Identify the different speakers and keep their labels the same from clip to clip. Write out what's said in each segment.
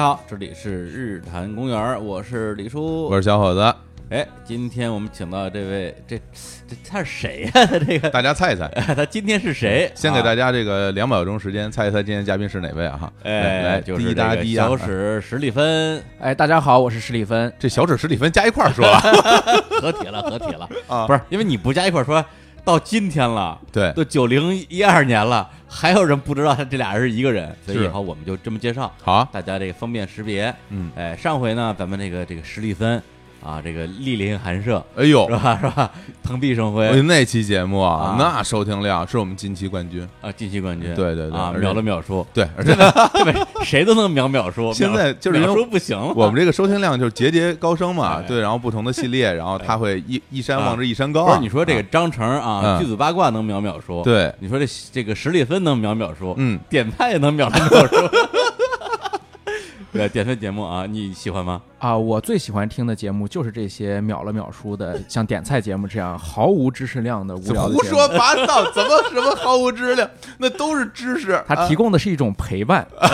Speaker 1: 好，这里是日坛公园，我是李叔，
Speaker 2: 我是小伙子。
Speaker 1: 哎，今天我们请到这位，这这他是谁呀、 他这个
Speaker 2: 大家猜一猜，
Speaker 1: 他今天是谁？啊
Speaker 2: 先给大
Speaker 1: 家，
Speaker 2: 家这个两秒钟时间，猜一猜今天嘉宾是哪位啊？哈，来
Speaker 1: 哎，
Speaker 2: 来，
Speaker 1: 就是
Speaker 2: 滴
Speaker 1: 这
Speaker 2: 答
Speaker 1: 个
Speaker 2: 滴答哎
Speaker 1: 小，史史蒂芬
Speaker 3: 哎，大家好，我是史蒂芬。
Speaker 2: 这小指十里分加一块儿说啊吧。
Speaker 1: 合体了，合体了
Speaker 2: 啊
Speaker 1: 不是，因为你不加一块儿说，到今天了，
Speaker 2: 对
Speaker 1: 都九零一二年了，还有人不知道他这俩人是一个人，所以
Speaker 2: 是
Speaker 1: 以后我们就这么介绍，
Speaker 2: 好啊，
Speaker 1: 大家这个方便识别。
Speaker 2: 嗯，
Speaker 1: 哎，上回呢，咱们这个这个史蒂芬啊，这个莅临寒舍
Speaker 2: 哎 呦
Speaker 1: 是，吧是吧？蓬荜生
Speaker 2: 哎
Speaker 1: 辉
Speaker 2: 呦那期节目
Speaker 1: 啊
Speaker 2: 啊，那收听量是我们近期冠军。
Speaker 1: 啊，晋级冠军，
Speaker 2: 对对对
Speaker 1: 啊，
Speaker 2: 而且
Speaker 1: 秒了秒叔，
Speaker 2: 对， 而且
Speaker 1: 对，谁都能秒秒叔，
Speaker 2: 现在
Speaker 1: 秒
Speaker 2: 就是因为
Speaker 1: 秒叔不行了，
Speaker 2: 我们这个收听量就是节节高升嘛，
Speaker 1: 哎
Speaker 2: 对，然后不同的系列，然后他会一一山望之一山高
Speaker 1: 不
Speaker 2: 啊。
Speaker 1: 是你说这个
Speaker 2: 啊
Speaker 1: 张成啊，
Speaker 2: 嗯
Speaker 1: 剧组八卦能秒秒叔，，
Speaker 2: 对，
Speaker 1: 你说这这个史蒂芬能秒秒叔，
Speaker 2: 嗯，
Speaker 1: 点菜也能秒来秒叔。对， 点菜节目啊，你喜欢吗？
Speaker 3: 啊，我最喜欢听的节目就是这些秒了秒叔的，像点菜节目这样毫无知识量的无聊的
Speaker 2: 胡
Speaker 3: 节目
Speaker 2: 说。八道，怎么什么毫无知量？那都是知识。啊
Speaker 3: 它提供的是一种陪伴，啊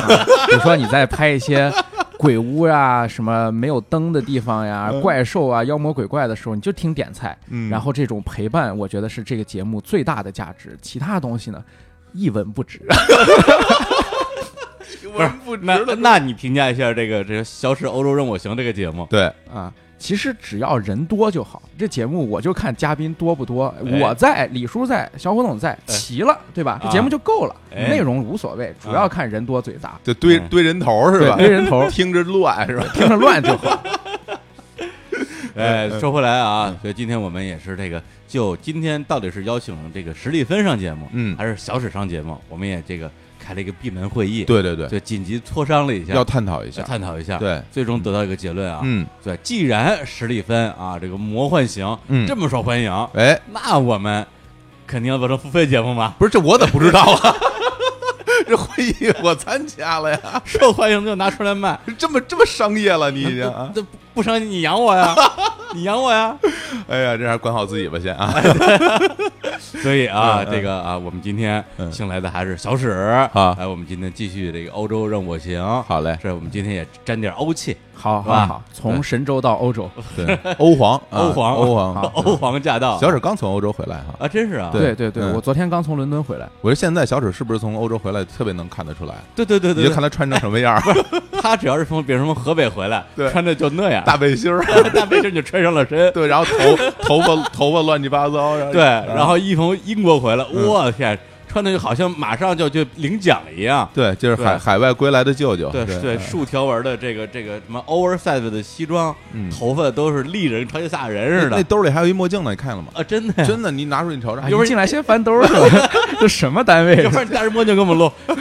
Speaker 3: 比如说你在拍一些鬼屋啊、什么没有灯的地方呀、怪兽啊、妖魔鬼怪的时候，你就听点菜，
Speaker 2: 嗯
Speaker 3: 然后这种陪伴，我觉得是这个节目最大的价值。其他东西呢，一文不值。
Speaker 2: 不是不值
Speaker 1: 那那你评价一下这个这个《消失欧洲任我行》这个节目，
Speaker 2: 对，
Speaker 3: 啊，其实只要人多就好。这节目我就看嘉宾多不多，
Speaker 1: 哎
Speaker 3: 我在，李叔在，小火总在，齐了，对吧？这节目就够了，
Speaker 1: 啊哎
Speaker 3: 内容无所谓，主要看人多嘴 杂，
Speaker 2: 就堆
Speaker 1: 嗯
Speaker 2: 堆人头是
Speaker 3: 对
Speaker 2: 吧？
Speaker 3: 堆人头
Speaker 2: 听着乱是吧？
Speaker 3: 听着乱就
Speaker 1: 啊
Speaker 3: 好。
Speaker 2: 嗯
Speaker 1: 哎，说回来啊，所以今天我们也是这个，就今天到底是邀请这个史蒂芬上节目，
Speaker 2: 嗯
Speaker 1: 还是小史上节目，我们也这个开了一个闭门会议，，
Speaker 2: 对对对，
Speaker 1: 就紧急磋商了一下，
Speaker 2: 要探讨一
Speaker 1: 要
Speaker 2: 下。
Speaker 1: 探讨一下，，
Speaker 2: 对，
Speaker 1: 最终得到一个结论啊，
Speaker 2: 嗯，
Speaker 1: 对，既然史蒂芬啊这个魔幻型
Speaker 2: 嗯
Speaker 1: 这么受欢迎，
Speaker 2: 哎，
Speaker 1: 那我们肯定要做成付费节目 嘛，
Speaker 2: 不是这我怎么不知道啊？ 这会议我参加了呀，
Speaker 1: 受欢迎就拿出来卖，
Speaker 2: 这么这么商业了，你已经啊？
Speaker 1: 这不不成你养我呀，你养我呀。
Speaker 2: 哎呀，这还是管好自己吧先
Speaker 1: 哎
Speaker 2: 啊。
Speaker 1: 所以啊，
Speaker 2: 嗯嗯
Speaker 1: 这个啊，我们今天
Speaker 2: 嗯
Speaker 1: 请来的还是小史
Speaker 2: 好
Speaker 1: 哎，我们今天继续这个欧洲任我行。
Speaker 2: 好嘞，
Speaker 1: 这我们今天也沾点欧气，
Speaker 3: 好
Speaker 1: 哇
Speaker 3: 好好，从神州到欧洲，
Speaker 2: 对，欧皇，啊
Speaker 1: 欧皇
Speaker 2: 欧皇，
Speaker 1: 欧皇驾到
Speaker 2: 小史刚从欧洲回来哈。
Speaker 1: 啊，真是啊，
Speaker 2: 对
Speaker 3: 对对对，
Speaker 2: 嗯
Speaker 3: 我昨天刚从伦敦回来，
Speaker 2: 我说现在小史是不是从欧洲回来，特别能看得出来，
Speaker 1: 对对对
Speaker 2: 你
Speaker 1: 对
Speaker 2: 就看他穿成什么 样儿，
Speaker 1: 对，他只要是从比如从河北回来，
Speaker 2: 对
Speaker 1: 穿的就那样，
Speaker 2: 大背心儿， 啊
Speaker 1: 大背心就穿上了身，
Speaker 2: 对，然后头头发头发乱七八糟，然后
Speaker 1: 对，然后一从英国回来，
Speaker 2: 嗯
Speaker 1: 我天，穿的就好像马上就就领奖一样。
Speaker 2: 对，就是
Speaker 1: 对
Speaker 2: 海海外归来的舅舅，
Speaker 1: 对
Speaker 2: 对
Speaker 1: 对，竖条纹的这个这个什么 oversize 的西装，
Speaker 2: 嗯
Speaker 1: 头发都是立着，跟超级赛亚人似
Speaker 2: 那那
Speaker 1: 的
Speaker 2: 兜里还有一墨镜呢，你看了吗？
Speaker 1: 啊，真的呀，哎
Speaker 2: 真的，你拿出来你瞅瞅
Speaker 3: 啊，
Speaker 1: 一会儿
Speaker 3: 你进来先翻兜儿是 吧？这什么单位
Speaker 1: 要？不然大直播就给我们录，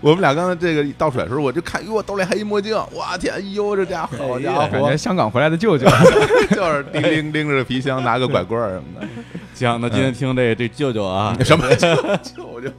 Speaker 2: 我们俩刚才这个倒水的时候，我就看，哟，兜里还一墨镜，哇天，哎呦，这家伙，好家
Speaker 3: 感
Speaker 2: 伙
Speaker 3: 觉，香港回来的舅舅，
Speaker 2: 就是拎拎拎着皮箱，拿个拐棍儿什么的，
Speaker 1: 行，那今天
Speaker 2: 嗯
Speaker 1: 听这这舅舅啊，
Speaker 2: 什么舅舅，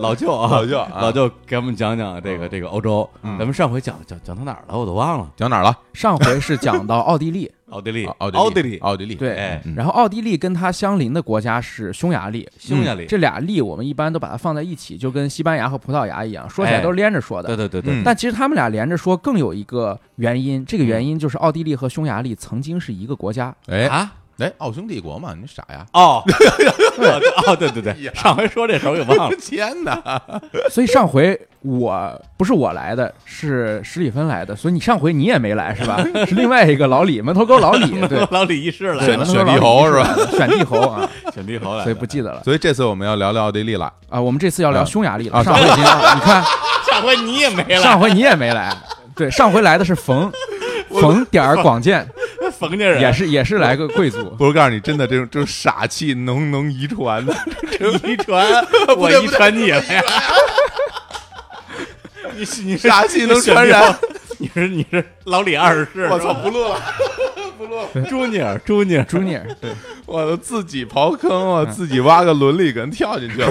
Speaker 1: 老舅啊，
Speaker 2: 老舅啊
Speaker 1: 老舅给我们讲讲这个这个欧洲。
Speaker 2: 嗯
Speaker 1: 咱们上回讲讲讲到哪儿了，我都忘了。
Speaker 2: 讲哪儿了？
Speaker 3: 上回是讲到奥地利，
Speaker 1: 奥地利，
Speaker 2: 奥
Speaker 1: 奥
Speaker 2: 地
Speaker 1: 地
Speaker 2: 利，
Speaker 1: 利，
Speaker 2: 奥地利，
Speaker 3: 对
Speaker 1: 哎，
Speaker 2: 嗯
Speaker 3: 然后奥地利跟它相邻的国家是匈牙利，嗯
Speaker 1: 匈牙利，
Speaker 3: 这俩利我们一般都把它放在一起，就跟西班牙和葡萄牙一样，说起来都是连着说的。
Speaker 1: 哎对对对对
Speaker 2: 嗯，
Speaker 3: 但其实他们俩连着说更有一个原
Speaker 1: 嗯
Speaker 3: 因，这个原因就是奥地利和匈牙利曾经是一个国家。
Speaker 2: 哎
Speaker 1: 啊，
Speaker 2: 哎，奥匈帝国嘛，你傻呀？
Speaker 1: 哦，哦，对对对，
Speaker 2: 哎呀。
Speaker 1: 上回说这时候给忘了
Speaker 2: 天哪！
Speaker 3: 所以上回我不是我来的，是史蒂芬来的，所以你上回你也没来是 吧？是另外一个老李，门头沟老李，对，
Speaker 1: 老李一世来
Speaker 2: 选
Speaker 1: 了，
Speaker 3: 门头
Speaker 2: 选
Speaker 3: 沟老
Speaker 2: 帝
Speaker 3: 李
Speaker 2: 侯是吧？
Speaker 3: 选帝侯 啊，
Speaker 1: 选帝侯来
Speaker 3: 所以
Speaker 1: 了。
Speaker 3: 不记得了
Speaker 2: 所以这次我们要聊聊奥地利了，
Speaker 3: 啊。我们这次要聊
Speaker 2: 嗯
Speaker 3: 匈牙利
Speaker 2: 啊
Speaker 3: 了，上回已经你看
Speaker 1: 上回你也没来，
Speaker 3: 上回你也没来，对，上回来的是冯冯点儿广建，
Speaker 1: 冯家人
Speaker 3: 也是也是来个贵族。
Speaker 2: 不是告诉你，真的这种这种傻气能能遗传 的，
Speaker 1: 遗 传，我遗传你了呀。 你是你是
Speaker 2: 傻气能传染，
Speaker 1: 你是你是老李二世，
Speaker 2: 我操，不录了。
Speaker 1: 朱尼尔，朱尼尔，
Speaker 3: 朱尼尔，对，
Speaker 2: 我都自己刨坑，我自己挖个伦理梗跳进去了。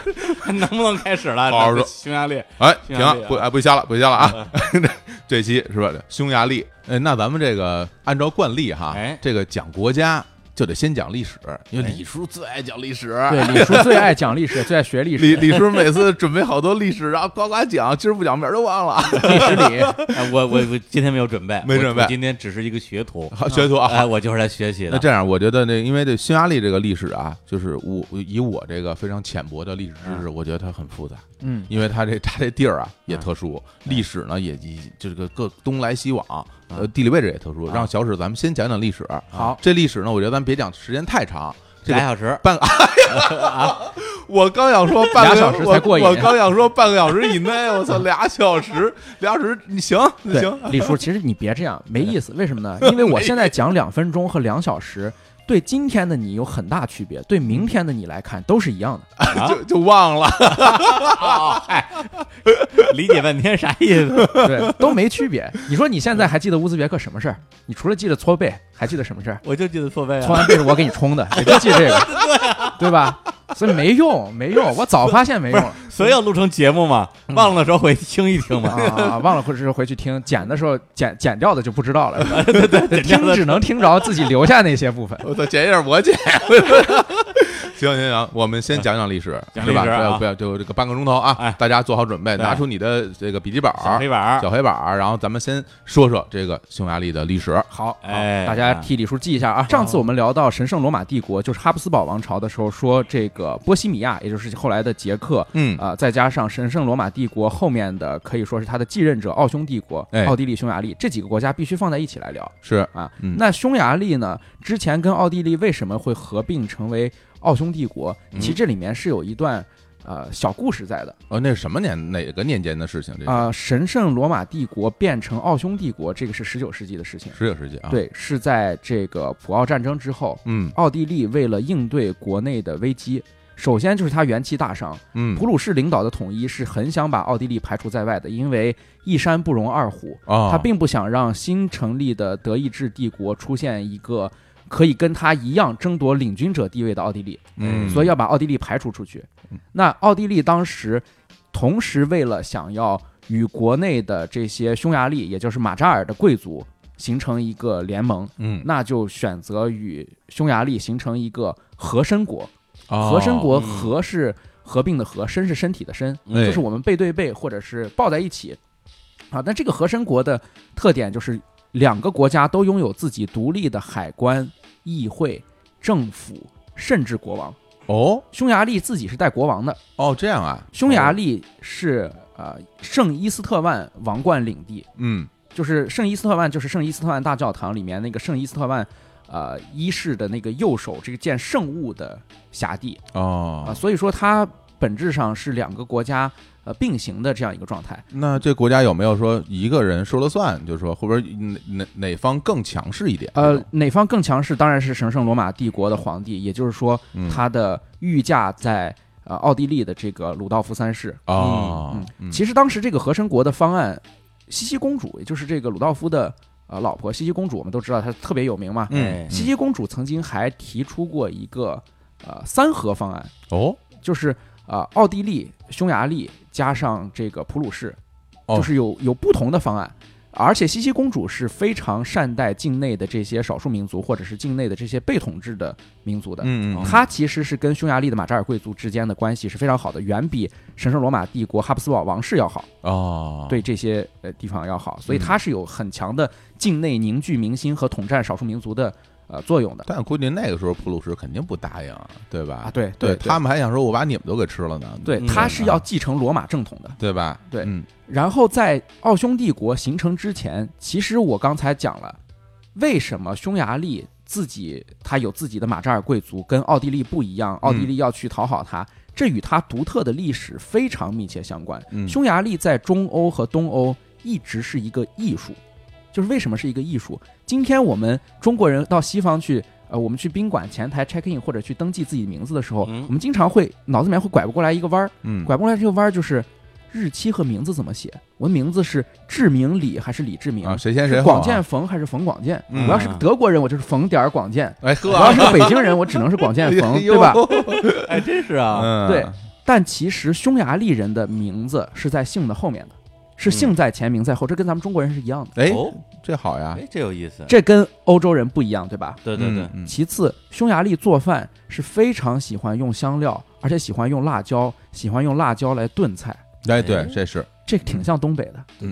Speaker 1: 能不能开始了？
Speaker 2: 好好说
Speaker 1: 匈牙利，
Speaker 2: 哎，
Speaker 1: 匈
Speaker 2: 停
Speaker 1: 牙
Speaker 2: 啊
Speaker 1: 利啊，
Speaker 2: 不哎不瞎了，不瞎了啊！
Speaker 3: 嗯
Speaker 2: 这期是吧？匈牙利，哎，那咱们这个按照惯例哈
Speaker 1: 哎，
Speaker 2: 这个讲国家。就得先讲历史，因为李叔最爱讲历史。
Speaker 3: 哎对，李叔最爱讲历史，最爱学历
Speaker 2: 李
Speaker 3: 史，
Speaker 2: 李叔每次准备好多历史，然后呱呱讲，今儿不讲名儿都忘了。
Speaker 3: 历史里，
Speaker 1: 哎我我我今天没有准备，
Speaker 2: 没
Speaker 1: 我
Speaker 2: 准备
Speaker 1: 我今天只是一个学徒，
Speaker 2: 好，学徒
Speaker 3: 嗯
Speaker 2: 啊，
Speaker 1: 哎，我就是来学习
Speaker 2: 那
Speaker 1: 的。
Speaker 2: 这样，我觉得那因为这匈牙利这个历史啊，就是我以我这个非常浅薄的历史知识，我觉得它很复杂，
Speaker 3: 嗯，
Speaker 2: 因为它这它这地儿啊也特殊，
Speaker 1: 嗯
Speaker 2: 历史呢也以这个各东来西往，呃，地理位置也特殊。
Speaker 1: 啊
Speaker 2: 让小史咱们先讲讲历史，
Speaker 3: 嗯
Speaker 2: 啊
Speaker 3: 好，
Speaker 2: 这历史呢，我觉得咱别讲时间太长。这
Speaker 1: 俩
Speaker 2: 个
Speaker 1: 小时，
Speaker 2: 半个， 我刚想说半个
Speaker 3: 俩小时才过瘾
Speaker 2: 我我刚想说半个小时以内，我操，俩小时，俩小时，你行，你
Speaker 3: 对
Speaker 2: 行，，
Speaker 3: 李叔，其实你别这样，没意思。为什么呢？因为我现在讲两分钟和两小时，对今天的你有很大区别，对明天的你来看都是一样的。
Speaker 1: 啊
Speaker 2: 就就忘了。
Speaker 1: 哦嗨，理解半天啥意思？
Speaker 3: 对，都没区别。你说你现在还记得乌兹别克什么事儿？你除了记得搓背，还记得什么事儿？
Speaker 1: 我就记得错 位
Speaker 3: 搓
Speaker 1: 啊，
Speaker 3: 完背是我给你冲的，也就记这个，对吧？所以没用，没用，我早发现没用了
Speaker 1: 所以要录成节目嘛，
Speaker 2: 嗯
Speaker 1: 忘了的时候回去听一听 嘛。
Speaker 3: 啊！忘了，或者是回去听剪的时候剪剪掉的就不知道了，是吧
Speaker 1: 剪掉
Speaker 3: 听
Speaker 1: 的
Speaker 3: 只能听着自己留下那些部分。
Speaker 2: 我操，剪一下我剪。行行行，我们先讲讲历
Speaker 3: 嗯
Speaker 2: 史，
Speaker 1: 讲
Speaker 2: 是吧？
Speaker 1: 历
Speaker 2: 不
Speaker 1: 史啊
Speaker 2: 要不要，就这个半个钟头啊
Speaker 1: 哎！
Speaker 2: 大家做好准备，
Speaker 1: 对
Speaker 2: 拿出你的这个笔记本儿、
Speaker 1: 小黑板儿，
Speaker 2: 小黑板儿，然后咱们先说说这个匈牙利的历史。
Speaker 3: 好，
Speaker 1: 哎
Speaker 3: 大家替李叔记一下啊。上次我们聊到神圣罗马帝国，就是哈布斯堡王朝的时候，说这个波西米亚，也就是后来的捷克，
Speaker 2: 嗯，
Speaker 3: 呃，再加上神圣罗马帝国后面的可以说是他的继任者奥匈帝国
Speaker 2: 哎、
Speaker 3: 奥地利、匈牙利这几个国家必须放在一起来聊
Speaker 2: 是
Speaker 3: 啊。
Speaker 2: 嗯
Speaker 3: 那匈牙利呢，之前跟奥地利为什么会合并成为奥匈帝国？
Speaker 2: 嗯
Speaker 3: 其实这里面是有一段。呃，小故事在的
Speaker 2: 哦，那是什么年哪个年间的事情？这
Speaker 3: 啊、呃神圣罗马帝国变成奥匈帝国，这个是十九世纪的事情。
Speaker 2: 十九世纪啊？，
Speaker 3: 对，是在这个普奥战争之后，
Speaker 2: 嗯
Speaker 3: 奥地利为了应对国内的危机，首先就是他元气大伤。
Speaker 2: 嗯
Speaker 3: 普鲁士领导的统一是很想把奥地利排除在外的，因为一山不容二虎，
Speaker 2: 啊，
Speaker 3: 他并不想让新成立的德意志帝国出现一个可以跟他一样争夺领军者地位的奥地利，
Speaker 2: 嗯，
Speaker 3: 所以要把奥地利排除出去。那奥地利当时同时为了想要与国内的这些匈牙利，也就是马扎尔的贵族形成一个联盟，
Speaker 2: 嗯，
Speaker 3: 那就选择与匈牙利形成一个和珅国。
Speaker 2: 哦
Speaker 3: 和珅国
Speaker 1: 嗯
Speaker 3: 和是合并的和，身是身体的身，
Speaker 2: 哎
Speaker 3: 就是我们背对背或者是抱在一起。啊，那这个和珅国的特点就是两个国家都拥有自己独立的海关、议会、政府，甚至国王。
Speaker 2: 哦
Speaker 3: 匈牙利自己是带国王的，
Speaker 2: 哦这样啊，
Speaker 3: 匈牙
Speaker 2: 利
Speaker 3: 利是呃圣伊斯特万王冠领地，
Speaker 2: 嗯
Speaker 3: 就是圣伊斯特万，就是圣伊斯特万大教堂里面那个圣伊斯特万，呃，一世的那个右手这个见圣物的辖地啊、
Speaker 2: 哦，
Speaker 3: 所以说它本质上是两个国家呃并行的这样一个状态。
Speaker 2: 那这国家有没有说一个人说了算？就是说，会不会哪哪哪方更强势一点？
Speaker 3: 呃，哪方更强势？当然是神圣罗马帝国的皇帝，也就是说
Speaker 2: 嗯，
Speaker 3: 他的御驾在呃奥地利的这个鲁道夫三世。
Speaker 2: 哦
Speaker 3: 嗯，
Speaker 2: 嗯
Speaker 3: 其实当时这个和珅国的方案，茜茜公主，也就是这个鲁道夫的呃老婆茜茜公主，我们都知道她特别有名嘛。
Speaker 2: 嗯
Speaker 1: 哎
Speaker 3: 茜茜公主曾经还提出过一个呃三和方案，
Speaker 2: 哦
Speaker 3: 就是呃奥地利、匈牙利加上这个普鲁士，
Speaker 2: 哦
Speaker 3: 就是有有不同的方案。而且茜茜公主是非常善待境内的这些少数民族或者是境内的这些被统治的民族的。
Speaker 2: 嗯嗯，
Speaker 3: 她其实是跟匈牙利的马扎尔贵族之间的关系是非常好的，远比神圣罗马帝国哈布斯堡王室要好，
Speaker 2: 哦，嗯
Speaker 3: 对这些呃地方要好，所以它是有很强的境内凝聚民心和统战少数民族的呃作用的。
Speaker 2: 但估计那个时候普鲁士肯定不答应，对吧？
Speaker 3: 啊，对
Speaker 2: 对
Speaker 3: 对，
Speaker 2: 他们还想说，我把你们都给吃了呢，
Speaker 3: 对
Speaker 1: 嗯
Speaker 3: 他是要继承罗马正统的。
Speaker 2: 对吧？
Speaker 3: 对
Speaker 2: 嗯
Speaker 3: 然后在奥匈帝国形成之前，其实我刚才讲了，为什么匈牙利自己他有自己的马扎尔贵族，跟奥地利不一样，奥
Speaker 2: 嗯
Speaker 3: 地利要去讨好他，这与他独特的历史非常密切相关。
Speaker 2: 嗯，
Speaker 3: 匈牙利在中欧和东欧一直是一个艺术，就是为什么是一个艺术？今天我们中国人到西方去，呃，我们去宾馆前台 check in 或者去登记自己名字的时候，
Speaker 1: 嗯
Speaker 3: 我们经常会脑子里面会拐不过来一个弯儿，
Speaker 2: 嗯
Speaker 3: 拐不过来这个弯儿就是日期和名字怎么写，我的名字是志明李还是李志明？
Speaker 2: 啊，谁先谁
Speaker 3: 是
Speaker 2: 后
Speaker 3: 广
Speaker 2: 啊？
Speaker 3: 建冯还是冯广建？
Speaker 2: 嗯
Speaker 3: 我要是个德国人，我就是冯点儿 广建；
Speaker 2: 哎
Speaker 3: 我
Speaker 2: 呵
Speaker 3: 要
Speaker 2: 啊，
Speaker 3: 是个北京人，我只能是广建冯，
Speaker 2: 哎呦
Speaker 3: 对吧？？
Speaker 1: 哎，真是啊，
Speaker 2: 嗯，
Speaker 3: 对，但其实匈牙利
Speaker 2: 嗯
Speaker 3: 人的名字是在姓的后面的，是姓在前，名在后，这跟咱们中国人是一样的。
Speaker 2: 哎，
Speaker 1: 哦，
Speaker 2: 这好呀，
Speaker 1: 哎，这有意思，
Speaker 3: 这跟欧洲人不一样，对吧？
Speaker 1: 对对对
Speaker 2: 嗯，，嗯
Speaker 3: 其次，匈牙利做饭是非常喜欢用香料，而且喜欢用辣椒，喜欢用辣椒来炖菜，
Speaker 2: 哎，对
Speaker 1: 哎，
Speaker 2: 这 是，
Speaker 3: 这挺像东北的，
Speaker 2: 嗯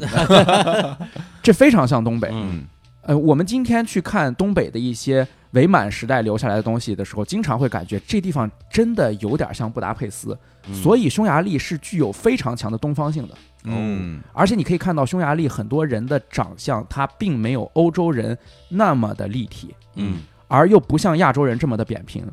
Speaker 3: 这非常像东北。
Speaker 1: 嗯，
Speaker 3: 呃，我们今天去看东北的一些伪满时代留下来的东西的时候，经常会感觉这地方真的有点像布达佩斯，所
Speaker 1: 以
Speaker 3: 以匈牙利是具有非常强的东方性的。
Speaker 2: 嗯
Speaker 3: 而且你可以看到匈牙利很多人的长相，他并没有欧洲人那么的立体，
Speaker 1: 嗯
Speaker 3: 而又不像亚洲人这么的扁平，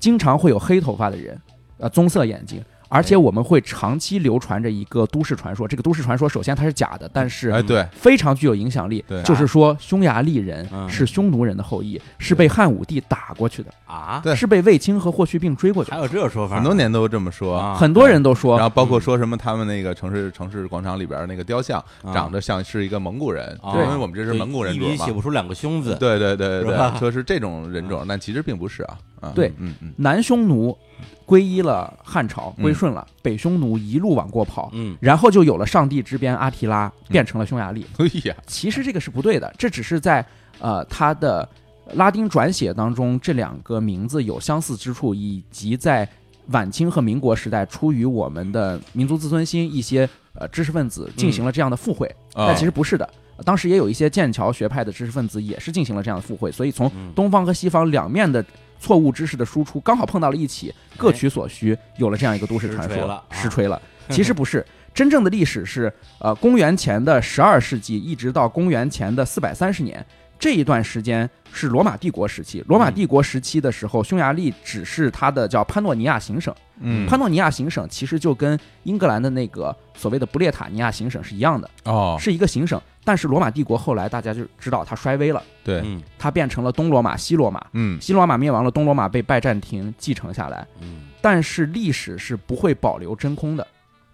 Speaker 3: 经常会有黑头发的人，呃，棕色眼睛。而且我们会长期流传着一个都市传说，这个都市传说首先它是假的，但是嗯
Speaker 2: 哎，对，
Speaker 3: 非常具有影响力
Speaker 2: 对。
Speaker 3: 就是说，匈牙利人
Speaker 1: 嗯
Speaker 3: 是匈奴人的后裔，是被汉武帝打过去的，
Speaker 1: 啊，
Speaker 2: 对
Speaker 3: 是被卫青和霍去病追过去
Speaker 1: 还
Speaker 3: 的。
Speaker 1: 有这个说法，
Speaker 2: 很多年都这么说。
Speaker 1: 啊，
Speaker 3: 很多人都说
Speaker 2: 然后包括说什么他们那个城市城市广场里边那个雕像
Speaker 1: 啊
Speaker 2: 长得像是一个蒙古人，
Speaker 1: 啊
Speaker 2: 因为我们这是
Speaker 1: 对
Speaker 2: 蒙古人
Speaker 1: 一
Speaker 2: 种
Speaker 1: 笔
Speaker 2: 嘛
Speaker 1: 写，不出两个兄字，
Speaker 2: 对对对
Speaker 1: 是吧
Speaker 2: 对，说是这种人种，但其实并不是啊。啊
Speaker 3: 对，
Speaker 2: 嗯嗯
Speaker 3: 南匈奴皈依了汉朝，
Speaker 2: 嗯
Speaker 3: 归顺了，北匈奴一路往过跑，
Speaker 1: 嗯，
Speaker 3: 然后就有了上帝之鞭阿提拉，变成了匈牙利。
Speaker 2: 嗯，哎呀，
Speaker 3: 其实这个是不对的，这只是在呃它的拉丁转写当中，这两个名字有相似之处，以及在晚清和民国时代，出于我们的民族自尊心，一些呃知识分
Speaker 2: 嗯
Speaker 3: 子进行了这样的附会，
Speaker 2: 啊
Speaker 3: 但其实不是的。当时也有一些剑桥学派的知识分子也是进行了这样的附会，所以从
Speaker 1: 嗯
Speaker 3: 东方和西方两面的错误知识的输出刚好碰到了一
Speaker 2: 哎
Speaker 3: 起，各取所需，有了这样一个都市传
Speaker 1: 实锤
Speaker 3: 说
Speaker 2: 啊
Speaker 1: 了，
Speaker 3: 实 锤了。其实不是，真正的历史是，呃，公元前的十二世纪一直到公元前的四百三十年这一段时间是罗马帝国时
Speaker 2: 嗯
Speaker 3: 期。罗马帝国时期的时候，匈牙利只是它的叫潘诺尼亚行省，
Speaker 2: 嗯，
Speaker 3: 潘诺尼亚行省其实就跟英格兰的那个所谓的布列塔尼亚行省是一样的，
Speaker 2: 哦，
Speaker 3: 是一个行省。但是罗马帝国后来大家就知道它衰微了，
Speaker 2: 对，
Speaker 1: 嗯
Speaker 3: 它变成了东罗马、西罗马。
Speaker 2: 嗯
Speaker 3: 西罗马灭亡了，东罗马被拜占庭继承下来，
Speaker 1: 嗯
Speaker 3: 但是历史是不会保留真空的，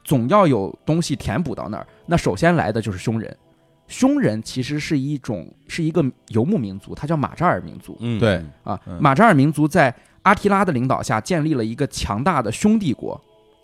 Speaker 3: 总要有东西填补到那儿。那首先来的就是匈人，匈人其实是一种是一个游牧民族，它叫马扎尔民族
Speaker 1: 嗯，
Speaker 2: 对
Speaker 3: 啊
Speaker 2: 嗯。
Speaker 3: 马扎尔民族在阿提拉的领导下建立了一个强大的兄帝国，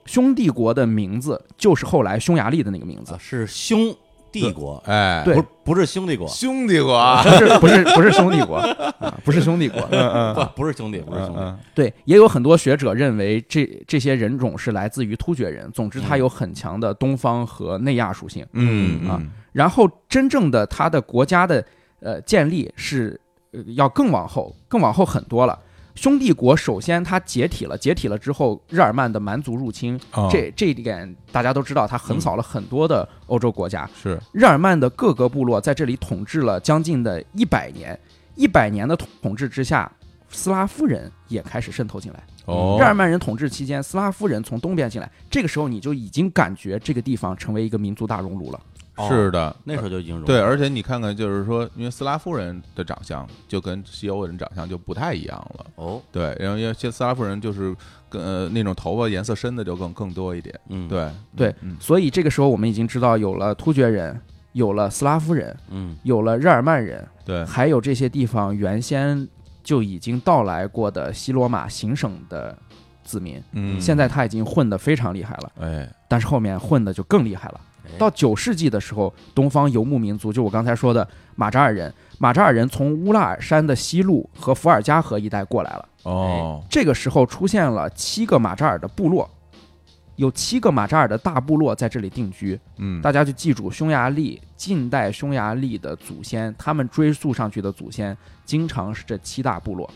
Speaker 3: 兄帝国的名字就是后来匈牙利的那个名字
Speaker 1: 啊，是兄帝国，
Speaker 2: 哎，
Speaker 3: 对
Speaker 1: 不不是兄弟国，
Speaker 2: 兄弟国啊，
Speaker 3: 不是不是不是兄帝国啊，不是兄弟国，
Speaker 2: 啊
Speaker 1: 不啊不是兄弟，嗯不是兄弟，
Speaker 2: 嗯
Speaker 3: 对，也有很多学者认为这这些人种是来自于突厥人。总之，它
Speaker 1: 嗯
Speaker 3: 有很强的东方和内亚属性。
Speaker 2: 嗯
Speaker 3: 啊
Speaker 2: 嗯
Speaker 3: 然后，真正的它的国家的呃建立是、呃要更往后，更往后很多了。兄弟国首先它解体了，解体了之后，日耳曼的蛮族入侵，
Speaker 2: 哦嗯
Speaker 3: 这这一点大家都知道，它横扫了很多的欧洲国家。
Speaker 2: 是
Speaker 3: 日耳曼的各个部落在这里统治了将近的一百年，一百年的统治之下，斯拉夫人也开始渗透进来。
Speaker 2: 哦
Speaker 1: 嗯
Speaker 3: 日，耳曼人统治期间，斯拉夫人从东边进来，这个时候你就已经感觉这个地方成为一个民族大熔炉了。
Speaker 1: 哦
Speaker 2: 是的，呃
Speaker 1: 那时候就已经融合
Speaker 2: 对，
Speaker 1: 了
Speaker 2: 而且你看看，就是说，因为斯拉夫人的长相就跟西欧人长相就不太一样了。
Speaker 1: 哦，
Speaker 2: 对，然后因为些斯拉夫人就是跟呃那种头发颜色深的就更更多一点。
Speaker 1: 嗯，
Speaker 2: 对
Speaker 3: 对
Speaker 2: 嗯
Speaker 3: 所以这个时候我们已经知道，有了突厥人，有了斯拉夫人，
Speaker 1: 嗯
Speaker 3: 有了日耳曼人，
Speaker 2: 对，
Speaker 3: 还有这些地方原先就已经到来过的西罗马行省的子民。
Speaker 2: 嗯，
Speaker 3: 现在他已经混得非常厉害了，
Speaker 2: 哎，
Speaker 3: 但是后面混得就更厉害了
Speaker 2: 嗯
Speaker 1: 哎。
Speaker 3: 到九世纪的时候，东方游牧民族，就我刚才说的马扎尔人，马扎尔人从乌拉尔山的西路和伏尔加河一带过来了。
Speaker 2: 哦，
Speaker 3: 这个时候出现了七个马扎尔的部落，有七个马扎尔的大部落在这里定居。
Speaker 2: 嗯，
Speaker 3: 哎大家就记住，匈牙利近代匈牙利的祖先，他们追溯上去的祖先，经常是这七大部落。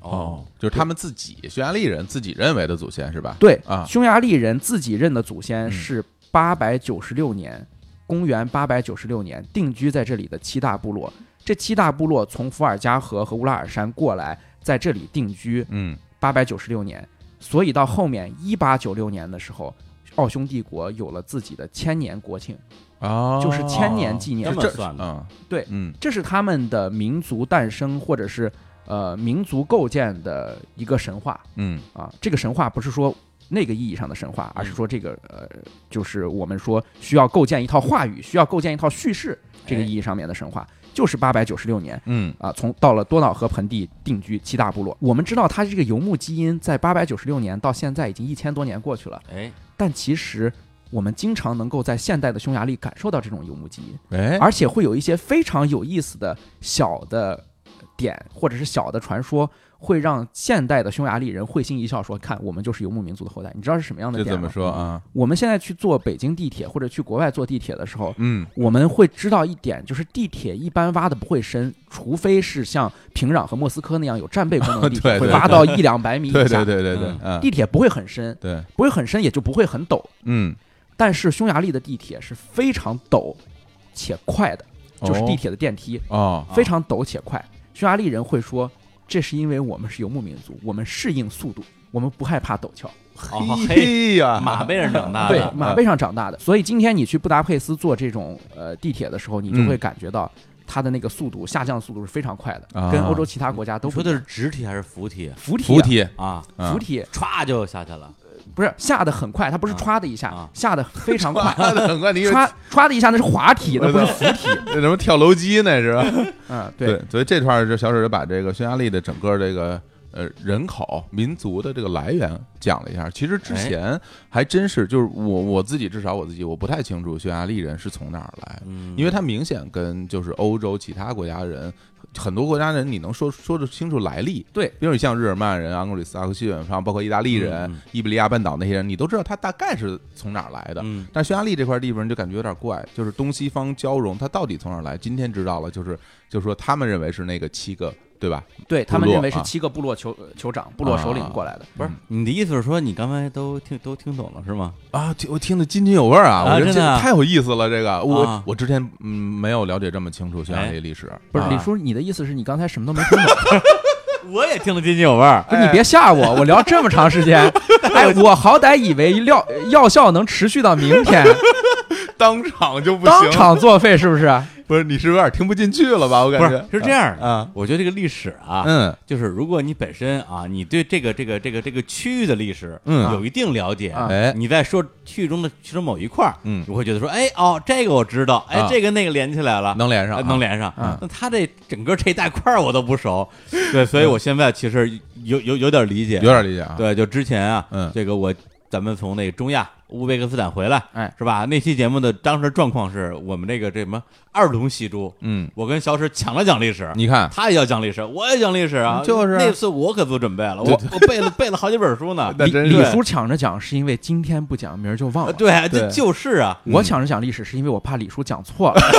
Speaker 1: 哦，，
Speaker 2: 就是他们自己匈牙利人自己认为的祖先是吧？
Speaker 3: 对，
Speaker 2: 啊
Speaker 3: 匈牙利人自己认的祖先
Speaker 2: 嗯
Speaker 3: 是八百九十六年，公元八百九十六年定居在这里的七大部落。这七大部落从伏尔加河和乌拉尔山过来，在这里定居。
Speaker 2: 嗯，
Speaker 3: 八百九十六年，所以到后面一八九六年的时候，奥匈帝国有了自己的千年国庆，
Speaker 2: 哦，
Speaker 3: 就是千年纪念
Speaker 1: 这。么
Speaker 2: 这
Speaker 1: 算的，
Speaker 2: 嗯，
Speaker 3: 对
Speaker 2: 嗯，
Speaker 3: 这是他们的民族诞生或者是呃民族构建的一个神话
Speaker 2: 嗯
Speaker 3: 啊。这个神话不是说那个意义上的神话，而
Speaker 1: 嗯
Speaker 3: 是说这个呃，就是我们说需要构建一套话语，需要构建一套叙事，这
Speaker 1: 哎
Speaker 3: 个意义上面的神话，就是八百九十六年
Speaker 2: 嗯
Speaker 3: 啊，从到了多瑙河盆地定居七大部落。我们知道它这个游牧基因在八百九十六年到现在已经一千多年过去了，
Speaker 1: 哎，
Speaker 3: 但其实我们经常能够在现代的匈牙利感受到这种游牧记忆，
Speaker 2: 哎，
Speaker 3: 而且会有一些非常有意思的小的点或者是小的传说，会让现代的匈牙利人会心一笑，说：“看，我们就是游牧民族的后代。”你知道是什么样的
Speaker 2: 这
Speaker 3: 点
Speaker 2: 怎么
Speaker 3: 吗？
Speaker 2: 说啊？
Speaker 3: 我们现在去坐北京地铁或者去国外坐地铁的时候，
Speaker 2: 嗯，
Speaker 3: 我们会知道一点，就是地铁一般挖的不会深，除非是像平壤和莫斯科那样有战备功能的地
Speaker 2: 对
Speaker 3: 铁，
Speaker 2: 对
Speaker 3: 会挖到一两百米以
Speaker 2: 对对
Speaker 3: 下。
Speaker 2: 对对对，嗯，
Speaker 3: 地铁不会很深，
Speaker 2: 对，
Speaker 3: 不会很深，也就不会很陡。
Speaker 2: 嗯，
Speaker 3: 但是匈牙利的地铁是非常陡且快的，就是地铁的电梯、
Speaker 2: 哦，
Speaker 3: 非常陡且快。匈牙利人会说，这是因为我们是游牧民族，我们适应速度，我们不害怕陡峭。
Speaker 1: 哦嘿，
Speaker 2: 嘿哎呀，
Speaker 1: 马背上长大
Speaker 3: 对
Speaker 2: 啊
Speaker 1: 的，，
Speaker 3: 马背上长大的。所以今天你去布达佩斯坐这种呃地铁的时候，你就会
Speaker 2: 嗯
Speaker 3: 感觉到它的那个速度下降速度是非常快的，
Speaker 2: 啊
Speaker 3: 跟欧洲其他国家都
Speaker 1: 你说
Speaker 3: 不一
Speaker 1: 的
Speaker 3: 样
Speaker 1: 是直体还是扶体
Speaker 3: 扶梯啊、
Speaker 2: 扶梯，
Speaker 1: 啊？
Speaker 2: 嗯
Speaker 3: 扶梯
Speaker 1: 歘就下去了，
Speaker 3: 不是下的很快，它不是
Speaker 1: 啊
Speaker 3: 歘的一下，
Speaker 1: 啊
Speaker 3: 下的非 常快。
Speaker 2: 妈的，很快你以为
Speaker 3: 歘歘的一下，那是滑梯，那不是扶梯。
Speaker 2: 那什么跳楼机那是吧？
Speaker 3: 嗯，
Speaker 2: 对，所以这块儿就小水就把这个匈牙利的整个这个呃人口、民族的这个来源讲了一下。其实
Speaker 1: 哎
Speaker 2: 之前还真是，就是我我自己至少我自己我不太清楚匈牙利人是从哪儿来，
Speaker 1: 嗯，
Speaker 2: 因为它明显跟就是欧洲其他国家人。很多国家人你能说说得清楚来历，
Speaker 3: 对
Speaker 2: 比如像日耳曼人、盎格里斯拉克逊人，包括意大利人、
Speaker 1: 嗯嗯
Speaker 2: 伊比利亚半岛那些人，你都知道他大概是从哪儿来的。
Speaker 1: 嗯
Speaker 2: 但匈牙利这块地方就感觉有点怪，就是东西方交融，它到底从哪儿来？今天知道了，就是就是说他们认为是那个七个，对吧？
Speaker 3: 对他
Speaker 2: 部
Speaker 3: 们
Speaker 2: 落
Speaker 3: 认为是
Speaker 2: 啊
Speaker 3: 七个部落酋酋长、部落首领
Speaker 2: 啊
Speaker 3: 过来的。
Speaker 1: 不是你的意思是说你刚才都听都听懂了是吗？
Speaker 2: 啊，听我听得津津有味儿啊，
Speaker 1: 啊
Speaker 2: 我觉得
Speaker 1: 真
Speaker 2: 这
Speaker 1: 的啊
Speaker 2: 个太有意思了。这个我、
Speaker 1: 啊哎
Speaker 2: 我之前嗯没有了解这么清楚匈牙利历史，
Speaker 3: 不是
Speaker 2: 啊
Speaker 3: 李叔，你的意思是你刚才什么都没听 懂？
Speaker 1: 我也听得津津有味儿，
Speaker 3: 不是你别吓我，我聊这么长 时间，哎，我好歹以为料药效能持续到明天，
Speaker 2: 当场就不
Speaker 3: 当
Speaker 2: 行，
Speaker 3: 场作废是不是？
Speaker 2: 不是你是不是有点听不进去了吧？我感
Speaker 1: 不
Speaker 2: 觉
Speaker 1: 是是这样的
Speaker 2: 啊，
Speaker 1: 我觉得这个历史啊，
Speaker 2: 嗯
Speaker 1: 就是如果你本身啊，你对这个这个这个这个区域的历史，
Speaker 2: 嗯
Speaker 1: 有一定了解，
Speaker 3: 啊
Speaker 2: 哎
Speaker 1: 你在说区域中的其中某一块儿，
Speaker 2: 嗯
Speaker 1: 你会觉得说，哎哦，这个我知道，哎
Speaker 2: 啊，
Speaker 1: 这个那个连起来了，
Speaker 2: 能连上、
Speaker 1: 哎能。连上
Speaker 3: 啊。
Speaker 1: 那他这整个这一大块儿我都不熟，对，所以我现在其实有有有点理解，
Speaker 2: 有点理解啊，
Speaker 1: 对，就之前啊，
Speaker 2: 嗯
Speaker 1: 这个我咱们从那个中亚乌兹别克斯坦回来，
Speaker 3: 哎，
Speaker 1: 是吧？那期节目的当时状况是我们这个这什么二龙戏珠，
Speaker 2: 嗯，
Speaker 1: 我跟小史抢了讲历史，
Speaker 2: 你看，
Speaker 1: 他也要讲历史，我也讲历史啊，
Speaker 2: 嗯就是啊
Speaker 1: 那次我可做准备了，我
Speaker 2: 对
Speaker 1: 我背了 背了好几本书呢，
Speaker 2: 那
Speaker 3: 李
Speaker 2: 真
Speaker 3: 李
Speaker 2: 是啊
Speaker 3: 叔抢着讲是因为今天不讲，明儿就忘
Speaker 1: 呃
Speaker 3: 了。
Speaker 1: 对，这
Speaker 2: 对嗯
Speaker 1: 就是啊，
Speaker 3: 我抢着讲历史是因为我怕李叔讲错了。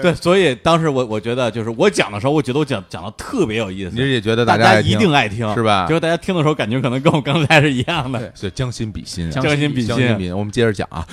Speaker 1: 对，所以当时我我觉得就是我讲的时候，我觉得我讲讲的特别有意
Speaker 2: 你
Speaker 1: 思，
Speaker 2: 也觉得
Speaker 1: 大
Speaker 2: 家爱
Speaker 1: 一
Speaker 2: 听
Speaker 1: 定爱听，
Speaker 2: 是吧
Speaker 1: 结果大家听的时候，感觉可能跟我刚才是一样的
Speaker 3: 对，
Speaker 2: 是将心比心啊，
Speaker 3: 将
Speaker 1: 将心比
Speaker 2: 将心比
Speaker 1: 心，
Speaker 2: 心。我们接着讲啊，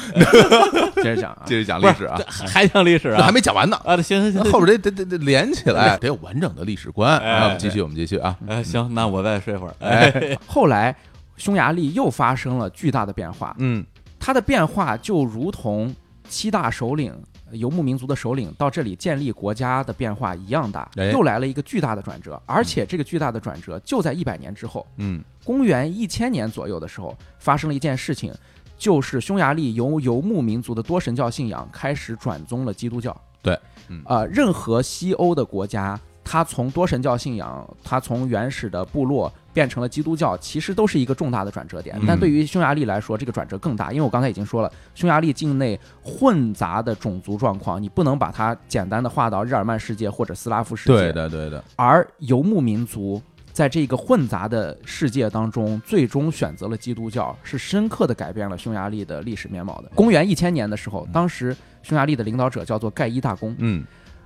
Speaker 3: 接着讲啊，
Speaker 2: 接着讲
Speaker 1: 不
Speaker 2: 历
Speaker 1: 是
Speaker 2: 史啊
Speaker 1: 这，还还讲历史
Speaker 2: 这
Speaker 1: 啊
Speaker 2: 还？没讲完呢。
Speaker 1: 啊，行行行，
Speaker 2: 后边得得得得连起来， 得有完整的历史观。
Speaker 1: 哎
Speaker 2: 啊我们继续，我们继续啊。
Speaker 1: 哎，行，那我再睡会儿。
Speaker 2: 哎，
Speaker 3: 后来匈牙利又发生了巨大的变化，
Speaker 2: 嗯
Speaker 3: 它的变化就如同七大首领。游牧民族的首领到这里建立国家的变化一样大，
Speaker 2: 哎
Speaker 3: 又来了一个巨大的转折，而且这个巨大的转折就在一百年之后，
Speaker 2: 嗯，
Speaker 3: 公元一千年左右的时候，发生了一件事情，就是匈牙利由游牧民族的多神教信仰开始转宗了基督教。
Speaker 2: 对嗯
Speaker 3: 呃，任何西欧的国家，它从多神教信仰，它从原始的部落变成了基督教，其实都是一个重大的转折点
Speaker 1: 嗯。
Speaker 3: 但对于匈牙利来说，这个转折更大，因为我刚才已经说了，匈牙利境内混杂的种族状况，你不能把它简单的划到日耳曼世界或者斯拉夫世界。
Speaker 2: 对的对的，
Speaker 3: 而游牧民族在这个混杂的世界当中，最终选择了基督教，是深刻的改变了匈牙利的历史面貌的。嗯公元一千年的时候，当时匈牙利的领导者叫做盖伊大公，
Speaker 2: 嗯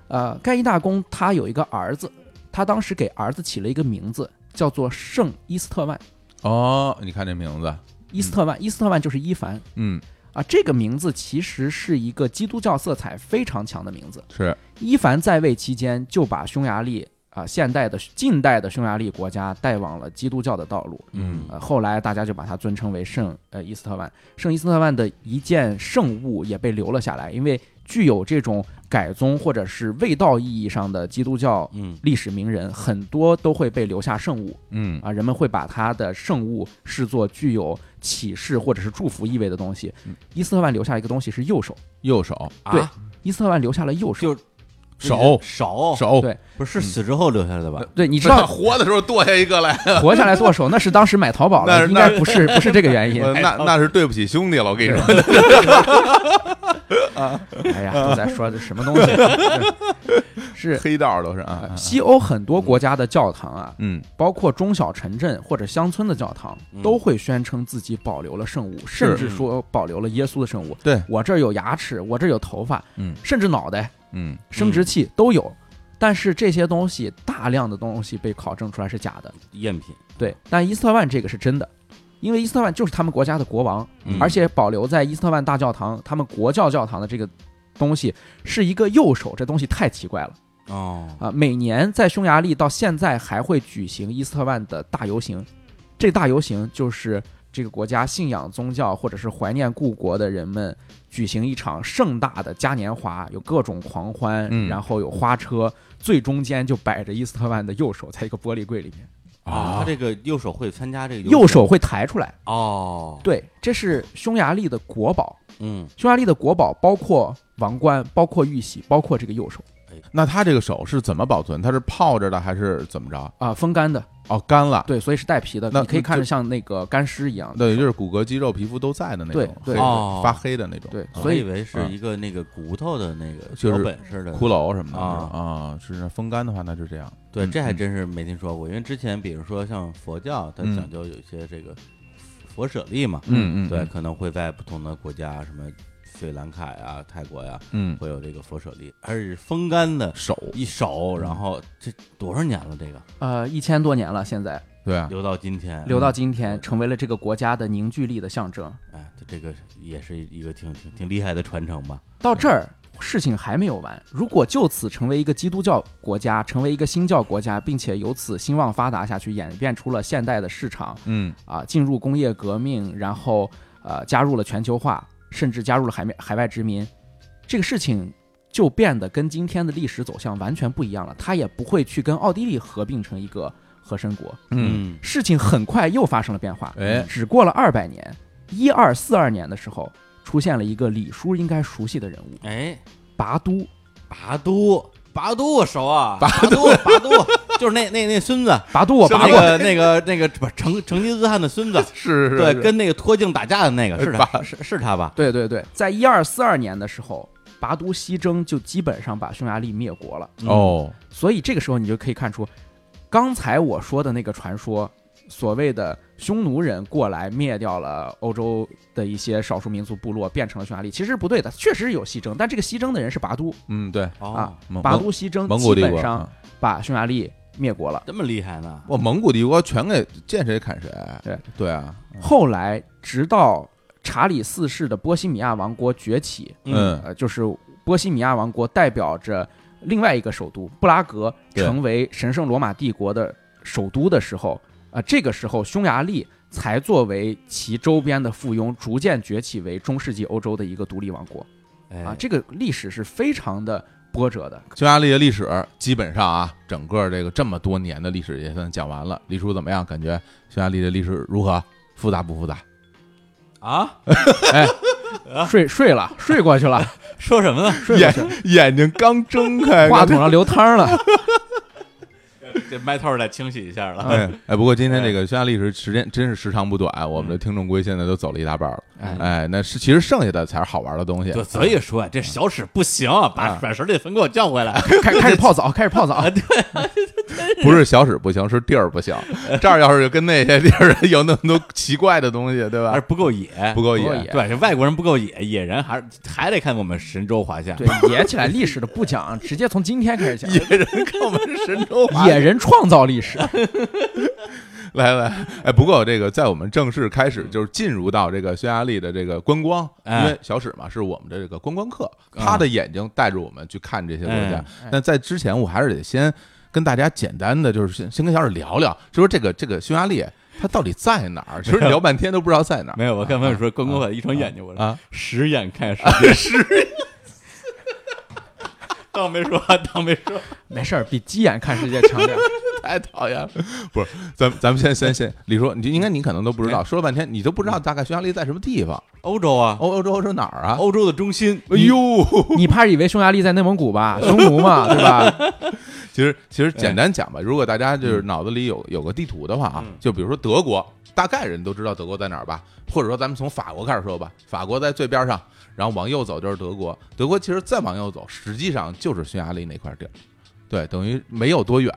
Speaker 3: 呃，盖伊大公他有一个儿子，他当时给儿子起了一个名字，叫做圣伊斯特万。
Speaker 2: 哦，你看这名字，
Speaker 3: 伊斯特万，伊斯特万就是伊凡
Speaker 2: 嗯，
Speaker 3: 啊，这个名字其实是一个基督教色彩非常强的名字。
Speaker 2: 是
Speaker 3: 伊凡在位期间就把匈牙利啊、现代的近代的匈牙利国家带往了基督教的道路。
Speaker 1: 嗯
Speaker 3: 呃，后来大家就把它尊称为圣呃伊斯特万。圣伊斯特万的一件圣物也被留了下来，因为具有这种改宗或者是卫道意义上的基督教
Speaker 1: 嗯
Speaker 3: 历史名人，很多都会被留下圣物
Speaker 2: 嗯
Speaker 3: 啊，人们会把他的圣物视作具有启示或者是祝福意味的东西
Speaker 2: 嗯。
Speaker 3: 伊斯特万留下一个东西是右手，
Speaker 2: 右手
Speaker 1: 啊
Speaker 3: 对伊斯特万留下了右手，
Speaker 1: 就
Speaker 2: 手
Speaker 1: 手
Speaker 2: 手嗯
Speaker 3: 对
Speaker 1: 不是死之后留下来的吧？
Speaker 3: 对，你知道
Speaker 2: 活的时候剁下一个来，
Speaker 3: 活下来 剁手，那是当时买淘宝
Speaker 2: 那
Speaker 3: 了，
Speaker 2: 是
Speaker 3: 应该不是不是这个原因。
Speaker 2: 我呃那那是对不起兄弟了，我跟你说，
Speaker 3: 哎呀，都在说这什么东西？是呃
Speaker 2: 黑道都是啊，
Speaker 3: 西欧很多国家的教堂啊，
Speaker 2: 嗯，
Speaker 3: 包括中小城镇或者乡村的教堂，
Speaker 1: 嗯
Speaker 3: 都会宣称自己保留了圣物，甚至说保留了耶稣的圣物。
Speaker 2: 对，
Speaker 3: 我这儿有牙齿，我这儿有头发，
Speaker 2: 嗯
Speaker 3: 甚至脑袋、
Speaker 2: 嗯，
Speaker 3: 生殖器都有。但是这些东西，大量的东西被考证出来是假的。
Speaker 1: 赝品，
Speaker 3: 对，但伊斯特曼这个是真的，因为伊斯特曼就是他们国家的国王，
Speaker 1: 嗯
Speaker 3: 而且保留在伊斯特曼大教堂，他们国教教堂的这个东西是一个右手，这东西太奇怪了
Speaker 1: 哦，
Speaker 3: 啊！每年在匈牙利到现在还会举行伊斯特曼的大游行，这大游行就是这个国家信仰宗教或者是怀念故国的人们举行一场盛大的嘉年华，有各种狂欢，
Speaker 2: 嗯
Speaker 3: 然后有花车，最中间就摆着伊斯特曼的右手，在一个玻璃柜里面，
Speaker 2: 啊
Speaker 1: 啊他这
Speaker 2: 哦
Speaker 1: 个右手会参加这个游
Speaker 3: 右手会抬出来。
Speaker 1: 哦，
Speaker 3: 对，这是匈牙利的国宝。
Speaker 1: 嗯，
Speaker 3: 匈牙利的国宝包括王冠，包括玉玺，包括这个右手
Speaker 2: 那他这个手是怎么保存？他是泡着的还是怎么着？
Speaker 3: 啊、风干的，
Speaker 2: 哦，干了，
Speaker 3: 对，所以是带皮的，
Speaker 2: 那
Speaker 3: 你可以看
Speaker 2: 就
Speaker 3: 着像那个干尸一样的。
Speaker 2: 对，就是骨骼、肌肉、皮肤都在的那
Speaker 3: 对
Speaker 2: 种，
Speaker 3: 对
Speaker 2: 黑
Speaker 1: 哦
Speaker 2: 的发黑的那种，
Speaker 3: 对
Speaker 1: 我
Speaker 3: 所
Speaker 1: 还
Speaker 3: 以
Speaker 1: 以为是
Speaker 2: 啊
Speaker 1: 一个那个骨头的那个
Speaker 2: 就
Speaker 1: 小
Speaker 2: 是
Speaker 1: 本似的
Speaker 2: 骷髅什么的
Speaker 1: 啊
Speaker 2: 啊，是那风干的话，那就这样。
Speaker 1: 对，
Speaker 2: 嗯
Speaker 1: 这还
Speaker 2: 嗯
Speaker 1: 真是没听说过，因为之前比如说像佛教，它
Speaker 2: 嗯
Speaker 1: 讲究有一些这个佛舍利嘛，
Speaker 2: 嗯嗯
Speaker 1: 对，，可能会在不同的国家，什么水兰卡呀、泰国呀，
Speaker 2: 嗯，
Speaker 1: 会有这个佛舍利，还是风干的
Speaker 2: 手，
Speaker 1: 一手，
Speaker 2: 嗯
Speaker 1: 然后这多少年了，这个
Speaker 3: 呃，一千多年了，现在
Speaker 2: 对啊，
Speaker 1: 留到今天，
Speaker 3: 留到今天，成为了这个国家的凝聚力的象征。
Speaker 1: 哎，这个也是一个挺挺挺厉害的传承吧，
Speaker 3: 到这儿，事情还没有完。如果就此成为一个基督教国家，成为一个新教国家，并且由此兴旺发达下去，演变出了现代的市场
Speaker 2: 嗯
Speaker 3: 啊、进入工业革命，然后呃，加入了全球化，甚至加入了海面海外殖民，这个事情就变得跟今天的历史走向完全不一样了。它也不会去跟奥地利合并成一个和珅国。
Speaker 2: 嗯，
Speaker 3: 事情很快又发生了变化，
Speaker 2: 哎
Speaker 3: 只过了二百年，一二四二年的时候，出现了一个李叔应该熟悉的人物
Speaker 1: 嗯，哎，
Speaker 3: 拔都。
Speaker 1: 拔都，拔都我熟啊，拔都，拔都， 就是那那那孙子，
Speaker 3: 拔都我
Speaker 1: 是
Speaker 3: 拔
Speaker 1: 那
Speaker 3: 过，
Speaker 1: 个那个那个不是成成吉思汗的 孙子，
Speaker 2: 是是，
Speaker 1: 对，
Speaker 2: 是
Speaker 1: 跟那个脱镜打架的那个是他，是是他吧？
Speaker 3: 对对对，在一二四二年的时候，拔都西征就基本上把匈牙利灭国了。
Speaker 1: 嗯，
Speaker 2: 哦，
Speaker 3: 所以这个时候你就可以看出，刚才我说的那个传说，所谓的匈奴人过来灭掉了欧洲的一些少数民族部落，变成了匈牙利，其实是不对的，确实是有西征，但这个西征的人是拔都，
Speaker 2: 嗯，对，
Speaker 1: 哦
Speaker 3: 啊，
Speaker 2: 蒙
Speaker 3: 拔都西征
Speaker 2: 蒙
Speaker 3: 基
Speaker 2: 古帝
Speaker 3: 本
Speaker 2: 国，
Speaker 3: 上
Speaker 2: 啊
Speaker 3: 把匈牙利灭国了。
Speaker 1: 这么厉害呢？
Speaker 2: 哇，蒙古帝国全给见谁砍谁，
Speaker 3: 对
Speaker 2: 对啊，
Speaker 3: 后来直到查理四世的波西米亚王国崛起，
Speaker 1: 嗯
Speaker 2: 嗯
Speaker 3: 呃，就是波西米亚王国代表着另外一个首都布拉格
Speaker 2: 对
Speaker 3: 成为神圣罗马帝国的首都的时候，啊、这个时候匈牙利才作为其周边的附庸，逐渐崛起为中世纪欧洲的一个独立王国
Speaker 1: 哎
Speaker 3: 啊。这个历史是非常的波折的。
Speaker 2: 匈牙利的历史基本上啊，整个这个这么多年的历史也算讲完了。李叔怎么样？感觉匈牙利的历史如何？复杂不复杂？
Speaker 1: 啊，
Speaker 3: 睡睡了，睡过去了，
Speaker 1: 说什么呢？
Speaker 3: 睡过去了，
Speaker 2: 眼睛刚睁 开
Speaker 3: 话筒上流汤了。
Speaker 1: 这麦套得清洗一下了。
Speaker 2: 哎哎，不过今天这个匈牙利历史时间真是时长不短，我们
Speaker 1: 嗯
Speaker 2: 的听众龟现在都走了一大半了。
Speaker 3: 哎
Speaker 2: 哎，那是其实剩下的才是好玩的东西。
Speaker 1: 对，所以说啊这小史不行，把
Speaker 2: 啊
Speaker 1: 软石这坟给我叫回来。
Speaker 3: 开开始泡澡，开始泡澡。
Speaker 2: 不是小史不行，是地儿不行。这儿要是跟那些地儿有那么多奇怪的东西，对
Speaker 1: 还是
Speaker 2: 吧？
Speaker 1: 不够野，
Speaker 2: 不够
Speaker 3: 不够
Speaker 2: 野
Speaker 3: 野。
Speaker 1: 对，这外国人不够野，野人还是还得看我们神州华夏。
Speaker 3: 对，野起来历史的不讲，直接从今天开始讲。
Speaker 2: 野人看我们神州华
Speaker 3: 野人创造历史，
Speaker 2: 来来，哎，不过这个在我们正式开始就是进入到这个匈牙利的这个观光，
Speaker 1: 哎
Speaker 2: 因为小史嘛是我们的这个观光客，
Speaker 3: 嗯
Speaker 1: 啊
Speaker 2: 他的眼睛带着我们去看这些国家
Speaker 1: 哎。
Speaker 2: 那在之前，我还是得先跟大家简单的就是先先跟小史聊聊，就说这个这个匈牙利它到底在哪儿？其实聊半天都不知道在哪儿。
Speaker 1: 没有，我跟朋友说，关公粉一双眼睛，我说
Speaker 2: 啊
Speaker 1: 十眼看十 遍，十眼。当没说，当没说，
Speaker 3: 没事儿，比鸡眼看世界强点儿。
Speaker 2: 太讨厌了。 不是，咱们咱们先先先，李叔，你应该你可能都不知道，说了半天你都不知道大概匈牙利在什么地方，
Speaker 1: 欧洲啊，
Speaker 2: 欧欧洲欧洲哪儿啊？
Speaker 1: 欧洲的中心，
Speaker 2: 哎呦，
Speaker 3: 你怕是以为匈牙利在内蒙古吧，匈奴嘛，对吧？
Speaker 2: 其实其
Speaker 3: 哎
Speaker 2: 实简单
Speaker 3: 嗯
Speaker 2: 讲吧，如果大家就是脑子里有有个地图的话啊
Speaker 1: 嗯，
Speaker 2: 就比如说德国，大概人都知道德国在哪儿吧，或者说咱们从法国开始说吧，法国在最边上，然后往右走就是德国，德国其实再往右走，实际上就是匈牙利那块地儿，对，等于没有多远，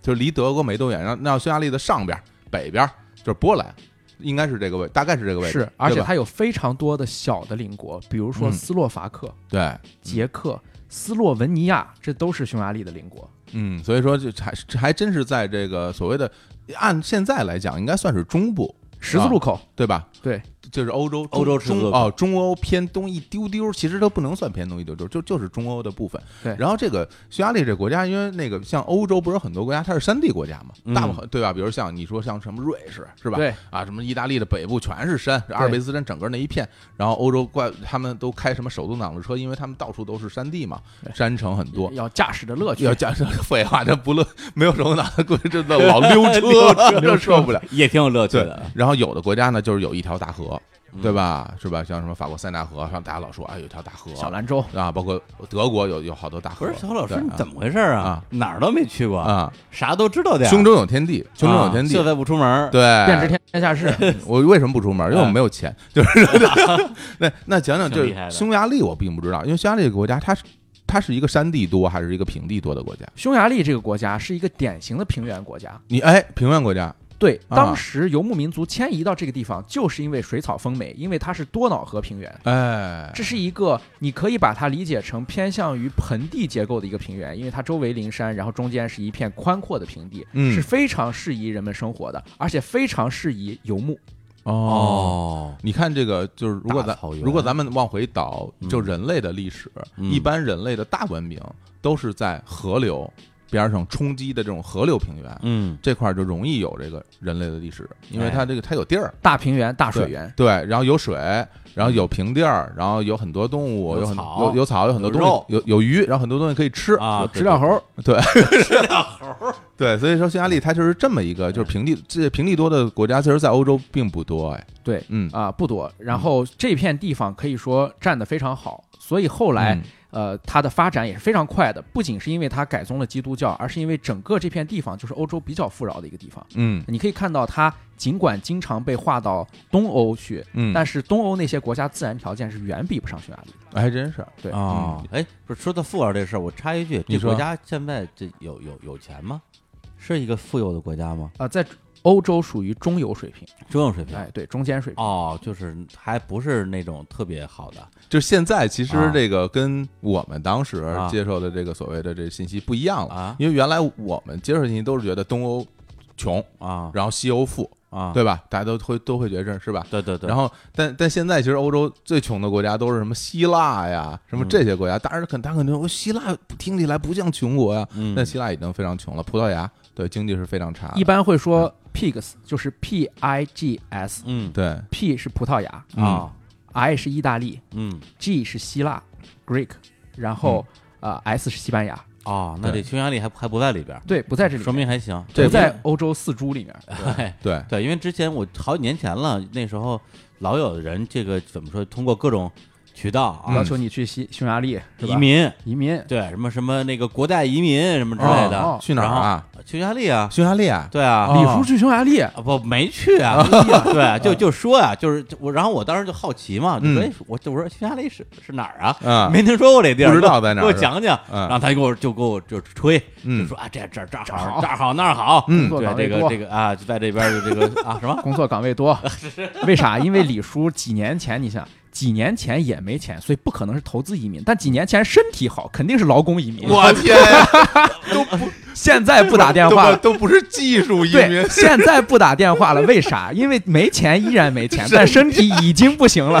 Speaker 2: 就是离德国没多远，然后那匈牙利的上边儿北边儿就是波兰，应该是这个位，大概是这个位置，
Speaker 3: 是，而且
Speaker 2: 对吧
Speaker 3: 它有非常多的小的邻国，比如说
Speaker 2: 嗯
Speaker 3: 斯洛伐克、
Speaker 2: 对，
Speaker 3: 捷克、斯洛文尼亚，这都是匈牙利的邻国。
Speaker 2: 嗯，所以说就还还真是在这个所谓的按现在来讲，应该算是中部，
Speaker 3: 十字路口，
Speaker 2: 对吧？
Speaker 3: 对，
Speaker 2: 啊就是欧洲，
Speaker 1: 欧洲十字
Speaker 2: 中
Speaker 1: 路口
Speaker 2: 哦，中欧偏东一丢丢，其实都不能算偏东一丢丢，就就是中欧的部分。
Speaker 3: 对
Speaker 2: 然后这个匈牙利这国家，因为那个像欧洲不是很多国家，它是山地国家嘛，
Speaker 1: 嗯
Speaker 2: 大部分对吧？比如像你说像什么瑞士是吧？
Speaker 3: 对，
Speaker 2: 啊，什么意大利的北部全是山，这阿尔卑斯山整个那一片。然后欧洲怪他们都开什么手动挡的车，因为他们到处都是山地嘛，
Speaker 3: 对
Speaker 2: 山城很多。
Speaker 3: 要驾驶的乐趣
Speaker 2: 要。加上废话，这不乐没有手动挡 的，估计真的老溜 车，这受不了。
Speaker 1: 也挺有乐趣
Speaker 2: 对
Speaker 1: 的，，嗯
Speaker 2: 然后有的国家呢，就是有一条大河，对吧？是吧？像什么法国塞纳河，像大家老说，哎，有一条大河
Speaker 3: 小兰州，
Speaker 2: 啊，包括德国有有好多大
Speaker 1: 不
Speaker 2: 河。
Speaker 1: 是小老师，
Speaker 2: 对
Speaker 1: 你怎么回事啊
Speaker 2: 啊？
Speaker 1: 哪儿都没去过，
Speaker 2: 啊？
Speaker 1: 啥都知道点儿。
Speaker 2: 胸中有天地，胸中有
Speaker 1: 啊
Speaker 2: 天地
Speaker 1: 就。在不出门儿。
Speaker 2: 对，
Speaker 3: 遍知天下事。
Speaker 2: 我为什么不出门？因为我
Speaker 1: 嗯
Speaker 2: 没有钱。就是 那那讲讲，
Speaker 1: 挺
Speaker 2: 就
Speaker 1: 厉害
Speaker 2: 是
Speaker 1: 的
Speaker 2: 匈牙利，我并不知道，因为匈牙利这个国家它是它是一个山地多还是一个平地多的国家？
Speaker 3: 匈牙利这个国家是一个典型的平原国家。
Speaker 2: 你哎，平原国家
Speaker 3: 对，
Speaker 2: 啊
Speaker 3: 当时游牧民族迁移到这个地方，就是因为水草丰美，因为它是多瑙河平原。
Speaker 2: 哎，
Speaker 3: 这是一个你可以把它理解成偏向于盆地结构的一个平原，因为它周围临山，然后中间是一片宽阔的平地，
Speaker 2: 嗯
Speaker 3: 是非常适宜人们生活的，而且非常适宜游牧。
Speaker 2: 哦。
Speaker 1: 哦，
Speaker 2: 你看这个，就是如果
Speaker 1: 大
Speaker 2: 咱
Speaker 1: 草原
Speaker 2: 如果咱们往回倒，
Speaker 1: 嗯
Speaker 2: 就人类的历史，
Speaker 1: 嗯
Speaker 2: 一般人类的大文明都是在河流边上冲击的这种河流平原。
Speaker 1: 嗯，
Speaker 2: 这块儿就容易有这个人类的历史，因为
Speaker 1: 哎
Speaker 2: 它这个它有地儿，
Speaker 3: 大平原、大水源，
Speaker 2: 对，然后有水，然后有平地儿，然后有很多动物，
Speaker 1: 有
Speaker 2: 有很
Speaker 1: 草
Speaker 2: 有有草，有很多
Speaker 1: 有
Speaker 2: 东
Speaker 1: 肉
Speaker 2: 西，有有鱼，然后很多东西可以吃
Speaker 1: 啊
Speaker 2: 有
Speaker 1: 对
Speaker 2: 知
Speaker 3: 知了
Speaker 2: 了
Speaker 3: 猴儿，
Speaker 2: 对， 对，所以说匈牙利它就是这么一个，就是平地这平地多的国家，其实在欧洲并不多，哎，
Speaker 3: 对，
Speaker 2: 嗯，
Speaker 3: 啊、不多。然后这片地方可以说占得非常好，所以后来、
Speaker 2: 嗯
Speaker 3: 呃它的发展也是非常快的，不仅是因为它改宗了基督教，而是因为整个这片地方就是欧洲比较富饶的一个地方。
Speaker 2: 嗯
Speaker 3: 你可以看到，它尽管经常被划到东欧去，
Speaker 2: 嗯，
Speaker 3: 但是东欧那些国家自然条件是远比不上匈牙利的。
Speaker 2: 还真是，
Speaker 3: 对，
Speaker 1: 哦，哎，不是说到富饶这事儿，我插一句，
Speaker 2: 你
Speaker 1: 这
Speaker 2: 说
Speaker 1: 国家现在这有有有钱吗？是一个富有的国家吗？
Speaker 3: 呃，在欧洲属于中游水平，
Speaker 1: 中游水平。
Speaker 3: 哎，对，中间水平。
Speaker 1: 哦，就是还不是那种特别好的，
Speaker 2: 就现在其实
Speaker 1: 啊
Speaker 2: 这个跟我们当时
Speaker 1: 啊
Speaker 2: 接受的这个所谓的这信息不一样了，
Speaker 1: 啊
Speaker 2: 因为原来我们接受信息都是觉得东欧穷，
Speaker 1: 啊
Speaker 2: 然后西欧富，
Speaker 1: 啊，
Speaker 2: 对吧？大家都会都会觉着是吧？
Speaker 1: 对对对，
Speaker 2: 然后，但但现在其实欧洲最穷的国家都是什么希腊呀，什么这些国家。当然，肯他肯定说希腊听起来不像穷国呀，
Speaker 1: 嗯
Speaker 2: 但希腊已经非常穷了。葡萄牙对经济是非常差的，
Speaker 3: 一般会说 pigs，就是 p i g s，
Speaker 1: 嗯
Speaker 2: 对
Speaker 3: p 是葡萄牙
Speaker 2: 嗯
Speaker 1: 啊
Speaker 3: ，i 是意大利
Speaker 1: 嗯
Speaker 3: ，g 是希腊 Greek，然后、呃 s 是西班牙。
Speaker 1: 哦，那
Speaker 2: 对
Speaker 1: 这匈牙利还还不在里边儿，
Speaker 3: 对，不在这里面，
Speaker 1: 说明还行。
Speaker 2: 这
Speaker 3: 不在欧洲四猪里面。
Speaker 1: 对
Speaker 2: 对，
Speaker 1: 对，因为之前我好几年前了，那时候老有人这个怎么说，通过各种渠道啊
Speaker 3: 要，求你去西匈牙利是吧
Speaker 1: 移民，
Speaker 3: 嗯移民
Speaker 1: 对什么什么那个国代移民什么之类
Speaker 3: 哦
Speaker 1: 的，
Speaker 2: 去哪儿啊？
Speaker 1: 匈牙利啊，
Speaker 2: 匈牙利啊，
Speaker 1: 对啊，
Speaker 3: 李叔去匈牙利，
Speaker 1: 啊不没去 啊，对，就就说啊，就是就我，然后我当时就好奇嘛，就说
Speaker 2: 嗯
Speaker 1: 哎我就我说匈牙利是是哪儿啊？
Speaker 2: 嗯
Speaker 1: 没听说过这地儿，
Speaker 2: 不知道在哪儿
Speaker 1: 给我
Speaker 2: 是吧
Speaker 1: 讲讲。
Speaker 2: 嗯
Speaker 1: 然后他给我就给我就吹，
Speaker 2: 嗯
Speaker 1: 就说啊这这这儿
Speaker 3: 好
Speaker 1: 好这儿好那儿好，
Speaker 2: 嗯
Speaker 3: 工作
Speaker 1: 对
Speaker 3: 岗
Speaker 1: 这
Speaker 3: 位
Speaker 1: 个
Speaker 3: 多
Speaker 1: 这个啊就在这边儿就这个啊什么
Speaker 3: 工作岗位多，为啥？因为李叔几年前，你想几年前也没钱，所以不可能是投资移民。但几年前身体好，肯定是劳工移民。
Speaker 2: 我天呀，
Speaker 3: 现在不打电话了，
Speaker 2: 都不都不是技术移民
Speaker 3: 对，，现在不打 电话了，为啥？因为没钱，依然没钱，但身体已经不 行了，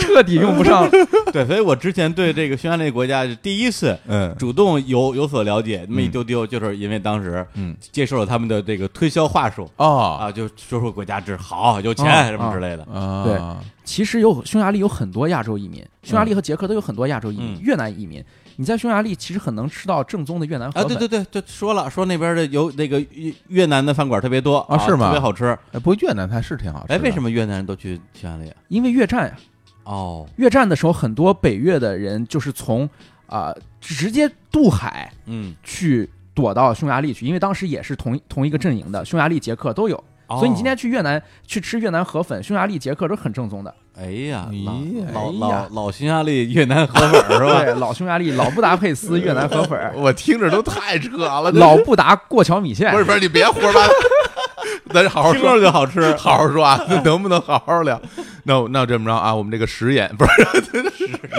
Speaker 3: 彻底用不上了。
Speaker 1: 对，所以我之前对这个匈牙利国家是第一次
Speaker 2: 嗯
Speaker 1: 主动有有所了解，那么一
Speaker 2: 嗯
Speaker 1: 丢丢，就是因为当时
Speaker 2: 嗯
Speaker 1: 接受了他们的这个推销话术
Speaker 2: 哦
Speaker 1: 啊，就说说国家之好，有
Speaker 3: 啊
Speaker 1: 钱什么之类的，
Speaker 2: 啊
Speaker 3: 对其实有匈牙利有很多亚洲移民，匈牙利和捷克都有很多亚洲移民，
Speaker 1: 嗯
Speaker 3: 越南移民。你在匈牙利其实很能吃到正宗的越南河
Speaker 1: 啊，
Speaker 3: 粉。
Speaker 1: 对对对，就说了，说那边的有那个越越南的饭馆特别多
Speaker 2: 啊是吗
Speaker 1: 特别好吃。
Speaker 2: 哎，不过越南菜是挺好吃的。
Speaker 1: 哎，为什
Speaker 2: 么？
Speaker 1: 么越南人都去匈牙利啊？
Speaker 3: 因为越战呀，
Speaker 1: 哦，
Speaker 3: 越战的时候，很多北越的人就是从啊、呃直接渡海
Speaker 1: 嗯，
Speaker 3: 去躲到匈牙利去，因为当时也是同同一个阵营的，匈牙利、捷克都有。
Speaker 1: 哦
Speaker 3: 所以你今天去越南去吃越南河粉，匈牙利、捷克都是很正宗的。
Speaker 1: 哎呀，
Speaker 2: 咦，
Speaker 1: 老
Speaker 3: 哎
Speaker 1: 老
Speaker 3: 呀
Speaker 1: 老老匈牙利越南河粉儿是吧？
Speaker 3: 对，老匈牙利、老布达佩斯越南河粉 儿
Speaker 2: 我听着都太扯了。这
Speaker 3: 老布达过桥米线
Speaker 2: 不。是不是，你别胡说 八道，咱好好
Speaker 1: 听着
Speaker 2: 说。
Speaker 1: 就好吃，
Speaker 2: 好好说啊， 能不能好好聊？那那这么着啊，我们这个食盐不是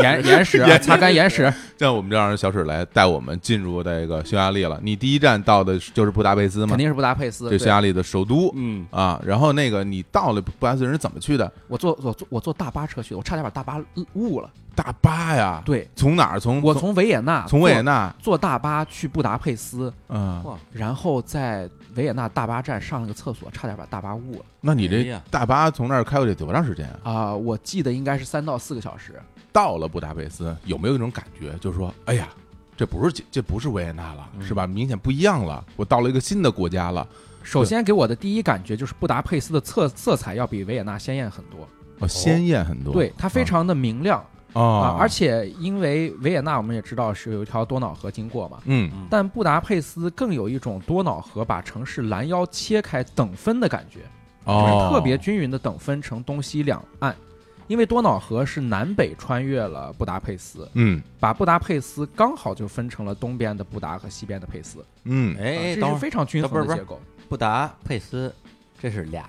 Speaker 3: 岩 岩石啊，擦干岩石。
Speaker 2: 像我们这样的小史来带我们进入这个匈牙利了。你第一站到的就是布达佩斯嘛
Speaker 3: 肯，定是布达佩斯。
Speaker 2: 这匈
Speaker 3: 对，
Speaker 2: 牙利的首都
Speaker 1: 嗯，
Speaker 2: 啊。然后那个你到了布达佩斯人是怎么去的？
Speaker 3: 我坐我坐我坐大巴车去的，我差点把大巴误了。
Speaker 2: 大巴呀，，
Speaker 3: 对，
Speaker 2: 从哪儿？从
Speaker 3: 我从维也纳，
Speaker 2: 从维也纳，
Speaker 3: 坐坐大巴去布达佩斯，
Speaker 2: 嗯，
Speaker 3: 然后在维也纳大巴站上了个厕所，差点把大巴误了
Speaker 2: 那你
Speaker 1: 哎
Speaker 2: 这
Speaker 1: 呀
Speaker 2: 大巴从那儿开过去多长时间啊？
Speaker 3: 啊、我记得应该是三到四个小时，
Speaker 2: 到了布达佩斯，有没有一种感觉，就是说，哎呀，这不是这不是维也纳了，是吧？明显不一样了，我到了一个新的国家了。
Speaker 3: 首先给我的第一感觉就是布达佩斯的色色彩要比维也纳鲜艳很多，
Speaker 2: 哦，鲜艳很多，
Speaker 3: 对，它非常的明亮
Speaker 2: 啊
Speaker 3: 啊
Speaker 2: 啊，
Speaker 3: 而且因为维也纳我们也知道是有一条多瑙河经过嘛，
Speaker 2: 嗯
Speaker 3: 但布达佩斯更有一种多瑙河把城市拦腰切开等分的感觉，就是
Speaker 2: 哦，
Speaker 3: 特别均匀的等分成东西两岸，因为多瑙河是南北穿越了布达佩斯，
Speaker 2: 嗯
Speaker 3: 把布达佩斯刚好就分成了东边的布达和西边的佩斯，
Speaker 2: 嗯
Speaker 1: 哎哎，
Speaker 3: 啊
Speaker 1: 等会
Speaker 3: 这
Speaker 1: 儿
Speaker 3: 是非常均
Speaker 1: 不是
Speaker 3: 衡
Speaker 1: 不
Speaker 3: 的
Speaker 1: 是
Speaker 3: 结构。
Speaker 1: 布达佩斯，这是俩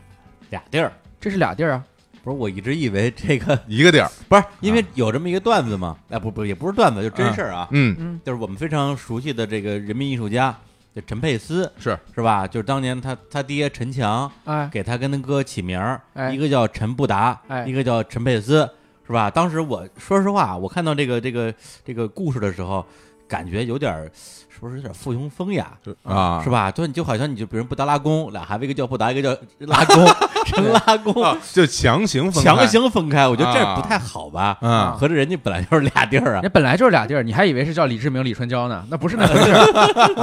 Speaker 1: 俩地儿，
Speaker 3: 这是俩地儿啊，
Speaker 1: 不是？我一直以为这个
Speaker 2: 一个地儿，
Speaker 1: 不是，因为有这么一个段子嘛，哎，不不，也不是段子，就真事儿啊，
Speaker 2: 嗯，
Speaker 3: 嗯，
Speaker 1: 就是我们非常熟悉的这个人民艺术家，这陈佩斯
Speaker 2: 是
Speaker 1: 是吧？就是当年他他爹陈强
Speaker 3: 哎，
Speaker 1: 给他跟他哥起名儿，
Speaker 3: 哎
Speaker 1: 一个叫陈布达，
Speaker 3: 哎
Speaker 1: 一个叫陈佩斯，是吧？当时我说实话，我看到这个这个这个故事的时候，感觉有点儿是不是有点附庸风雅？
Speaker 2: 就啊，
Speaker 1: 嗯是吧？就你就好像你就比如布达拉宫，俩孩子一个叫布达，一个叫拉宫，成拉宫，
Speaker 2: 啊就强行分 开
Speaker 1: 强行分开，我觉得这
Speaker 2: 啊
Speaker 1: 样不太好吧？
Speaker 2: 啊
Speaker 1: 合着人家本来就是俩地儿啊
Speaker 3: 人，本来就是俩地儿，你还以为是叫李志明、李春娇呢？那不是那回事 儿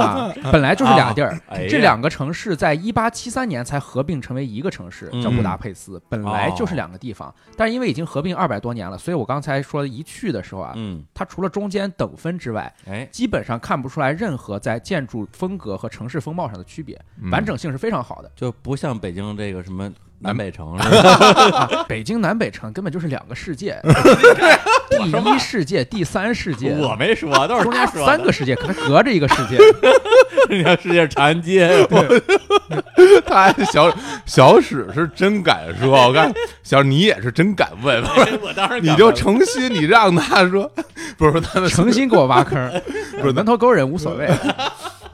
Speaker 3: 啊，本来就是俩地儿。
Speaker 1: 哎呀
Speaker 3: 这两个城市在一八七三年才合并成为一个城市，叫布
Speaker 1: 嗯
Speaker 3: 达佩斯，本来
Speaker 1: 哦
Speaker 3: 就是两个地方，但是因为已经合并二百多年了，所以我刚才说一去的时候啊，
Speaker 1: 嗯，
Speaker 3: 它除了中间等分之外，
Speaker 1: 哎，
Speaker 3: 基本上看不出来任何在建筑风格和城市风貌上的区别，
Speaker 1: 嗯
Speaker 3: 完整性是非常好的。
Speaker 1: 就不像北京这个什么南北 城是吧？
Speaker 3: 北京南北城根本就是两个世界，第一世界、第三世界，
Speaker 1: 我没说，都是
Speaker 3: 中
Speaker 1: 他
Speaker 3: 间
Speaker 1: 说
Speaker 3: 三
Speaker 1: 的。
Speaker 3: 个世界，还隔着一个世界。
Speaker 1: 人家世界长安街，
Speaker 2: 他小小史是真敢说，我看小史你也是真敢问，
Speaker 1: 我当时
Speaker 2: 你就诚心，你让他说， 不是他们
Speaker 3: 诚心给我挖坑，
Speaker 2: 不是
Speaker 3: 门头沟人无所谓。啊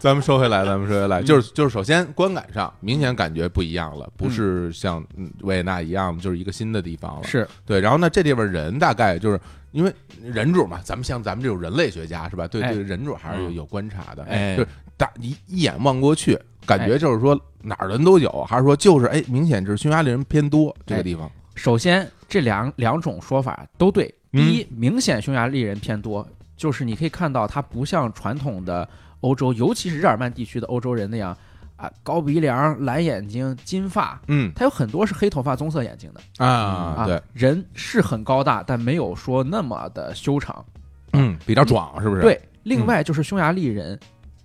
Speaker 2: 咱们说回来，咱们说回
Speaker 3: 嗯
Speaker 2: 来，就是就是，首先观感上明显感觉不一样了，不是像嗯维也纳一样，就是一个新的地方了。
Speaker 3: 是
Speaker 2: 对，然后呢，这地方人大概就是因为人种嘛，咱们像咱们这种人类学家是吧？对
Speaker 3: 哎
Speaker 2: 对，人种还是有
Speaker 1: 嗯
Speaker 2: 有观察的，
Speaker 1: 哎
Speaker 2: 就是大一一眼望过去，感觉
Speaker 3: 哎
Speaker 2: 就是说哪儿人都有，还是说就是哎，明显就是匈牙利人偏多这个
Speaker 3: 哎
Speaker 2: 地方。
Speaker 3: 首先，这两两种说法都对。
Speaker 2: 嗯
Speaker 3: 第一，明显匈牙利人偏多，就是你可以看到他不像传统的欧洲，尤其是日耳曼地区的欧洲人那样啊，高鼻梁、蓝眼睛、金发，
Speaker 2: 嗯
Speaker 3: 他有很多是黑头发、棕色眼睛的
Speaker 2: 啊，对，，
Speaker 3: 人是很高大，但没有说那么的修长。
Speaker 2: 嗯，比较壮是不是？嗯
Speaker 3: 对，另外就是匈牙利人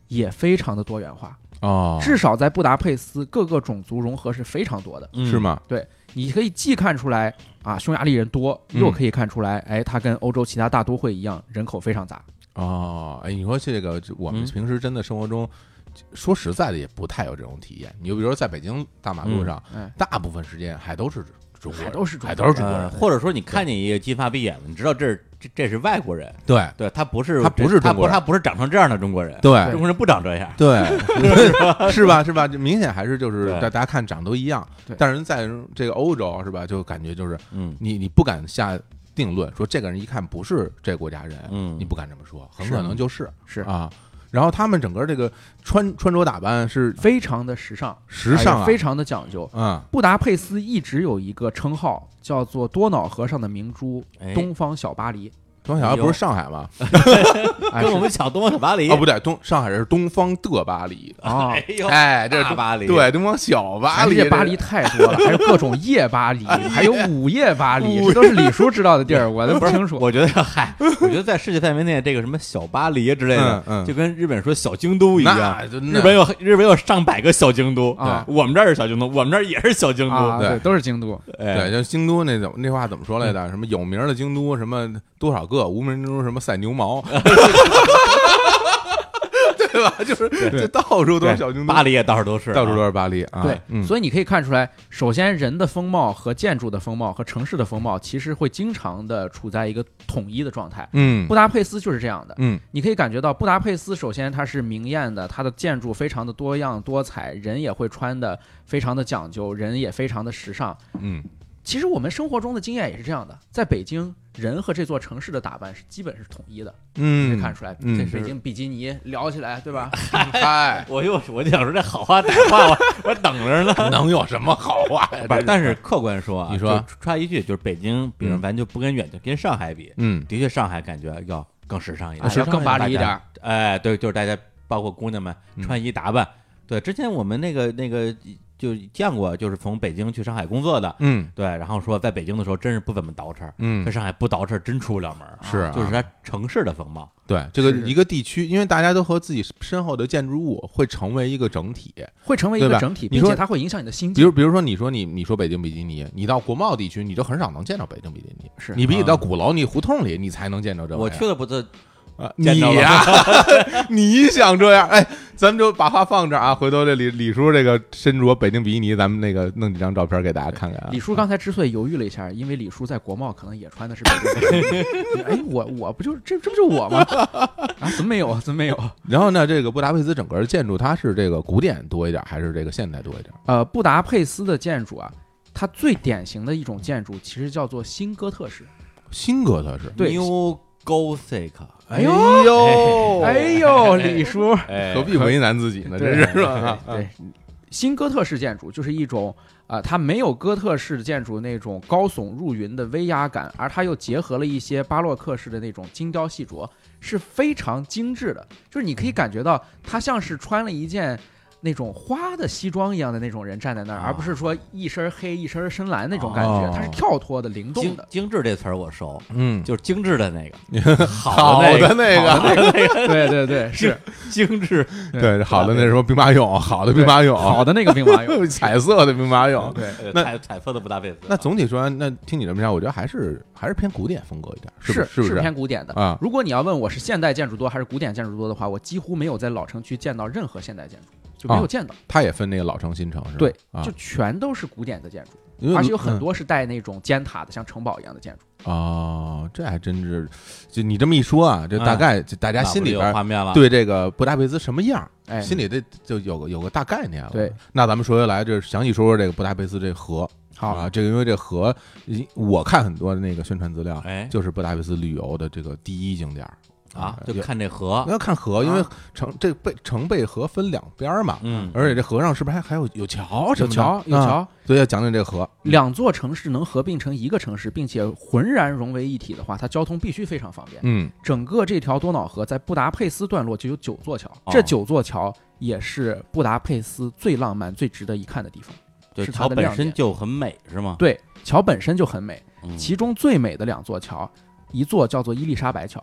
Speaker 3: 也非常的多元化，
Speaker 2: 哦，
Speaker 3: 至少在布达佩斯，各个种族融合是非常多的。
Speaker 1: 嗯
Speaker 2: 是？吗？
Speaker 3: 你可以既看出来啊，匈牙利人多，
Speaker 2: 嗯
Speaker 3: 又可以看出来，哎，它跟欧洲其他大都会一样，人口非常杂。
Speaker 2: 哦，哎，你说这个，这我们
Speaker 1: 嗯
Speaker 2: 平时真的生活中，说实在的，也不太有这种体验。你就比如说在北京大马路上，
Speaker 3: 嗯哎
Speaker 2: 大部分时间还都是中国人，
Speaker 3: 还都是中国
Speaker 2: 还
Speaker 3: 人
Speaker 2: 都是中国人
Speaker 1: 呃，。或者说你看见一个金发碧眼的，你知道这是这这是外国人，
Speaker 2: 对
Speaker 1: 对他不是
Speaker 2: 他不是
Speaker 1: 他
Speaker 2: 中国人
Speaker 1: 他不是长成这样的中国人，中
Speaker 2: 对
Speaker 1: 国人不长这样，
Speaker 2: 对，是吧？是吧？这明显还是就是
Speaker 1: 对
Speaker 2: 大大家看长都一样
Speaker 3: 对，
Speaker 2: 但是在这个欧洲是吧，就感觉就是
Speaker 1: 嗯
Speaker 2: 你你不敢下定论，说这个人一看不是这国家人，
Speaker 1: 嗯
Speaker 2: 你不敢这么说，很
Speaker 3: 是
Speaker 2: 可能就是
Speaker 3: 是
Speaker 2: 啊。然后他们整个这个穿穿着打扮是
Speaker 3: 非常的时尚，
Speaker 2: 时尚
Speaker 3: 哎
Speaker 2: 啊，
Speaker 3: 非常的讲究。
Speaker 2: 嗯
Speaker 3: 布达佩斯一直有一个称号，叫做多瑙河上的明珠
Speaker 1: 哎，
Speaker 3: 东方小巴黎。
Speaker 2: 东小巴不是上海吗？
Speaker 3: 哎
Speaker 1: 跟我们抢东方小巴黎
Speaker 2: 啊，不对，东上海是东方的巴黎。
Speaker 3: 啊，
Speaker 1: 哎呦，
Speaker 2: 哎，这是
Speaker 1: 大
Speaker 2: 东
Speaker 1: 巴黎
Speaker 2: 对，东方小巴
Speaker 3: 哎
Speaker 2: 黎，
Speaker 3: 这巴黎太多了，还有各种夜巴 黎，还有午夜巴黎，这都是李叔知道的地儿，我都不清楚。
Speaker 1: 我觉得嗨，我觉得在世界范围内，这个什么小巴黎之类的，
Speaker 2: 嗯嗯
Speaker 1: 就跟日本说小京都一样
Speaker 2: 那。就那
Speaker 1: 日本有日本有上百个小京都，
Speaker 3: 啊
Speaker 1: 我们这儿是小京都，我们这儿也是小京都。
Speaker 3: 啊，
Speaker 2: 对
Speaker 3: 对，都是京都，
Speaker 1: 哎
Speaker 2: 对，，就京都那怎么那话怎么说来着？什么有名的京都，什么多少个无名京都，什么赛牛毛，对吧？就是 这到处都是小京都，
Speaker 1: 巴黎也到处都是啊，
Speaker 2: 到处都是巴黎啊。
Speaker 3: 对，
Speaker 2: 嗯，
Speaker 3: 所以你可以看出来，首先人的风貌和建筑的风貌和城市的风貌，其实会经常的处在一个统一的状态。
Speaker 2: 嗯
Speaker 3: 布达佩斯就是这样的，
Speaker 2: 嗯
Speaker 3: 你可以感觉到布达佩斯，首先它是明艳的，它的建筑非常的多样多彩，人也会穿的非常的讲究，人也非常的时尚。
Speaker 2: 嗯，
Speaker 3: 其实我们生活中的经验也是这样的，在北京，人和这座城市的打扮是基本是统一的，可
Speaker 2: 嗯
Speaker 3: 以看出来。
Speaker 2: 嗯
Speaker 3: 这
Speaker 2: 是
Speaker 3: 北京比基尼聊起来，对 吧？
Speaker 2: 哎，
Speaker 1: 我又我就想说这好话歹话，我我等着呢。
Speaker 2: 能有什么好话呀？
Speaker 1: 不
Speaker 2: 这
Speaker 1: 是，但是客观说啊，
Speaker 2: 你说
Speaker 1: 就插一句，就是北京，比如
Speaker 2: 嗯
Speaker 1: 咱就不跟远，就跟上海比，
Speaker 2: 嗯
Speaker 1: 的确上海感觉要更时尚一
Speaker 3: 啊
Speaker 1: 点，
Speaker 2: 时
Speaker 3: 要
Speaker 2: 尚
Speaker 3: 更
Speaker 2: 一
Speaker 3: 巴
Speaker 1: 大
Speaker 3: 黎一
Speaker 1: 家
Speaker 3: 点儿。
Speaker 1: 哎，对，就是大家包括姑娘们
Speaker 2: 嗯
Speaker 1: 穿衣打扮。对，之前我们那个那个就见过，就是从北京去上海工作的，
Speaker 2: 嗯
Speaker 1: 对，然后说在北京的时候真是不怎么捯饬，在
Speaker 2: 嗯，
Speaker 1: 上海不捯饬真出不了门儿，
Speaker 2: 是啊
Speaker 1: 就是它城市的风貌。
Speaker 2: 对这个
Speaker 3: 是
Speaker 2: 一个地区，因为大家都和自己身后的建筑物会成为一个整体。
Speaker 3: 会成为一
Speaker 2: 对
Speaker 3: 个
Speaker 2: 吧
Speaker 3: 整体，
Speaker 2: 你
Speaker 3: 并且
Speaker 2: 说
Speaker 3: 它会影响你的心
Speaker 2: 比
Speaker 3: 境。
Speaker 2: 如，比如说，你说你你说北京比基尼，你到国贸地区，你就很少能见到北京比基尼。
Speaker 3: 是
Speaker 2: 你必须
Speaker 1: 嗯
Speaker 2: 到鼓楼，你胡同里，你才能见着这玩意儿。
Speaker 1: 我去了不是
Speaker 2: 啊，
Speaker 1: 见
Speaker 2: 你
Speaker 1: 到了
Speaker 2: 呀， 你想这样？哎，咱们就把话放这儿啊。回头这李李叔这个身着北京比基尼，咱们那个弄几张照片给大家看看啊
Speaker 3: 李。叔刚才之所以犹豫了一下，因为李叔在国贸可能也穿的是北 京。哎，我我不就是这这不就是我吗？ 啊，怎么没有？怎么没有？
Speaker 2: 然后呢，这个布达佩斯整个的建筑，它是这个古典多一点，还是这个现代多一点？
Speaker 3: 呃，布达佩斯的建筑啊，它最典型的一种建筑其实叫做新哥特式。
Speaker 2: 新哥特式。
Speaker 3: 对
Speaker 1: New Gothic，
Speaker 3: 哎呦
Speaker 2: 呦
Speaker 3: 哎呦，李叔，
Speaker 1: 哎
Speaker 2: 何必为难自己呢？
Speaker 3: 对
Speaker 2: 真是吧？
Speaker 3: 对对，新哥特式建筑就是一种啊、呃它没有哥特式建筑那种高耸入云的威压感，而它又结合了一些巴洛克式的那种精雕细琢，是非常精致的。就是你可以感觉到，它像是穿了一件。那种花的西装一样的那种人站在那儿，而不是
Speaker 2: 啊
Speaker 3: 说一身黑一身深蓝那种感觉
Speaker 2: 哦，
Speaker 3: 它是跳脱的、灵动
Speaker 1: 精
Speaker 3: 的。
Speaker 1: 精致这词儿我熟，
Speaker 2: 嗯，
Speaker 1: 就是精致的那 个，好
Speaker 2: 的
Speaker 1: 的
Speaker 2: 那
Speaker 1: 好的
Speaker 2: 个，
Speaker 1: 那个
Speaker 3: 对对对，是
Speaker 1: 精致，
Speaker 2: 对，好的那什么兵马俑，好的兵马俑，
Speaker 3: 好的那个兵马俑。
Speaker 2: 彩色的兵马俑。
Speaker 3: 对，
Speaker 1: 呃
Speaker 2: 那
Speaker 1: 彩彩色的布达佩斯。
Speaker 2: 那总体说，那听你这么讲，我觉得还是还是偏古典风格一点，不
Speaker 3: 是
Speaker 2: 是不是
Speaker 3: 偏古典的
Speaker 2: 啊
Speaker 3: 如果你要问我是现代建筑多还是古典建筑多的话，我几乎没有在老城区见到任何现代建筑，就没有见到，
Speaker 2: 它也分那个老城新城是吧？
Speaker 3: 对
Speaker 2: 啊
Speaker 3: 就，全都是古典的建筑，
Speaker 2: 因为
Speaker 3: 而且有很多是带那种尖塔的，像城堡一样的建筑。
Speaker 2: 嗯哦，这还真是，就你这么一说啊，这大概就大家
Speaker 1: 那
Speaker 2: 心
Speaker 1: 不
Speaker 2: 里
Speaker 1: 就有
Speaker 3: 嗯
Speaker 2: 边儿
Speaker 1: 画面了，
Speaker 2: 对这个布达佩斯什么样儿，
Speaker 3: 哎，
Speaker 2: 心里这就有个有个大概念了。
Speaker 3: 对，
Speaker 2: 那咱们说回来，这详细说说这个布达佩斯这河
Speaker 3: 好
Speaker 2: 啊，这个因为这河，一我看很多那个宣传资料，
Speaker 1: 哎
Speaker 2: 就是布达佩斯旅游的这个第一景点儿
Speaker 1: 啊，就
Speaker 2: 有
Speaker 1: 看这河，
Speaker 2: 要看河，因为
Speaker 3: 啊
Speaker 2: 城这背城背河分两边儿嘛，
Speaker 1: 嗯，
Speaker 2: 而且这河上是不是还还有有桥什
Speaker 3: 有
Speaker 2: 么的？
Speaker 3: 桥有
Speaker 2: 啊，
Speaker 3: 桥，
Speaker 2: 所以要讲讲这个河。
Speaker 3: 两座城市能合并成一个城市，并且浑然融为一体的话，它交通必须非常方便。
Speaker 2: 嗯
Speaker 3: 整个这条多瑙河在布达佩斯段落就有九座桥，
Speaker 2: 哦
Speaker 3: 这九座桥也是布达佩斯最浪漫、最值得一看的地方。
Speaker 1: 就是
Speaker 3: 是它
Speaker 1: 桥
Speaker 3: 的
Speaker 1: 本
Speaker 3: 亮
Speaker 1: 身
Speaker 3: 点
Speaker 1: 就很美，是吗？
Speaker 3: 对，桥本身就很美，
Speaker 1: 嗯
Speaker 3: 其中最美的两座桥，一座叫做伊丽莎白桥。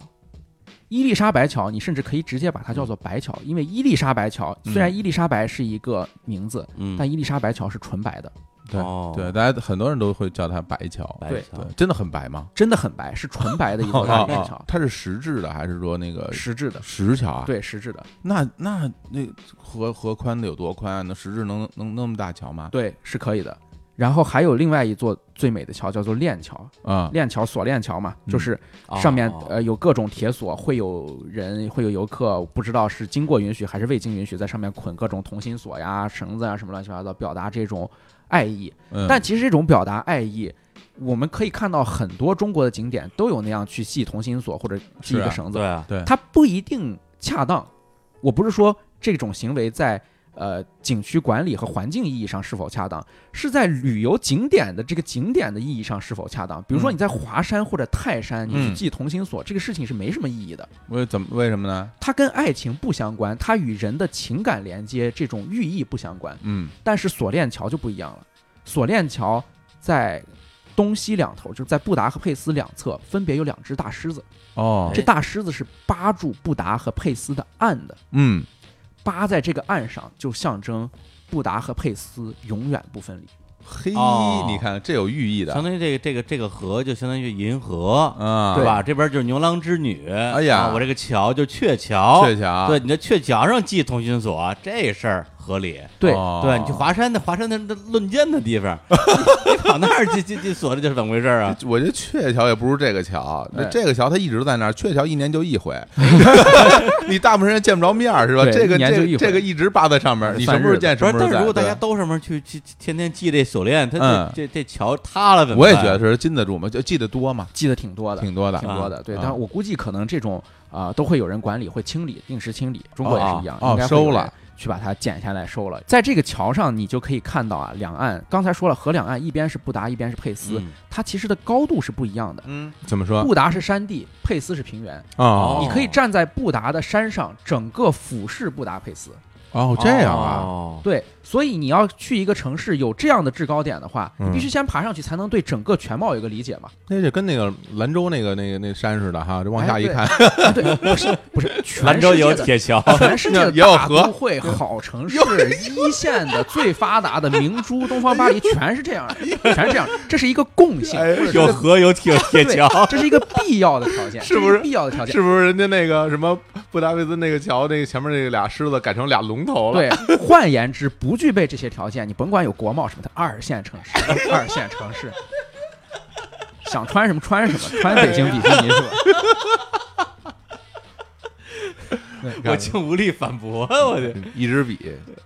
Speaker 3: 伊丽莎白桥，你甚至可以直接把它叫做白桥，因为伊丽莎白桥
Speaker 1: 嗯
Speaker 3: 虽然伊丽莎白是一个名字，
Speaker 1: 嗯，
Speaker 3: 但伊丽莎白桥是纯白的，
Speaker 2: 对
Speaker 1: 哦
Speaker 2: 对，大家很多人都会叫它白桥，
Speaker 1: 白
Speaker 3: 对
Speaker 1: 桥
Speaker 2: 对，真的很白吗？
Speaker 3: 真的很白，是纯白的一 座
Speaker 2: 啊
Speaker 3: 大白桥，
Speaker 2: 它是石质的还是说那个
Speaker 3: 实质的，
Speaker 2: 石桥啊？，
Speaker 3: 对，实质的，
Speaker 2: 那那那河河宽的有多宽啊？那石质能能那么大桥吗？
Speaker 3: 对，是可以的。然后还有另外一座最美的桥叫做链桥，
Speaker 2: 啊，
Speaker 3: 链桥锁链桥嘛，
Speaker 2: 嗯
Speaker 3: 就是
Speaker 1: 哦
Speaker 3: 上面
Speaker 1: 哦
Speaker 3: 呃有各种铁索，会有人会有游客不知道是经过允许还是未经允许，在上面捆各种同心锁呀、绳子啊什么乱七八糟，表达这种爱意。
Speaker 2: 嗯
Speaker 3: 但其实这种表达爱意，我们可以看到很多中国的景点都有那样去系同心锁或者系一
Speaker 2: 是啊
Speaker 3: 个绳子，
Speaker 1: 对啊，
Speaker 2: 对
Speaker 3: 它不一定恰当。我不是说这种行为在呃景区管理和环境意义上是否恰当，是在旅游景点的这个景点的意义上是否恰当。比如说
Speaker 2: 嗯
Speaker 3: 你在华山或者泰山，你去
Speaker 2: 嗯
Speaker 3: 记同心锁，这个事情是没什么意义的。
Speaker 2: 为怎么为什么呢？
Speaker 3: 它跟爱情不相关，它与人的情感连接这种寓意不相关。
Speaker 2: 嗯
Speaker 3: 但是锁链桥就不一样了，锁链桥在东西两头，就是在布达和佩斯两侧，分别有两只大狮子。
Speaker 2: 哦
Speaker 3: 这大狮子是扒住布达和佩斯的岸的，
Speaker 2: 嗯
Speaker 3: 扒在这个岸上，就象征布达和佩斯永远不分离。
Speaker 2: 嘿
Speaker 1: 哦，
Speaker 2: 你看这有寓意的
Speaker 1: 相当于这个这个这个河就相当于银河，
Speaker 2: 啊，
Speaker 1: 是
Speaker 3: 对
Speaker 1: 吧？这边就是牛郎织女，哎
Speaker 2: 呀
Speaker 1: 我这个桥就鹊桥，
Speaker 2: 鹊
Speaker 3: 哦
Speaker 2: 桥
Speaker 1: 对，你在鹊桥上系同心锁，这事儿合理。
Speaker 3: 对，
Speaker 2: 哦
Speaker 1: 对你去华山的华山那那论剑的地 方，你跑那儿去去去锁，这就是怎么回事儿啊？哎
Speaker 2: 我觉得鹊桥也不如这个桥，那
Speaker 3: 对
Speaker 2: 这个桥它一直在那儿，鹊桥一年就 一回， 你大部分人见不着面儿是吧？
Speaker 3: 对
Speaker 2: 这个
Speaker 3: 一年
Speaker 2: 这
Speaker 3: 就
Speaker 2: 个
Speaker 3: 一回
Speaker 2: 这个一直扒在上面，你什么时候见什
Speaker 1: 不
Speaker 2: 么
Speaker 1: 是
Speaker 2: 时，
Speaker 1: 但
Speaker 2: 候
Speaker 1: 是
Speaker 2: 在。
Speaker 1: 如果大
Speaker 2: 对
Speaker 1: 家都上面去去去天天系这锁链，它这、
Speaker 2: 嗯
Speaker 1: 这这桥塌了怎么
Speaker 2: 我
Speaker 1: 办？
Speaker 2: 也觉得是禁得住嘛，就记得多嘛，
Speaker 3: 记得挺多的，
Speaker 2: 挺多的
Speaker 3: 挺多的。对，
Speaker 2: 啊
Speaker 3: 但我估计可能这种啊、呃都会有人管理，会清理，定时清理。中国也是一样，
Speaker 2: 哦哦
Speaker 3: 应该会有
Speaker 2: 收了
Speaker 3: 人去把它剪下来收了。在这个桥上，你就可以看到啊，两岸刚才说了，河两岸一边是布达，一边是佩斯，
Speaker 1: 嗯
Speaker 3: 它其实的高度是不一样的。
Speaker 2: 嗯，怎么说
Speaker 3: 布达是山地，佩斯是平原。
Speaker 1: 哦
Speaker 3: 你可以站在布达的山上，整个俯视布达佩斯。
Speaker 2: 哦这样啊，
Speaker 1: 哦
Speaker 3: 对，所以你要去一个城市有这样的制高点的话，你
Speaker 2: 嗯
Speaker 3: 必须先爬上去，才能对整个全貌有一个理解嘛。
Speaker 2: 那就跟那个兰州那个那个那山似的哈，这往下
Speaker 1: 哎
Speaker 2: 一看，哦
Speaker 3: 啊对，不是不 是，全
Speaker 1: 兰州
Speaker 3: 世界
Speaker 1: 有
Speaker 3: 的
Speaker 1: 铁 桥，
Speaker 3: 全世界的
Speaker 2: 也有
Speaker 3: 大
Speaker 2: 河
Speaker 3: 都会、好城市、一线的最发达的明珠、东方巴黎，全是这样的，全是这样的。这是一个共性，
Speaker 2: 哎
Speaker 3: 或者
Speaker 1: 有
Speaker 3: 是
Speaker 1: 河有铁铁
Speaker 3: 对
Speaker 1: 桥，
Speaker 3: 这是一个必要的条件，
Speaker 2: 是不是
Speaker 3: 这一个必要的条 件？
Speaker 2: 是不是人家那个什么布达佩斯那个桥那个前面那俩狮子改成俩龙头了？
Speaker 3: 对，换言之，不具备这些条件，你甭管有国贸什么的，二线城市，二线城市，想穿什么穿什么，穿北京比基尼是吧？
Speaker 2: 你看，
Speaker 1: 我竟无力反驳，我的。
Speaker 2: 一支笔，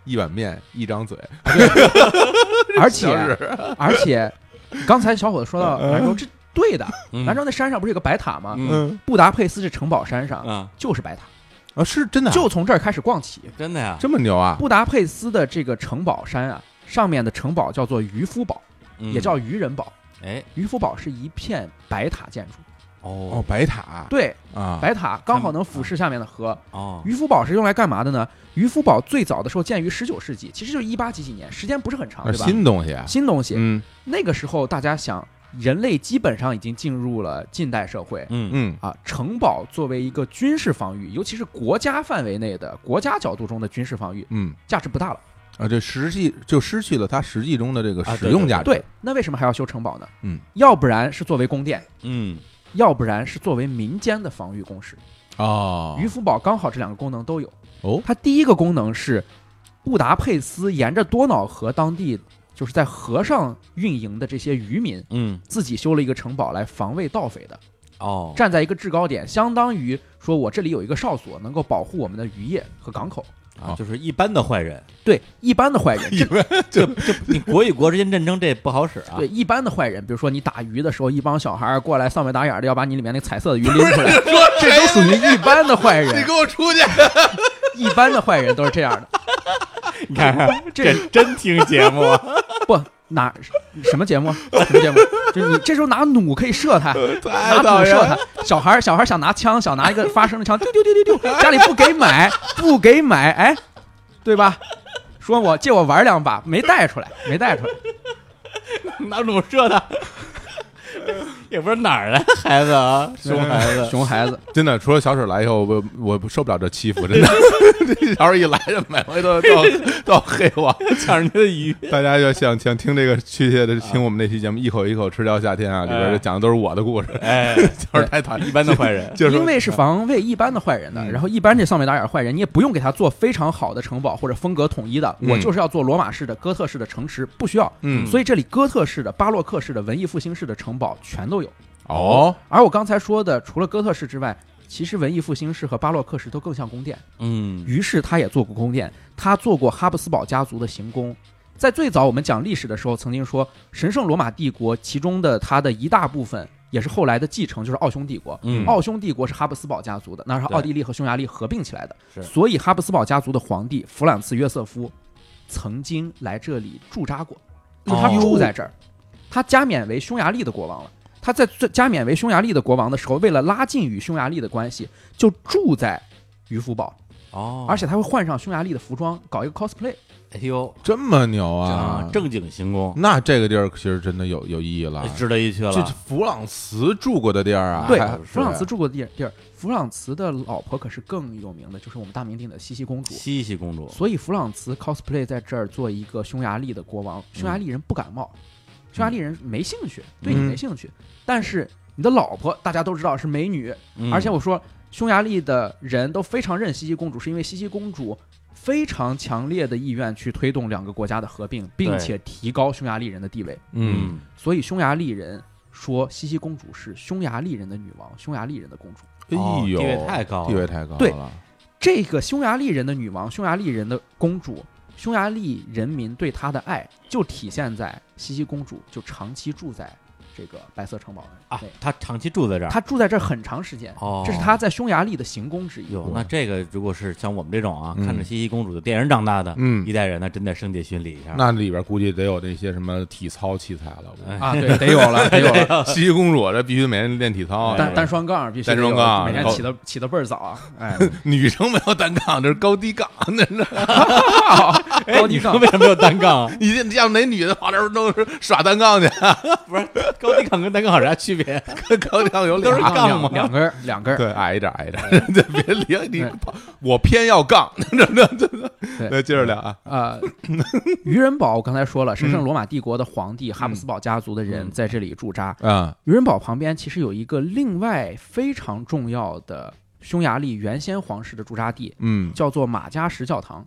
Speaker 2: 一碗面，一张嘴，
Speaker 3: 而
Speaker 2: 小嗯
Speaker 3: 且
Speaker 2: 指
Speaker 3: 而且，刚才小伙子说到兰州，这对的，
Speaker 1: 嗯
Speaker 3: 兰州那山上不是有个白塔吗？
Speaker 1: 嗯
Speaker 3: 布达佩斯这城堡山
Speaker 2: 嗯
Speaker 3: 上
Speaker 1: 啊，
Speaker 3: 就是白塔，
Speaker 2: 啊，是真的啊
Speaker 3: 就从这儿开始逛起。
Speaker 1: 真的呀，
Speaker 2: 这么牛啊？
Speaker 3: 布达佩斯的这个城堡山啊，上面的城堡叫做渔夫堡，也
Speaker 1: 嗯
Speaker 3: 叫渔人堡。
Speaker 1: 哎
Speaker 3: 渔夫堡是一片白塔建筑，
Speaker 2: 哦，
Speaker 1: 哦
Speaker 2: 白塔
Speaker 3: 对，
Speaker 2: 啊，
Speaker 3: 白塔刚好能俯视下面的河。
Speaker 1: 哦
Speaker 3: 渔夫堡是用来干嘛的呢？渔夫堡最早的时候建于十九世纪，其实就一八几几年，时间不是很长，
Speaker 2: 那
Speaker 3: 对
Speaker 2: 是
Speaker 3: 吧？
Speaker 2: 新东西啊，
Speaker 3: 新东西，
Speaker 2: 嗯
Speaker 3: 那个时候大家想，人类基本上已经进入了近代社会。
Speaker 1: 嗯
Speaker 2: 嗯
Speaker 3: 啊，城堡作为一个军事防御，尤其是国家范围内的国家角度中的军事防御，
Speaker 2: 嗯
Speaker 3: 价值不大了。
Speaker 2: 啊，这实际就失去了它实际中的这个
Speaker 1: 啊
Speaker 2: 使用价值，
Speaker 3: 对，那为什么还要修城堡呢？
Speaker 2: 嗯，
Speaker 3: 要不然是作为宫殿，
Speaker 1: 嗯
Speaker 3: 要不然是作为民间的防御工事。
Speaker 2: 哦
Speaker 3: 渔夫堡刚好这两个功能都有。
Speaker 2: 哦
Speaker 3: 它第一个功能是布达佩斯沿着多瑙河当地就是在河上运营的这些渔民
Speaker 1: 嗯
Speaker 3: 自己修了一个城堡来防卫盗匪的，
Speaker 1: 哦
Speaker 3: 站在一个制高点，相当于说我这里有一个哨所，能够保护我们的渔业和港口。
Speaker 1: 啊，就是一般的坏人，
Speaker 3: 对一般的坏人，这
Speaker 1: 这这你国与国之间战争这不好使啊，
Speaker 3: 对一般的坏人，比如说你打鱼的时候，一帮小孩儿过来丧眉打眼儿的要把你里面那个彩色的鱼拎出来，这都属于一般的坏人。
Speaker 2: 哎我出去！
Speaker 3: 一般的坏人都是这样的。
Speaker 1: 你看看
Speaker 3: 这
Speaker 1: 真真听节 目啊，
Speaker 3: 不哪什么节目？什么节目？就你这时候拿弩可以射他，拿
Speaker 2: 太讨
Speaker 3: 弩
Speaker 2: 厌
Speaker 3: 射
Speaker 2: 了！
Speaker 3: 他。小孩儿小孩儿想拿枪，想拿一个发声的枪，丢丢丢丢丢，家里不给买，不给买，哎，对吧？说我借我玩两把，没带出来，没带出来。
Speaker 1: 拿弩射他，也不知道哪儿来的孩子啊，熊孩子，
Speaker 3: 熊孩子，
Speaker 2: 真的，除了小水来以后，我我我受不了这欺负，真 的。这小水一来，这每回都都都黑我。
Speaker 1: 抢人家的鱼，
Speaker 2: 大家要想想听这个确切的听我们那期节目，一口一口吃掉夏天啊，里
Speaker 3: 哎
Speaker 2: 边讲的都是我的故事，
Speaker 1: 哎，
Speaker 2: 小水太讨厌
Speaker 1: 一般的坏 人，
Speaker 2: 就是
Speaker 3: 因为是防卫一般的坏人的，
Speaker 2: 嗯
Speaker 3: 然后一般这丧眉打眼坏人，你也不用给他做非常好的城堡或者风格统一的，
Speaker 2: 嗯
Speaker 3: 我就是要做罗马式的、哥特式的城池，不需要。
Speaker 2: 嗯
Speaker 3: 所以这里哥特式的、巴洛克式的、文艺复兴式的城堡全都有。
Speaker 2: 哦
Speaker 3: 而我刚才说的，除了哥特式之外，其实文艺复兴式和巴洛克式都更像宫殿。
Speaker 1: 嗯
Speaker 3: 于是他也做过宫殿，他做过哈布斯堡家族的行宫。在最早我们讲历史的时候，曾经说神圣罗马帝国其中的它的一大部分，也是后来的继承，就是奥匈帝国。
Speaker 1: 嗯
Speaker 3: 奥匈帝国是哈布斯堡家族的，那是
Speaker 1: 对
Speaker 3: 奥地利和匈牙利合并起来
Speaker 1: 是
Speaker 3: 的。所以哈布斯堡家族的皇帝弗朗茨约瑟夫曾经来这里驻扎过，就是他
Speaker 1: 哦
Speaker 3: 住在这儿。他加冕为匈牙利的国王了。他在最加冕为匈牙利的国王的时候，为了拉近与匈牙利的关系，就住在鱼夫堡，
Speaker 1: 哦，
Speaker 3: 而且他会换上匈牙利的服装，搞一个 cosplay。
Speaker 1: 哎呦
Speaker 2: 这么牛
Speaker 1: 啊
Speaker 2: 啊，！
Speaker 1: 正经行宫，哎
Speaker 2: 那这个地儿其实真的有有意义了。
Speaker 1: 值得一去
Speaker 2: 嗯这
Speaker 1: 了。
Speaker 2: 弗朗茨住过的地儿啊，
Speaker 3: 对
Speaker 2: 还，
Speaker 3: 弗朗茨住过的地地儿，弗朗茨的老婆可是更有名的，就是我们大名鼎鼎的茜茜公主。
Speaker 1: 茜茜公主，
Speaker 3: 所以弗朗茨 cosplay 在这儿做一个匈牙利的国
Speaker 1: 嗯
Speaker 3: 王，匈牙利人不感冒，匈牙利人没兴趣，对你
Speaker 1: 嗯
Speaker 3: 没兴趣。但是你的老婆大家都知道是美女，
Speaker 1: 嗯
Speaker 3: 而且我说匈牙利的人都非常认茜茜公主，是因为茜茜公主非常强烈的意愿去推动两个国家的合并，并
Speaker 1: 对
Speaker 3: 且提高匈牙利人的地位。
Speaker 2: 嗯，
Speaker 1: 嗯，
Speaker 3: 所以匈牙利人说茜茜公主是匈牙利人的女王，匈牙利人的公主。
Speaker 1: 哦
Speaker 2: 哎呦，
Speaker 1: 地位太高了
Speaker 2: 地位太高
Speaker 3: 对
Speaker 2: 了。
Speaker 3: 这个匈牙利人的女王，匈牙利人的公主，匈牙利人民对她的爱，就体现在茜茜公主就长期住在这个白色城堡
Speaker 1: 啊
Speaker 3: 内，，
Speaker 1: 她长期住在这儿，
Speaker 3: 她住在这儿很长时间，
Speaker 1: 哦，
Speaker 3: 这是她在匈牙利的行宫之一。
Speaker 1: 哟，那这个如果是像我们这种啊，
Speaker 2: 嗯
Speaker 1: 看着茜茜公主的电影长大的
Speaker 2: 嗯
Speaker 1: 一代人呢，真得圣地巡礼一下。
Speaker 2: 那里边估计得有那些什么体操器材了。
Speaker 1: 哎
Speaker 3: 啊，对，得有了，得有了。
Speaker 2: 西西公主这必须每天练体操啊，
Speaker 3: 单单双杠必须得有
Speaker 2: 单双杠
Speaker 3: 每天
Speaker 2: 高
Speaker 3: 起的起的倍儿早啊！哎，
Speaker 2: 女生没有单杠，这是高低杠，那是？
Speaker 1: 哎
Speaker 3: 高低
Speaker 1: 你说
Speaker 3: 杠
Speaker 1: 为什么没有单杠啊
Speaker 2: 你像哪女的跑那儿都是耍单杠去，
Speaker 1: 不是高低杠跟单杠有啥区别？
Speaker 2: 跟高低杠有
Speaker 1: 都是
Speaker 2: 俩。
Speaker 1: 杠吗
Speaker 3: 啊两两根儿两根儿，
Speaker 2: 对，挨着挨着，对，别理你跑，我偏要杠，这这这这，
Speaker 3: 对
Speaker 2: 来接着聊啊，
Speaker 3: 呃，愚人堡我刚才说了，神圣罗马帝国的皇帝哈布斯堡家族的人
Speaker 1: 嗯
Speaker 3: 在这里驻扎，
Speaker 2: 啊，
Speaker 3: 愚人堡旁边其实有一个另外非常重要的匈牙利原先皇室的驻扎地，
Speaker 2: 嗯
Speaker 3: 叫做马加什教堂。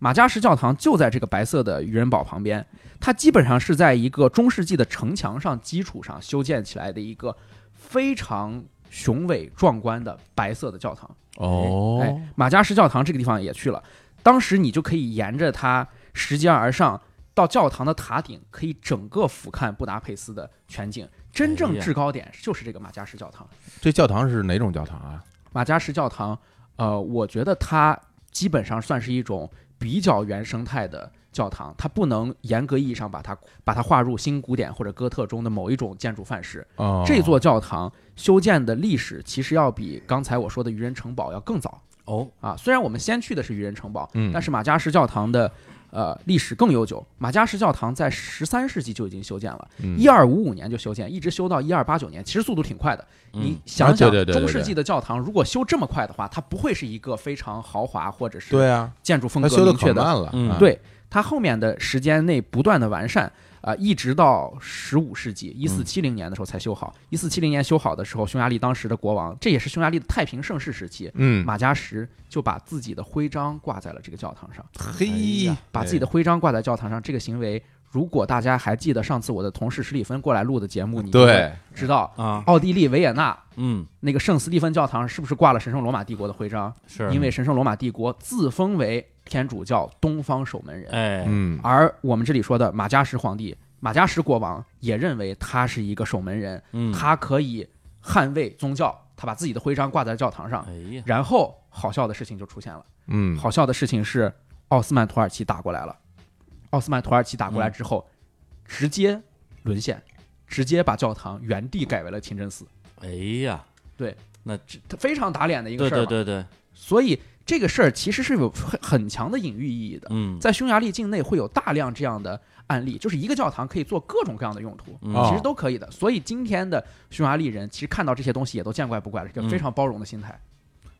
Speaker 3: 马加什教堂就在这个白色的愚人堡旁边，它基本上是在一个中世纪的城墙上基础上修建起来的一个非常雄伟壮观的白色的教堂。哎
Speaker 2: 哦，，
Speaker 3: 马加什教堂这个地方也去了，当时你就可以沿着它拾阶而上，到教堂的塔顶，可以整个俯瞰布达佩斯的全景。真
Speaker 1: 哎
Speaker 3: 正
Speaker 1: 呀
Speaker 3: 制高点就是这个马加什教堂。
Speaker 2: 这教堂是哪种教堂啊？
Speaker 3: 马加什教堂，呃，我觉得它基本上算是一种比较原生态的教堂，它不能严格意义上把它把它划入新古典或者哥特中的某一种建筑范式。
Speaker 2: 哦，
Speaker 3: 这座教堂修建的历史其实要比刚才我说的愚人城堡要更早。
Speaker 1: 哦，
Speaker 3: 啊，虽然我们先去的是愚人城堡，
Speaker 2: 嗯
Speaker 3: 但是马加什教堂的呃历史更悠久。马加什教堂在十三世纪就已经修建了，
Speaker 2: 嗯
Speaker 3: 一二五五年就修建，一直修到一二八九年，其实速度挺快的。
Speaker 1: 嗯
Speaker 3: 你
Speaker 2: 啊
Speaker 3: 想
Speaker 2: 对
Speaker 3: 想，
Speaker 2: 对对对
Speaker 3: 中世
Speaker 2: 对
Speaker 3: 纪的教堂如果修这么快的话，它不会是一个非常豪华或者是
Speaker 2: 对啊，
Speaker 3: 建筑风
Speaker 2: 他
Speaker 3: 格
Speaker 2: 修的
Speaker 3: 明
Speaker 2: 可
Speaker 3: 确的。
Speaker 2: 慢了，
Speaker 1: 嗯
Speaker 2: 啊
Speaker 3: 对，它后面的时间内不断的完善。啊、一直到十五世
Speaker 2: 嗯
Speaker 3: 纪一四七零年的时候才修好。一四七零年修好的时候，匈牙利当时的国王，这也是匈牙利的太平盛世时期，
Speaker 2: 嗯，
Speaker 3: 马加什就把自己的徽章挂在了这个教堂上，
Speaker 1: 哎
Speaker 2: 嘿
Speaker 1: 呀，
Speaker 3: 把自己的徽章挂在教堂上，这个行为，如果大家还记得上次我的同事史蒂芬过来录的节
Speaker 1: 嗯
Speaker 3: 目，你就
Speaker 2: 对
Speaker 3: 会知道
Speaker 1: 啊，
Speaker 3: 奥地利维也纳
Speaker 1: 嗯，
Speaker 3: 那个圣斯蒂芬教堂是不是挂了神圣罗马帝国的徽章？
Speaker 1: 是
Speaker 3: 因为神圣罗马帝国自封为天主教东方守门人，
Speaker 1: 哎，
Speaker 2: 嗯，
Speaker 3: 而我们这里说的马加什皇帝、马加什国王也认为他是一个守门人，
Speaker 1: 嗯，
Speaker 3: 他可以捍卫宗教，他把自己的徽章挂在教堂上。
Speaker 1: 哎呀，
Speaker 3: 然后好笑的事情就出现了。
Speaker 2: 嗯，
Speaker 3: 好笑的事情是，奥斯曼土耳其打过来了，奥斯曼土耳其打过
Speaker 1: 嗯
Speaker 3: 来之后，直接沦陷，直接把教堂原地改为了清真寺，
Speaker 1: 哎呀，
Speaker 3: 对，
Speaker 1: 那这
Speaker 3: 它非常打脸的一
Speaker 1: 对
Speaker 3: 个事儿
Speaker 1: 对对
Speaker 3: 嘛。
Speaker 1: 对，
Speaker 3: 所以这个事儿其实是有很很强的隐喻意义的，
Speaker 1: 嗯，
Speaker 3: 在匈牙利境内会有大量这样的案例，就是一个教堂可以做各种各样的用途。
Speaker 1: 嗯
Speaker 2: 哦
Speaker 3: 其实都可以的，所以今天的匈牙利人其实看到这些东西也都见怪不怪了，
Speaker 1: 嗯
Speaker 3: 是一个非常包容的心态。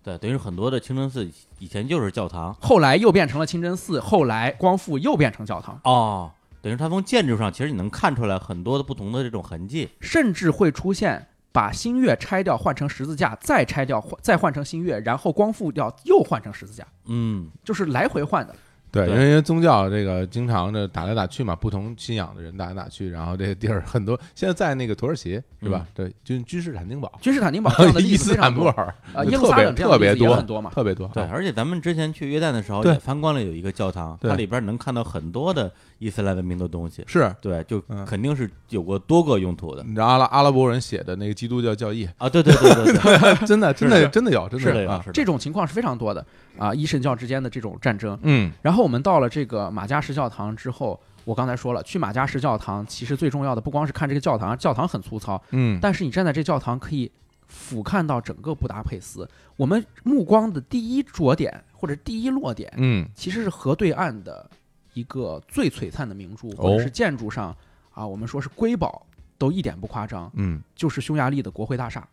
Speaker 1: 对，等于很多的清真寺以前就是教堂
Speaker 3: 后来又变成了清真寺，后来光复又变成教堂，
Speaker 1: 哦，等于它从建筑上其实你能看出来很多的不同的这种痕迹，
Speaker 3: 甚至会出现把新月拆掉换成十字架，再拆掉换再换成新月，然后光复掉又换成十字架，
Speaker 1: 嗯，
Speaker 3: 就是来回换的。
Speaker 2: 对，因
Speaker 1: 对
Speaker 2: 为因为宗教这个经常的打来打去嘛，不同信仰的人打来打去，然后这个地儿很多，现在在那个土耳其是吧？对，君君士坦丁堡、
Speaker 3: 君士坦丁堡这 嗯样的
Speaker 2: 伊
Speaker 3: 例子
Speaker 2: 斯
Speaker 3: 非常
Speaker 2: 坦布
Speaker 3: 多，
Speaker 2: 尔
Speaker 3: 呃，
Speaker 2: 就
Speaker 3: 耶路
Speaker 2: 特
Speaker 3: 撒
Speaker 2: 别特别
Speaker 3: 冷这样的例子也
Speaker 2: 多
Speaker 3: 很，多嘛。
Speaker 2: 特别多。
Speaker 1: 对，
Speaker 2: 啊，
Speaker 1: 而且咱们之前去约旦的时候
Speaker 2: 对
Speaker 1: 也参观了有一个教堂，
Speaker 2: 对
Speaker 1: 它里边能看到很多的伊斯兰文明的东西。
Speaker 2: 是
Speaker 1: 对，就
Speaker 2: 嗯
Speaker 1: 肯定是有过多个用途的
Speaker 2: 你知道阿拉阿拉伯人写的那个基督教教 义，
Speaker 1: 啊！对对对对对，
Speaker 2: 真的真
Speaker 1: 是
Speaker 2: 的
Speaker 1: 的
Speaker 2: 真的有，真
Speaker 1: 是
Speaker 2: 的
Speaker 1: 的
Speaker 2: 有
Speaker 1: 呀，
Speaker 2: 啊。
Speaker 1: 是的
Speaker 3: 这种情况是非常多的啊，一神教之间的这种战争。
Speaker 2: 嗯，
Speaker 3: 然后我们到了这个马加什教堂之后，我刚才说了，去马加什教堂其实最重要的不光是看这个教堂，教堂很粗糙，
Speaker 2: 嗯，
Speaker 3: 但是你站在这教堂可以俯瞰到整个布达佩斯。我们目光的第一着点或者第一落点，
Speaker 2: 嗯，
Speaker 3: 其实是河对岸的一个最璀璨的明珠，
Speaker 2: 哦
Speaker 3: 或者是建筑上啊，我们说是瑰宝，都一点不夸张，
Speaker 2: 嗯，
Speaker 3: 就是匈牙利的国会大厦。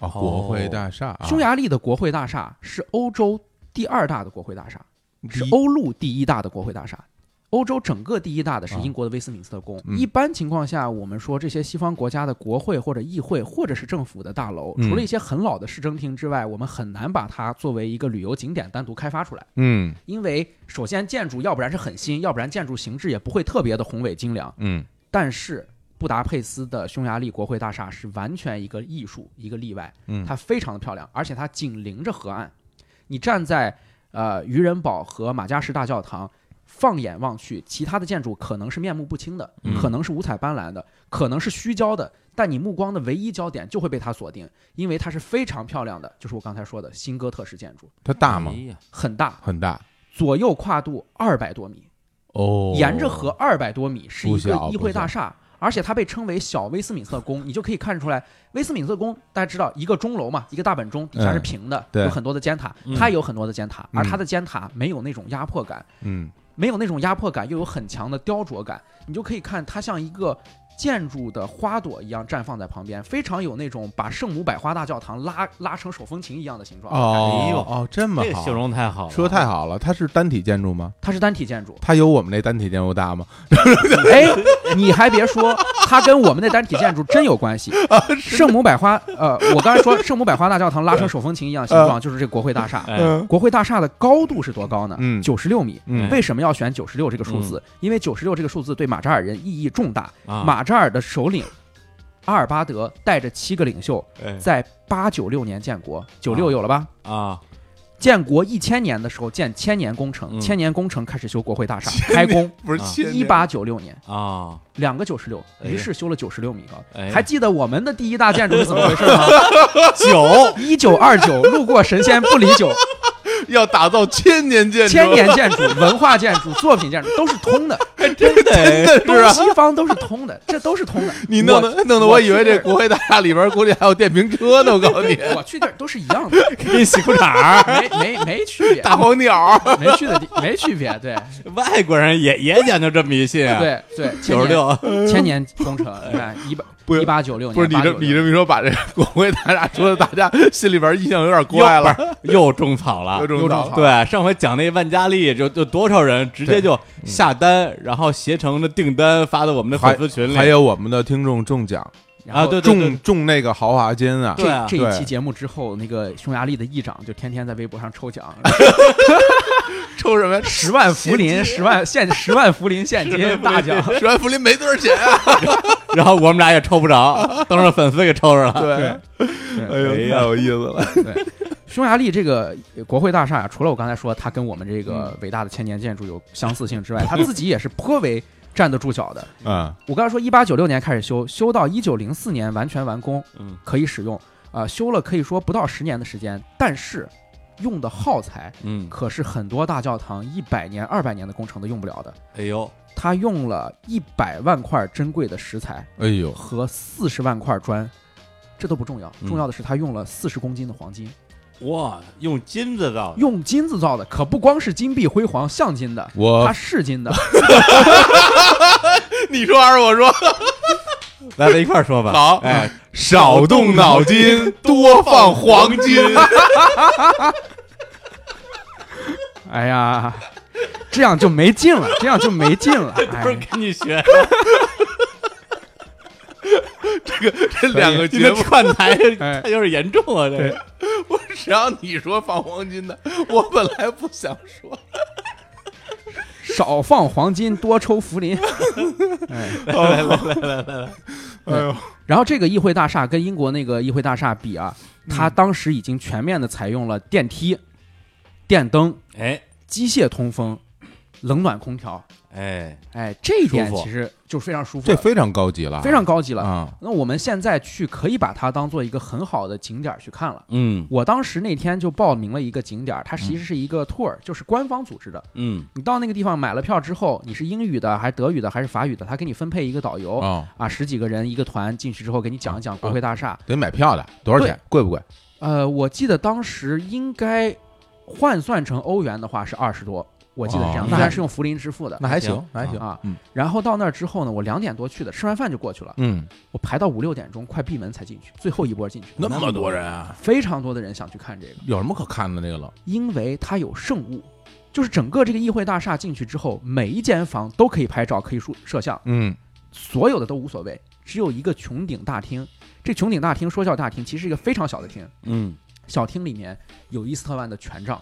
Speaker 2: 哦，
Speaker 1: 哦
Speaker 2: 国会大厦啊，
Speaker 3: 匈牙利的国会大厦是欧洲第二大的国会大厦，是
Speaker 2: 第一
Speaker 3: 欧陆第一大的国会大厦。欧洲整个第一大的是
Speaker 2: 啊
Speaker 3: 英国的威斯敏斯特宫。
Speaker 2: 嗯
Speaker 3: 一般情况下，我们说这些西方国家的国会或者议会或者是政府的大楼，
Speaker 2: 嗯
Speaker 3: 除了一些很老的市政厅之外，我们很难把它作为一个旅游景点单独开发出来。
Speaker 2: 嗯
Speaker 3: 因为首先建筑要不然是很新，要不然建筑形制也不会特别的宏伟精良。
Speaker 2: 嗯，
Speaker 3: 但是布达佩斯的匈牙利国会大厦是完全一个艺术，一个例外。
Speaker 2: 嗯
Speaker 3: 它非常的漂亮，而且它紧邻着河岸。你站在呃渔人堡和马加什大教堂，放眼望去，其他的建筑可能是面目不清的，
Speaker 1: 嗯
Speaker 3: 可能是五彩斑斓的，可能是虚焦的。但你目光的唯一焦点就会被它锁定，因为它是非常漂亮的，就是我刚才说的新哥特式建筑，
Speaker 2: 它大吗
Speaker 1: 哎？呀
Speaker 3: 很大，
Speaker 2: 很大
Speaker 3: 左右跨度二百多米，
Speaker 2: 哦
Speaker 3: 沿着河二百多米是
Speaker 2: 不
Speaker 3: 一个
Speaker 2: 小
Speaker 3: 议
Speaker 2: 不
Speaker 3: 会
Speaker 2: 小
Speaker 3: 大厦，而且它被称为小威斯敏斯特宫。你就可以 看出来，威斯敏斯特宫大家知道一个钟楼嘛，一个大本钟，底下是
Speaker 2: 嗯
Speaker 3: 平的，
Speaker 2: 对
Speaker 3: 有很多的尖塔
Speaker 1: 嗯，
Speaker 3: 它有很多的尖塔，而
Speaker 2: 嗯
Speaker 3: 它的尖塔没有那种压迫感，
Speaker 2: 嗯
Speaker 3: 没有那种压迫感，又有很强的雕琢感。你就可以看它像一个。建筑的花朵一样绽放在旁边，非常有那种把圣母百花大教堂拉拉成手风琴一样的形状。
Speaker 2: 哦
Speaker 1: 哎呦
Speaker 2: 哦，这么
Speaker 1: 这个
Speaker 2: 好
Speaker 1: 形容太好了，啊
Speaker 2: 说太好了，它是单体建筑吗？
Speaker 3: 它是单体建筑，
Speaker 2: 它有我们那单体建筑大吗？
Speaker 3: 哎，你还别说，它跟我们那单体建筑真有关系。
Speaker 2: 啊
Speaker 3: 圣母百花，呃，我刚才说圣母百花大教堂拉成手风琴一样形状，就是这个国会大厦。
Speaker 1: 哎
Speaker 2: 嗯
Speaker 3: 国会大厦的高度是多高呢？
Speaker 2: 嗯
Speaker 3: 九十六米。
Speaker 2: 嗯
Speaker 3: 为什么要选九十六这个数字？因为九十六这个数字对马扎尔人意义重大。
Speaker 1: 啊，
Speaker 3: 马扎尔的首领阿尔巴德带着七个领袖，
Speaker 1: 哎
Speaker 3: 在八九六年建国，九
Speaker 1: 啊
Speaker 3: 六有了吧？
Speaker 1: 啊，
Speaker 3: 建国一千年的时候建千年工程，
Speaker 1: 嗯
Speaker 3: 千年工程开始修国会大厦，开工
Speaker 2: 不是
Speaker 1: 啊
Speaker 2: 千
Speaker 3: 一
Speaker 2: 年
Speaker 3: 八九六年。
Speaker 1: 啊，
Speaker 3: 两个九十六，
Speaker 1: 哎呀
Speaker 3: 于是修了九十六米高。
Speaker 1: 哎呀
Speaker 3: 还记得我们的第一大建筑是怎么回事 吗？
Speaker 1: 九
Speaker 3: 一九二九，路过神仙不离 酒，
Speaker 2: 要打造千年建筑，
Speaker 3: 千年建筑、文化建筑、作品建筑都是通的，
Speaker 1: 真 的
Speaker 2: 真的 是
Speaker 3: 东
Speaker 2: 啊！
Speaker 3: 西方都是通的，这都是通的。
Speaker 2: 你弄
Speaker 3: 我
Speaker 2: 得弄得我以为这国会大厦里边估计还有电瓶车呢，我告诉 你，
Speaker 3: 我去地儿都是一样的，
Speaker 1: 跟洗裤衩儿，
Speaker 3: 没没没区别，
Speaker 2: 大黄鸟，
Speaker 3: 没去的地没区别， 对
Speaker 1: 外国人也也讲究这迷信啊，，
Speaker 3: 对对，千
Speaker 1: 九
Speaker 3: 年
Speaker 1: 十六，
Speaker 3: 千年工程，你看一八
Speaker 2: 不是
Speaker 3: 一八九六年，
Speaker 2: 不是你这
Speaker 3: 896
Speaker 2: 你这么一说，把这国会大厦说的大家心里边印象有点怪了，
Speaker 1: 又种草了
Speaker 2: 有。种
Speaker 3: 有种
Speaker 2: 脑
Speaker 3: 草
Speaker 1: 对，上回讲那万家丽，就就多少人直接就下单，然后携程的订单发到我们的粉丝群里，
Speaker 2: 还有我们的听众中奖，
Speaker 3: 然后
Speaker 1: 啊对
Speaker 2: 中中那个豪华金啊，
Speaker 1: 对啊
Speaker 3: 这这一
Speaker 2: 对
Speaker 3: 期节目之后，那个匈牙利的议长就天天在微博上 抽奖，
Speaker 2: 抽什么？
Speaker 3: 十 万福林，十万现十万福林现金大奖。
Speaker 2: 十万福林没多少钱啊！
Speaker 1: 然后我们俩也抽不着，都让粉丝给抽着了。
Speaker 2: 对，哎呦，
Speaker 1: 哎呀
Speaker 2: 太有意思了。
Speaker 3: 匈牙利这个呃国会大厦，除了我刚才说它跟我们这个伟大的千年建筑有相似性之外，它自己也是颇为站得住脚的。
Speaker 2: 嗯，
Speaker 3: 我刚才说，一八九六年开始修，修到一九零四年完全完工，
Speaker 1: 嗯，
Speaker 3: 可以使用。啊，修了可以说不到十年的时间，但是用的耗材
Speaker 1: 嗯，
Speaker 3: 可是很多大教堂一百年、二百年的工程都用不了的。
Speaker 1: 哎呦，
Speaker 3: 它用了一百万块珍贵的石材，
Speaker 2: 哎呦，
Speaker 3: 和四十万块砖，这都不重要，
Speaker 1: 嗯
Speaker 3: 重要的是他用了四十公斤的黄金，
Speaker 1: 哇，用金子造的，
Speaker 3: 用金子造的，可不光是金碧辉煌像金的，它
Speaker 2: 我
Speaker 3: 是金的，
Speaker 2: 你说还是我说？
Speaker 1: 来来一块儿说吧。
Speaker 2: 好
Speaker 1: 哎，
Speaker 2: 少动脑筋，多放黄金。
Speaker 3: 哎呀，这样就没劲了，这样就没劲了，
Speaker 1: 不是
Speaker 3: 哎，
Speaker 1: 跟你学，
Speaker 2: 这两个
Speaker 1: 今
Speaker 2: 节
Speaker 1: 天
Speaker 2: 目，
Speaker 1: 串 台，
Speaker 3: 哎
Speaker 1: 它有点严重啊，这个
Speaker 2: 我只要你说放黄金的，我本来不想说。
Speaker 3: 少放黄金，多抽福林。哎，
Speaker 1: 来来来来来来，
Speaker 2: 哎呦，
Speaker 3: 然后这个议会大厦跟英国那个议会大厦比啊，它当时已经全面的采用了电梯、电灯、
Speaker 1: 哎
Speaker 3: 机械通风、冷暖空调。
Speaker 1: 哎，
Speaker 3: 哎，这一点
Speaker 1: 舒服
Speaker 3: 其实就非常舒服
Speaker 2: 这
Speaker 3: 了，
Speaker 2: 非常高级了，
Speaker 3: 非常高级了。
Speaker 2: 啊，
Speaker 3: 那我们现在去可以把它当做一个很好的景点儿去看了。
Speaker 1: 嗯
Speaker 3: 我当时那天就报名了一个景点儿，
Speaker 2: 嗯
Speaker 3: 它其实是一个 tour，、就是官方组织的。
Speaker 1: 嗯
Speaker 3: 你到那个地方买了票之后，你是英语的还是德语的还是法语的，他给你分配一个导游、
Speaker 2: 哦，
Speaker 3: 啊，十几个人一个团进去之后，给你讲一
Speaker 2: 啊
Speaker 3: 讲国会大厦。
Speaker 2: 得买票的，多少钱？贵不贵？
Speaker 3: 呃，我记得当时应该换算成欧元的话是二十多，我记得是
Speaker 2: 哦
Speaker 3: 这样，
Speaker 2: 那
Speaker 3: 当然
Speaker 2: 还
Speaker 3: 是用福林支付的。
Speaker 2: 那还行
Speaker 1: 行，
Speaker 2: 那还行
Speaker 3: 啊
Speaker 2: 嗯
Speaker 3: 然后到那儿之后呢，我两点多去的，吃完饭就过去了。
Speaker 2: 嗯，
Speaker 3: 我排到五六点钟，快闭门才进去，最后一波进去，
Speaker 2: 那么多人啊，
Speaker 3: 非常多的人想去看这个，
Speaker 2: 有什么可看的那个了？
Speaker 3: 因为它有圣物，就是整个这个议会大厦进去之后，每一间房都可以拍照，可以摄摄像，
Speaker 2: 嗯，
Speaker 3: 所有的都无所谓，只有一个穹顶大厅。这穹顶大厅说叫大厅，其实是一个非常小的厅，
Speaker 1: 嗯，
Speaker 3: 小厅里面有伊斯特万的权杖、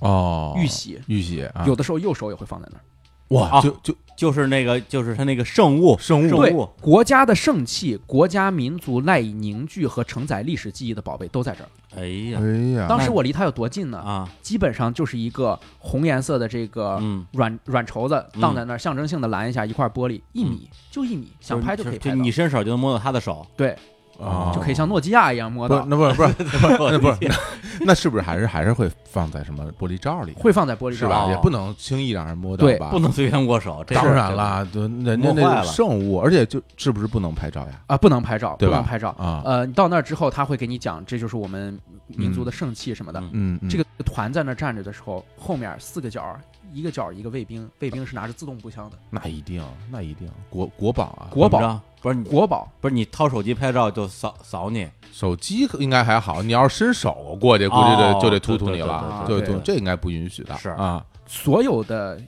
Speaker 2: 哦，
Speaker 3: 玉玺，
Speaker 2: 玉玺啊，
Speaker 3: 有的时候右手也会放在那儿。
Speaker 2: 哇，
Speaker 1: 啊
Speaker 2: 就就
Speaker 1: 就是那个就是他那个圣物
Speaker 2: 生
Speaker 1: 圣
Speaker 2: 物
Speaker 1: 物
Speaker 3: 对，国家的盛气、国家民族赖以凝聚和承载历史记忆的宝贝都在这儿。
Speaker 1: 哎呀
Speaker 2: 哎呀，
Speaker 3: 当时我离它有多近呢？
Speaker 1: 啊，
Speaker 3: 基本上就是一个红颜色的这个
Speaker 1: 嗯，
Speaker 3: 软软绸子
Speaker 2: 嗯
Speaker 3: 荡在那儿，象征性的拦一下一块玻璃，一米就一米，想拍就可以拍
Speaker 1: 就
Speaker 3: 到，
Speaker 1: 你伸手就能摸到他的手，
Speaker 3: 对，
Speaker 2: 哦
Speaker 3: 就可以像诺基亚一样摸
Speaker 2: 不是，
Speaker 3: 到，
Speaker 2: 那不是不是，
Speaker 1: 那
Speaker 2: 不是那是不是 还是还是会放在什么玻璃罩里？
Speaker 3: 会放在玻璃
Speaker 2: 是
Speaker 3: 上啊
Speaker 2: 吧？
Speaker 1: 哦
Speaker 2: 也不能轻易让人摸到
Speaker 3: 对
Speaker 2: 吧？
Speaker 1: 不能随便握手，这
Speaker 2: 当
Speaker 1: 是
Speaker 2: 然，了，对人家
Speaker 1: 摸坏
Speaker 2: 那
Speaker 1: 了
Speaker 2: 圣物，而且就是不是不能拍照呀？
Speaker 3: 啊，不能拍照，
Speaker 2: 对
Speaker 3: 不
Speaker 2: 吧
Speaker 3: 能拍照。
Speaker 2: 啊，
Speaker 3: 呃，你到那儿之后，他会给你讲，这就是我们民族的盛气什么的。
Speaker 1: 嗯
Speaker 2: 嗯，嗯
Speaker 3: 这个团在那儿站着的时候，后面啊四个角儿，一个角儿一个卫兵，卫兵是拿着自动步枪的
Speaker 2: 那一定，那一定，国国宝啊，
Speaker 3: 国
Speaker 1: 怎
Speaker 3: 宝，
Speaker 1: 么着不是你
Speaker 3: 国宝。
Speaker 1: 不是你掏手机拍照就扫扫你，
Speaker 2: 手机应该还好，你要是伸手过去，估计
Speaker 1: 哦
Speaker 2: 得就得突突你了，就
Speaker 3: 对对对对
Speaker 2: 得突，
Speaker 1: 对
Speaker 2: 这应该不允许的，
Speaker 1: 是
Speaker 2: 啊，
Speaker 3: 所有的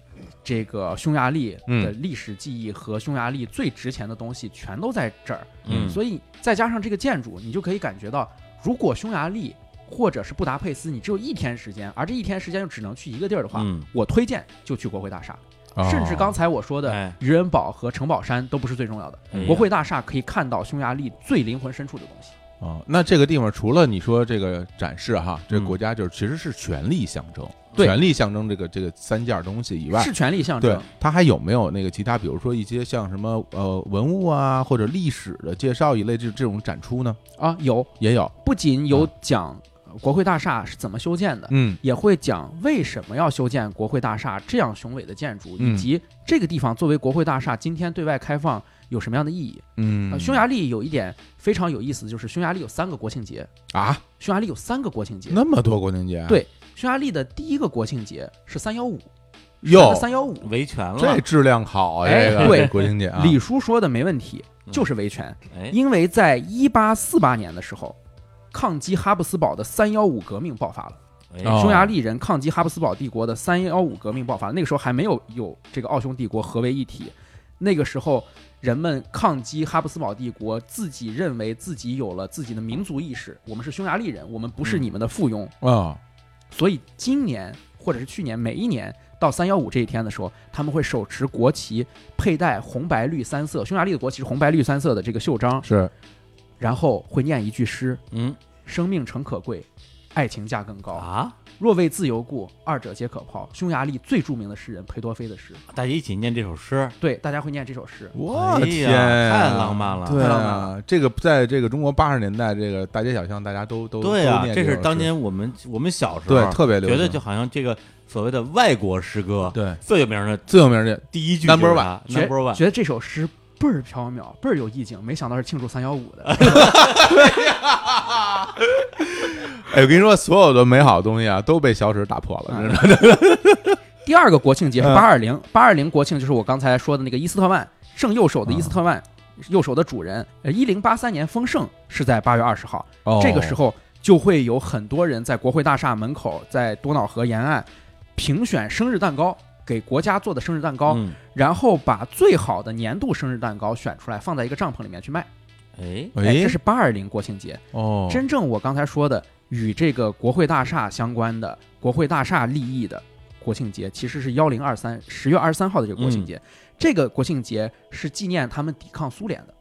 Speaker 3: 这个匈牙利的
Speaker 2: 嗯
Speaker 3: 历史记忆和匈牙利最值钱的东西全都在这儿，
Speaker 1: 嗯
Speaker 3: 所以再加上这个建筑，你就可以感觉到，如果匈牙利或者是布达佩斯，你只有一天时间，而这一天时间又只能去一个地儿的话，
Speaker 1: 嗯，
Speaker 3: 我推荐就去国会大厦，
Speaker 2: 哦
Speaker 3: 甚至刚才我说的
Speaker 1: 哎，
Speaker 3: 愚人堡和城堡山都不是最重要的，
Speaker 1: 哎呀
Speaker 3: 国会大厦可以看到匈牙利最灵魂深处的东西。
Speaker 2: 哦，那这个地方除了你说这个展示哈，这个
Speaker 1: 嗯
Speaker 2: 国家就是其实是权力象征，
Speaker 3: 对
Speaker 2: 权力象征这个这个三件东西以外
Speaker 3: 是。权力象
Speaker 2: 对
Speaker 3: 征，
Speaker 2: 它还有没有那个其他，比如说一些像什么呃文物啊，或者历史的介绍一类这这种展出呢？
Speaker 3: 啊，有
Speaker 2: 也有，
Speaker 3: 不仅有讲国会大厦是怎么修建的，
Speaker 2: 嗯，
Speaker 3: 也会讲为什么要修建国会大厦这样雄伟的建筑，
Speaker 2: 嗯
Speaker 3: 以及这个地方作为国会大厦今天对外开放有什么样的意义。
Speaker 2: 嗯
Speaker 3: 呃，匈牙利有一点非常有意思，就是匈牙利有三个国庆节，
Speaker 2: 啊，
Speaker 3: 匈牙利有三个国庆节。
Speaker 2: 那么多国庆节，啊
Speaker 3: 对匈牙利的第一个国庆节是三幺五，
Speaker 2: 哟，
Speaker 3: 三幺五。
Speaker 1: 维权了，
Speaker 2: 这质量好啊，
Speaker 3: 哎
Speaker 2: 这个
Speaker 3: 对
Speaker 2: 国庆节啊，
Speaker 3: 李叔说的没问题，
Speaker 1: 嗯
Speaker 3: 就是维权，
Speaker 1: 哎，
Speaker 3: 因为在一八四八年的时候，抗击哈布斯堡的三幺五革命爆发了。
Speaker 1: 哎
Speaker 2: 哦
Speaker 3: 匈牙利人抗击哈布斯堡帝国的三幺五革命爆发，那个时候还没有有这个奥匈帝国合为一体，那个时候人们抗击哈布斯堡帝国，自己认为自己有了自己的民族意识，我们是匈牙利人，我们不是你们的附庸，
Speaker 2: 啊，
Speaker 3: 所以今年或者是去年每一年。到三幺五这一天的时候，他们会手持国旗，佩戴红白绿三色。匈牙利的国旗是红白绿三色的这个袖章，
Speaker 2: 是
Speaker 3: 然后会念一句诗
Speaker 1: 嗯：“
Speaker 3: 生命诚可贵，爱情价更高。”
Speaker 1: 啊，
Speaker 3: 若为自由故，二者皆可抛。匈牙利最著名的诗人裴多菲的诗，
Speaker 1: 大家一起念这首诗，
Speaker 3: 对，大家会念这首诗。
Speaker 2: 我
Speaker 1: 哎呀
Speaker 2: 天呀，
Speaker 1: 太浪漫了
Speaker 2: 对
Speaker 3: 太浪漫
Speaker 2: 啊，这个在这个中国八十年代，这个大街小巷大家都都
Speaker 1: 对
Speaker 2: 都
Speaker 1: 啊，
Speaker 2: 念
Speaker 1: 这
Speaker 2: 这
Speaker 1: 是
Speaker 2: 首
Speaker 1: 当
Speaker 2: 诗
Speaker 1: 年我们我们小时候
Speaker 2: 对特别流
Speaker 1: 觉
Speaker 2: 行，
Speaker 1: 得就好像这个所谓的外国诗歌
Speaker 2: 对
Speaker 1: 最有名的
Speaker 2: 最有名的
Speaker 1: 第一句就是
Speaker 2: Number
Speaker 1: 它
Speaker 3: 觉
Speaker 1: number one，
Speaker 3: 觉得这首诗倍儿缥缈，倍儿有意境。没想到是庆祝三幺 五的，
Speaker 2: 哎，我跟你说，所有的美好的东西啊，都被小史打破了，真的。
Speaker 3: 第二个国庆节是
Speaker 2: 嗯
Speaker 3: 八二零，八二零国庆就是我刚才说的那个伊斯特曼，圣右手的伊斯特曼，
Speaker 1: 嗯
Speaker 3: 右手的主人。呃，一零八三年丰盛是在八月二十号，
Speaker 1: 哦
Speaker 3: 这个时
Speaker 2: 候，
Speaker 3: 候就会有很多人在国会大厦门口，在多瑙河沿岸评选生日蛋糕，给国家做的生日蛋糕。
Speaker 1: 嗯，
Speaker 3: 然后把最好的年度生日蛋糕选出来，放在一个帐篷里面去卖。
Speaker 1: 哎，
Speaker 3: 哎，
Speaker 2: 哎
Speaker 3: 这，是八二零国庆节。
Speaker 2: 哦，
Speaker 3: 真正我刚才说的，与这个国会大厦相关的、国会大厦利益的、国庆节，其实是幺零二三十月二十三号的
Speaker 1: 嗯
Speaker 3: 这个国庆节。这个国庆节是纪念他们抵抗苏联的，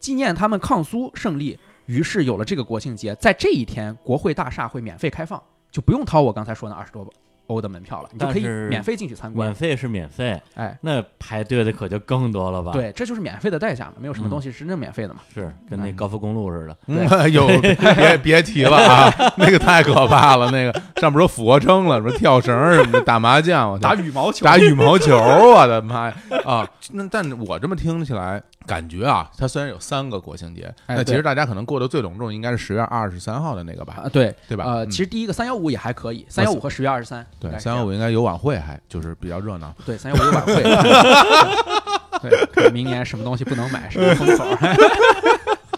Speaker 3: 纪念他们抗苏胜利。于是有了这个国庆节，在这一天，国会大厦会免费开放，就不用掏我刚才说那二十多欧的门票了，你就可以
Speaker 1: 但是
Speaker 3: 免费进去参观
Speaker 1: 免。费是免费，
Speaker 3: 哎，
Speaker 1: 那排队的可就更多了吧？，
Speaker 3: 对，这就是免费的代价嘛，没有什么东西是真正免费的嘛。
Speaker 1: 是跟那高速公路似的。
Speaker 2: 嗯，有别别提了 啊，那个太可怕了，那个上面说俯卧撑了，什么跳绳儿什么的，打麻将，我操
Speaker 3: 羽毛球
Speaker 2: 打羽毛球，我的妈呀啊！那但我这么听起来，感觉啊，它虽然有三个国庆节，
Speaker 3: 哎
Speaker 2: 那其
Speaker 3: 对
Speaker 2: 实大家可能过得最隆重应该是十月二十三号的那个吧
Speaker 3: 啊，，对
Speaker 2: 对吧？
Speaker 3: 呃，
Speaker 2: 嗯
Speaker 3: 其实第一个三幺五也还可以，三幺五和十月二十三，
Speaker 2: 对
Speaker 3: 应该是这
Speaker 2: 三
Speaker 3: 样
Speaker 2: 幺五应该有晚会，还就是比较热闹。
Speaker 3: 对，三幺五有晚会。对，可能明年什么东西不能买，什么风口儿。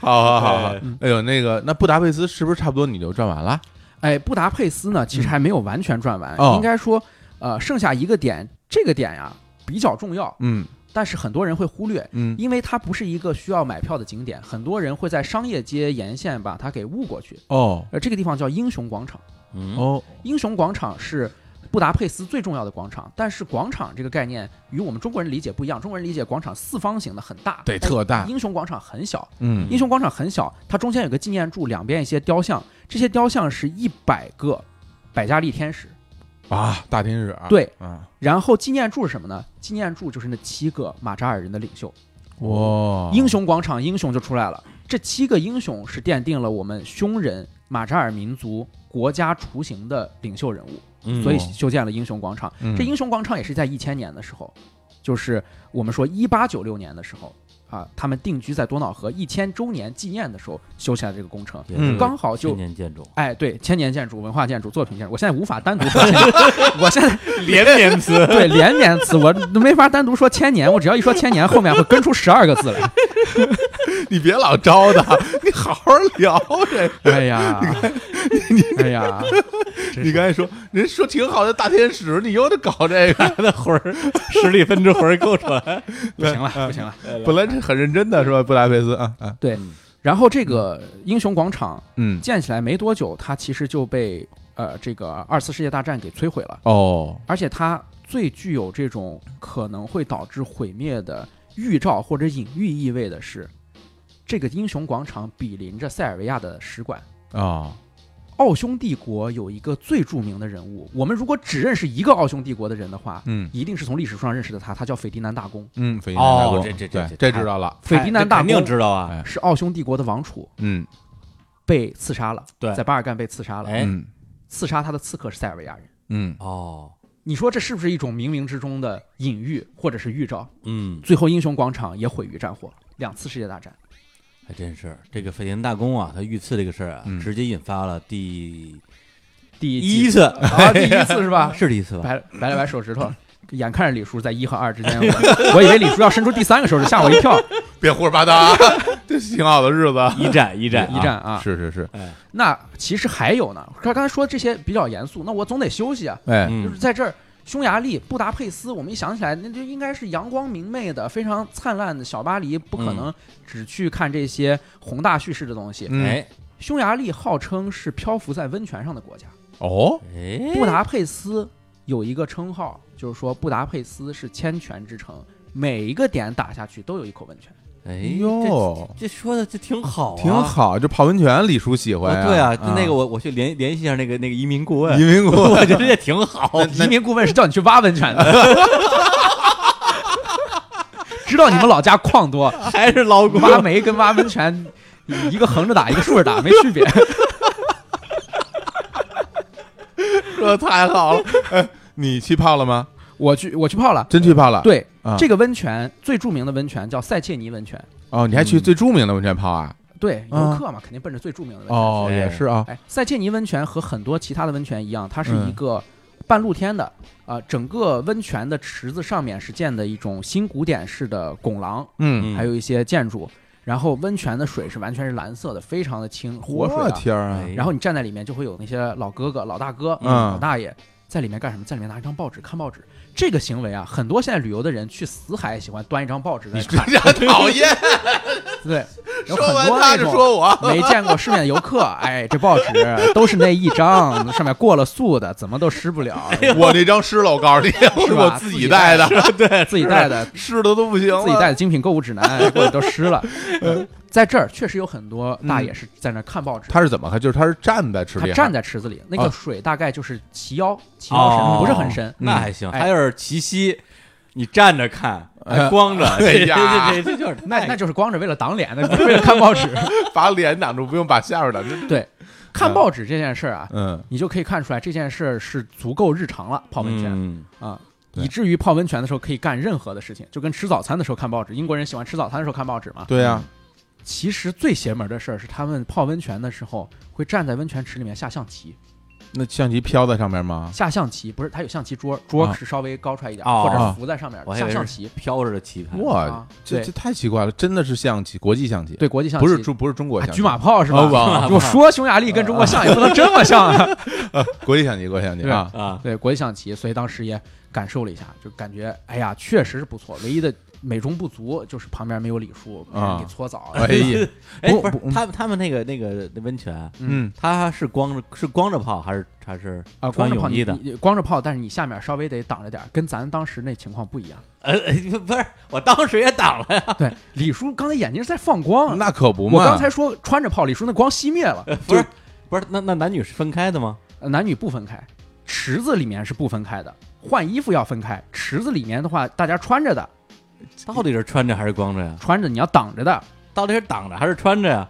Speaker 2: 好好好好
Speaker 1: 对，
Speaker 2: 哎呦，那个那布达佩斯是不是差不多你就转完了？
Speaker 3: 哎，布达佩斯呢，其实还没有完全转完，
Speaker 2: 哦
Speaker 3: 应该说，呃，剩下一个点，这个点呀比较重要，
Speaker 2: 嗯
Speaker 3: 但是很多人会忽略，
Speaker 2: 嗯
Speaker 3: 因为它不是一个需要买票的景点，很多人会在商业街沿线把它给误过去。
Speaker 2: 哦
Speaker 3: 呃，这个地方叫英雄广场，
Speaker 1: 嗯，
Speaker 2: 哦
Speaker 3: 英雄广场是布达佩斯最重要的广场，但是广场这个概念与我们中国人理解不一样，中国人理解广场四方形的很大，
Speaker 2: 得特大
Speaker 3: 但英雄广场很小，
Speaker 2: 嗯
Speaker 3: 英雄广场很小，它中间有个纪念柱，两边一些雕像，这些雕像是一百个百家丽天使，
Speaker 2: 啊，大天使啊
Speaker 3: 对，
Speaker 2: 啊
Speaker 3: 然后纪念柱是什么呢？纪念柱就是那七个马扎尔人的领袖。
Speaker 2: 哇
Speaker 3: 英雄广场英雄就出来了。这七个英雄是奠定了我们匈人、马扎尔民族国家雏形的领袖人物，
Speaker 1: 嗯
Speaker 3: 所以修建了英雄广场。
Speaker 2: 嗯
Speaker 3: 这英雄广场也是在一千年的时候，就是我们说一八九六年的时候啊，他们定居在多瑙河一千周年纪念的时候修起来这个工程。
Speaker 1: 也
Speaker 2: 嗯
Speaker 1: 是
Speaker 3: 刚好就
Speaker 1: 千年建筑，
Speaker 3: 哎，对，千年建筑、文化建筑、作品建筑，我现在无法单独说千年， 我现在
Speaker 1: 连 绵词
Speaker 3: 对连绵词我都没法单独说千年，我只要一说千年，后面会跟出十二个字 来。
Speaker 2: 你别老招他，你好好聊这个。
Speaker 3: 哎呀，哎呀，
Speaker 2: 你刚才说人说挺好的大天使，你又得搞这个，
Speaker 1: 的魂儿，十里分之魂儿够出 来。
Speaker 3: 不行了，不行了。
Speaker 2: 本来这很认真的是吧？布达佩斯啊啊，
Speaker 3: 对
Speaker 1: 嗯，
Speaker 3: 然后这个英雄广场
Speaker 2: 嗯
Speaker 3: 建起来没多久，它其实就被呃这个二次世界大战给摧毁了，
Speaker 2: 哦
Speaker 3: 而且它最具有这种可能会导致毁灭的预兆或者隐喻意味的是，这个英雄广场比邻着塞尔维亚的使馆。
Speaker 2: 啊
Speaker 3: 奥匈帝国有一个最著名的人物，我们如果只认识一个奥匈帝国的人的话，
Speaker 2: 嗯
Speaker 3: 一定是从历史书上认识的他，他叫斐迪南大公，
Speaker 2: 嗯，斐济
Speaker 1: 哦
Speaker 2: 南大公
Speaker 1: 这这这这
Speaker 2: 对这知道了，
Speaker 3: 斐迪南
Speaker 1: 这
Speaker 3: 大
Speaker 1: 肯定
Speaker 3: 公
Speaker 1: 知道啊。
Speaker 2: 哎
Speaker 3: 是奥匈帝国的王储，
Speaker 2: 嗯
Speaker 3: 被刺杀了，
Speaker 1: 对
Speaker 3: 在巴尔干被刺杀了。
Speaker 1: 哎，
Speaker 2: 嗯
Speaker 3: 刺杀他的刺客是塞尔维亚人。
Speaker 2: 嗯
Speaker 1: 哦，
Speaker 3: 你说这是不是一种冥冥之中的隐喻或者是预兆？
Speaker 1: 嗯，
Speaker 3: 最后，英雄广场也毁于战火，两次世界大战。
Speaker 1: 还真是这个斐迪南大公啊，他遇刺这个事儿啊
Speaker 2: 嗯，
Speaker 1: 直接引发了第
Speaker 3: 第
Speaker 1: 一
Speaker 3: 次
Speaker 1: 次，
Speaker 3: 啊，第一次是吧？
Speaker 1: 是第一次吧？
Speaker 3: 摆摆了摆手指头，眼看着李叔在一和二之间，我 我以为李叔要伸出第三个手指，吓我一跳。
Speaker 2: 别胡说八道啊， 这挺好的日子啊，
Speaker 1: 一战，一战，
Speaker 3: 一战 啊
Speaker 2: 是是是，
Speaker 1: 哎，
Speaker 3: 那其实还有呢，他刚才说这些比较严肃，那我总得休息啊。
Speaker 2: 哎
Speaker 3: 就是
Speaker 1: 嗯，
Speaker 3: 在这儿，匈牙利布达佩斯，我们一想起来，那就应该是阳光明媚的、非常灿烂的小巴黎，不可能只去看这些宏大叙事的东西。
Speaker 2: 嗯
Speaker 1: 哎，
Speaker 3: 匈牙利号称是漂浮在温泉上的国家，
Speaker 2: 哦
Speaker 1: 哎，
Speaker 3: 布达佩斯有一个称号，就是说布达佩斯是千泉之城，每一个点打下去都有一口温泉。
Speaker 1: 哎
Speaker 2: 哎，呦，
Speaker 1: 这说的这挺好，啊
Speaker 2: 挺。好，就泡温泉，李叔喜欢
Speaker 1: 哦
Speaker 2: 呀，
Speaker 1: 对啊，就那个我我去联联系一下那个那个移民顾问
Speaker 2: 移，民国
Speaker 1: 我觉得这挺好。
Speaker 3: 移民顾问是叫你去挖温泉的， 知道你们老家矿多，
Speaker 1: 还是老古
Speaker 3: 挖煤跟挖温泉，一个横着打，一个竖着打，没区别。
Speaker 2: 这太好了，哎，你去泡了吗？
Speaker 3: 我去，我去泡了。
Speaker 2: 真去泡了？，
Speaker 3: 对，
Speaker 2: 啊
Speaker 3: 这个温泉最著名的温泉叫塞切尼温泉。
Speaker 2: 哦，你还去最著名的温泉泡啊？
Speaker 3: 对，游
Speaker 2: 啊
Speaker 3: 客嘛，肯定奔着最著名的温泉。
Speaker 2: 哦，
Speaker 1: 哎
Speaker 2: 也是啊，
Speaker 3: 哎，塞切尼温泉和很多其他的温泉一样，它是
Speaker 2: 嗯
Speaker 3: 一个半露天的，啊，整个温泉的池子上面是建的一种新古典式的拱廊，
Speaker 2: 嗯，
Speaker 1: 嗯
Speaker 3: 还有一些建筑。然后温泉的水是完全是蓝色的，非常的清，活水
Speaker 2: 我
Speaker 3: 啊。
Speaker 2: 天儿啊
Speaker 1: 哎，
Speaker 3: 然后你站在里面就会有那些老哥哥、老大哥、
Speaker 2: 嗯
Speaker 3: 老大爷在里面干什么？在里面拿一张报纸看报纸。这个行为啊，很多现在旅游的人去死海喜欢端一张报纸在
Speaker 2: 你
Speaker 3: 看，
Speaker 2: 真家讨厌，
Speaker 3: 对，有
Speaker 2: 说
Speaker 3: 很
Speaker 2: 完
Speaker 3: 多
Speaker 2: 他
Speaker 3: 那
Speaker 2: 就
Speaker 3: 种。
Speaker 2: 说我，
Speaker 3: 没见过世面的游 客，哎，这报纸都是那一张，上面过了塑的，怎么都湿 不了，
Speaker 2: 我那张湿了，我告诉你， 是我自己带的，
Speaker 3: 自己带的
Speaker 2: 湿的都不 行了，嗯
Speaker 3: 自己带的精品购物指南或者都湿 了。在这儿确实有很多大爷是在那儿看报纸，
Speaker 2: 他是怎么看？就是他是站在池
Speaker 3: 他
Speaker 2: 里，
Speaker 3: 站在池子里，那个
Speaker 2: 啊
Speaker 3: 水大概就是齐腰，齐腰
Speaker 2: 哦
Speaker 1: 哦
Speaker 3: 深，不是很
Speaker 2: 嗯
Speaker 3: 深。
Speaker 1: 那还行。
Speaker 3: 哎
Speaker 1: 还有是齐膝，你站着看，还
Speaker 2: 哎
Speaker 1: 光着，
Speaker 2: 哎
Speaker 1: 这
Speaker 2: 呀
Speaker 1: 这这这就是
Speaker 3: 那
Speaker 1: 太
Speaker 3: 那就是光着为了挡脸，那不是为了看 报纸。
Speaker 2: 把脸挡住，不用把下边挡住。
Speaker 3: 看报纸这件事儿啊，
Speaker 2: 嗯，
Speaker 3: 你就可以看出来这件事儿是足够日常了。泡温泉
Speaker 1: 嗯
Speaker 3: 啊，
Speaker 2: 对
Speaker 3: 以至于泡温泉的时候可以干任何的事情，就跟吃早餐的时候看报纸。英国人喜欢吃早餐的时候看报纸嘛。
Speaker 2: 对呀，
Speaker 3: 其实最邪门的事儿是，他们泡温泉的时候会站在温泉池里面下象棋。
Speaker 2: 那象棋飘在上面吗？
Speaker 3: 下象棋不是，它有象棋桌，桌
Speaker 2: 啊
Speaker 3: 是稍微高出来一点，
Speaker 1: 哦
Speaker 3: 或者
Speaker 2: 哦
Speaker 3: 浮在上面
Speaker 1: 我还以
Speaker 3: 下
Speaker 1: 为
Speaker 3: 象
Speaker 1: 是
Speaker 3: 棋。
Speaker 1: 飘着的棋盘，
Speaker 2: 哇
Speaker 3: 啊，
Speaker 2: 这
Speaker 3: 对
Speaker 2: 这太奇怪了，真的是象棋，国际象棋，
Speaker 3: 对，国际象棋
Speaker 2: 不是中不是中国
Speaker 3: 啊
Speaker 2: 象棋，
Speaker 3: 举马炮是吧？
Speaker 2: 哦不 啊
Speaker 3: 我说匈牙利跟中国像也不能这么像啊。
Speaker 2: 国际象棋，国际象棋
Speaker 3: 对
Speaker 2: 啊，
Speaker 1: 啊，
Speaker 3: 对，国际象棋，所以当时也感受了一下，就感觉哎呀，确实是不错。唯一的美中不足就是旁边没有礼数，没人给搓澡。
Speaker 2: 哎呀，
Speaker 1: 哎，
Speaker 2: 不
Speaker 1: 不
Speaker 2: 不
Speaker 1: 是他们他们那个那个那温泉，啊
Speaker 3: 嗯
Speaker 2: 嗯，
Speaker 1: 他是光着是光着泡还是还是
Speaker 3: 啊，光
Speaker 1: 穿
Speaker 3: 着泡
Speaker 1: 泳
Speaker 3: 你
Speaker 1: 衣的？
Speaker 3: 你光着泡，但是你下面稍微得挡着点儿，跟咱当时那情况不 一样。
Speaker 1: 呃，呃不是，我当时也挡了呀，
Speaker 3: 对，李叔刚才眼睛是在放光，
Speaker 2: 嗯那可不嘛，
Speaker 3: 我刚才说穿着泡，李叔那光熄灭了。
Speaker 1: 不是呃不是，那那男女是分开的吗？
Speaker 3: 呃男女不分开，池子里面是不分开的，换衣服要分开。池子里面的话，大家穿着的，
Speaker 1: 到底是穿着还是光着呀？
Speaker 3: 穿着你要挡着的，
Speaker 1: 到底是挡着还是穿着呀？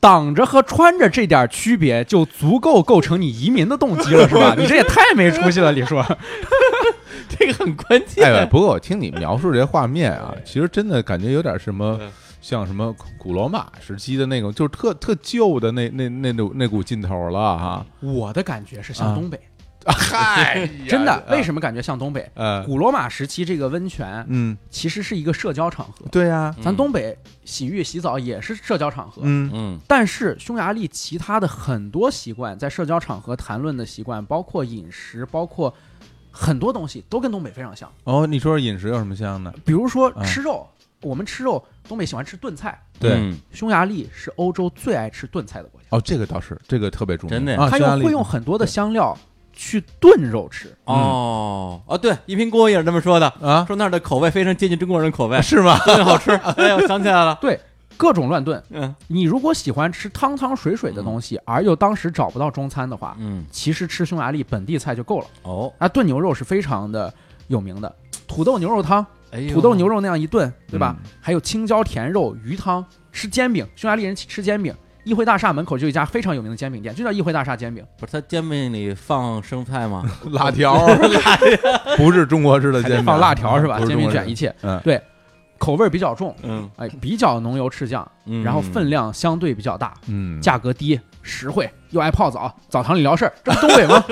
Speaker 3: 挡着和穿着这点区别就足够构成你移民的动机了，是吧？你这也太没出息了，李叔。
Speaker 1: 这个很关 键。
Speaker 2: 哎，不过我听你描述这些画面啊
Speaker 1: 对，
Speaker 2: 其实真的感觉有点什么
Speaker 1: 嗯，
Speaker 2: 像什么古古罗马时期的那种，就是特特旧的那那那那那股劲头了哈。
Speaker 3: 我的感觉是像东北，
Speaker 2: 嗨，
Speaker 1: 哎
Speaker 3: 真的。为
Speaker 2: 么？
Speaker 3: 什么感觉像东北？
Speaker 2: 呃，
Speaker 3: 古罗马时期这个温泉
Speaker 2: 嗯，
Speaker 3: 其实是一个社交场合，
Speaker 2: 对呀，
Speaker 1: 嗯
Speaker 3: 咱东北洗浴洗澡也是社交场合。
Speaker 2: 嗯
Speaker 1: 嗯
Speaker 3: 但是匈牙利其他的很多习惯，在社交场合谈论的习惯，包括饮食，包括很多东西，都跟东北非常像。
Speaker 2: 哦，你说说饮食有什么像的？
Speaker 3: 比如说
Speaker 2: 嗯
Speaker 3: 吃肉，我们吃肉，东北喜欢吃炖菜，
Speaker 2: 对，
Speaker 1: 嗯
Speaker 3: 匈牙利是欧洲最爱吃炖菜的国家，
Speaker 2: 哦，这个倒是，这个特别重要，
Speaker 1: 真的呀
Speaker 2: 啊，
Speaker 3: 它
Speaker 2: 匈牙
Speaker 3: 用
Speaker 2: 利
Speaker 3: 会用很多的香料去炖肉吃。
Speaker 1: 哦哦，对，一平锅也是这么说的，
Speaker 2: 啊，
Speaker 1: 说那儿的口味非常接近中国人的口味，
Speaker 2: 是 吗？
Speaker 1: 真好吃。哎，我想起来了，
Speaker 3: 对，各种乱炖。
Speaker 1: 嗯
Speaker 3: 你如果喜欢吃汤汤水水的
Speaker 2: 嗯
Speaker 3: 东西，而又当时找不到中餐的话，
Speaker 1: 嗯，
Speaker 3: 其实吃匈牙利本地菜就够了。
Speaker 1: 哦，
Speaker 3: 啊，炖牛肉是非常的有名的，土豆牛肉汤。
Speaker 1: 哎呦
Speaker 3: 土豆牛肉那样一炖，对吧？
Speaker 2: 嗯
Speaker 3: 还有青椒甜肉、鱼汤，吃煎饼，匈牙利人吃煎饼。议会大厦门口就有一家非常有名的煎饼店，就叫议会大厦煎饼。
Speaker 1: 不是他煎饼里放生菜吗？
Speaker 2: 辣条， 不是中国式的
Speaker 3: 还
Speaker 2: 煎
Speaker 3: 得
Speaker 2: 饼，
Speaker 3: 放辣条是吧？
Speaker 2: 不
Speaker 3: 煎
Speaker 2: 中
Speaker 3: 饼
Speaker 2: 国式
Speaker 3: 卷一切，
Speaker 2: 嗯
Speaker 3: 对，口味比较重，
Speaker 1: 嗯
Speaker 3: 哎，比较浓油赤酱，
Speaker 1: 嗯，
Speaker 3: 然后分量相对比较大，
Speaker 2: 嗯，
Speaker 3: 价格低，实惠，又爱泡澡，澡堂里聊事儿，这不东北吗？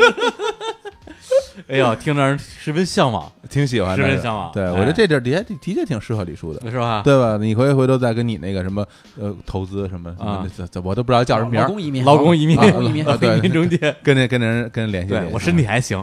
Speaker 1: 哎呦，听着让人十分向往，
Speaker 2: 挺喜欢
Speaker 1: 十分
Speaker 2: 的。
Speaker 1: 向往。
Speaker 2: 对，我觉得这地儿的确的确挺适合李叔的。
Speaker 1: 哎是
Speaker 3: 啊
Speaker 1: 吧？
Speaker 2: 对吧？你回回头再跟你那个什么呃投资什么什
Speaker 1: 啊
Speaker 2: 么的，这我都不知道叫什么名
Speaker 3: 老
Speaker 2: 儿，
Speaker 3: 公移民，
Speaker 1: 劳工移民，
Speaker 3: 老公移民，
Speaker 1: 劳工移民中介。
Speaker 2: 跟人跟人跟人联系
Speaker 1: 对
Speaker 2: 联系。
Speaker 1: 我身体还 行，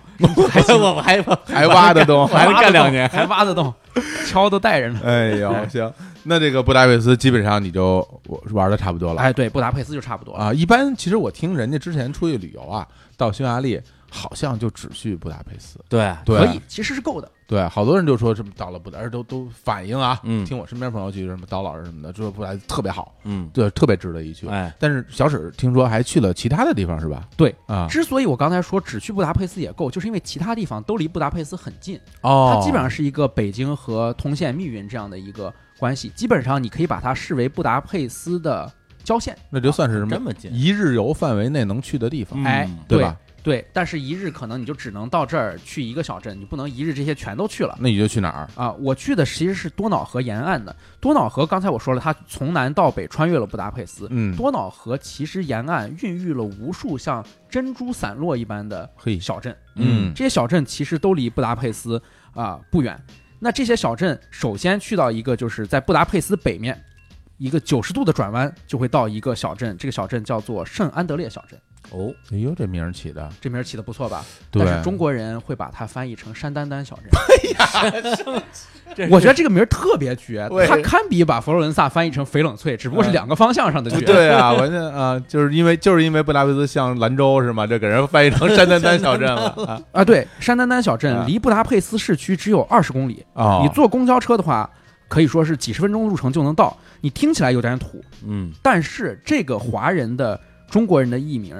Speaker 3: 还行
Speaker 1: 我我还我
Speaker 2: 还挖得 动，
Speaker 1: 还能干两年
Speaker 3: 还挖得动， 敲都带着 呢。
Speaker 2: 哎 呦行，那这个布达佩斯基本上你就我玩的差不多了
Speaker 3: 哎，对，布达佩斯就差不多了。
Speaker 2: 啊。一般其实我听人家之前出去旅游啊，到匈牙利好像就只去布达佩斯，
Speaker 1: 对
Speaker 2: 对
Speaker 3: 可以，其实是够的。
Speaker 2: 对，好多人就说什么到了布达，而且都都反映啊，
Speaker 1: 嗯
Speaker 2: 听我身边朋友去什么刀老师什么的，就说布达佩斯特别好，
Speaker 1: 嗯，
Speaker 2: 对，特别值得一去。
Speaker 1: 哎，
Speaker 2: 但是小史听说还去了其他的地方是吧？
Speaker 3: 对
Speaker 2: 啊，
Speaker 3: 之所以我刚才说只去布达佩斯也够，就是因为其他地方都离布达佩斯很近，
Speaker 2: 哦，
Speaker 3: 它基本上是一个北京和通县密云这样的一个关系，基本上你可以把它视为布达佩斯的郊县。
Speaker 2: 那就算是什么
Speaker 1: 这么近，
Speaker 2: 一日游范围内能去的地方，
Speaker 1: 嗯
Speaker 3: 哎，
Speaker 2: 对
Speaker 3: 对
Speaker 2: 吧？
Speaker 3: 对，但是一日可能你就只能到这儿去一个小镇，你不能一日这些全都去了。
Speaker 2: 那你就去哪儿？
Speaker 3: 啊，我去的其实是多瑙河沿岸的。多瑙河刚才我说了，它从南到北穿越了布达佩斯。
Speaker 2: 嗯，
Speaker 3: 多瑙河其实沿岸孕育了无数像珍珠散落一般的
Speaker 2: 嘿，
Speaker 3: 小镇，
Speaker 2: 嗯
Speaker 3: 这些小镇其实都离布达佩斯啊、不远。那这些小镇首先去到一个就是在布达佩斯北面，一个九十度的转弯就会到一个小镇，这个小镇叫做圣安德烈小镇。
Speaker 1: 哦，
Speaker 2: 哎呦，这名儿起的，
Speaker 3: 这名儿起的不错吧？
Speaker 2: 对，
Speaker 3: 但是中国人会把它翻译成山丹丹小镇。
Speaker 1: 这
Speaker 3: 我觉得这个名儿特别绝
Speaker 2: 对，
Speaker 3: 它堪比把佛罗伦萨翻译成翡冷翠，只不过是两个方向上的绝。
Speaker 2: 对啊，我这啊，就是因为就是因为布达佩斯像兰州是吗？这给人翻译成山丹丹小镇了啊
Speaker 3: 啊，对，山丹丹小
Speaker 2: 啊
Speaker 3: 镇离布达佩斯市区只有二十公里，
Speaker 2: 哦
Speaker 3: 你坐公交车的话，可以说是几十分钟路程就能到。你听起来有点土，
Speaker 1: 嗯，
Speaker 3: 但是这个华人的中国人的译名，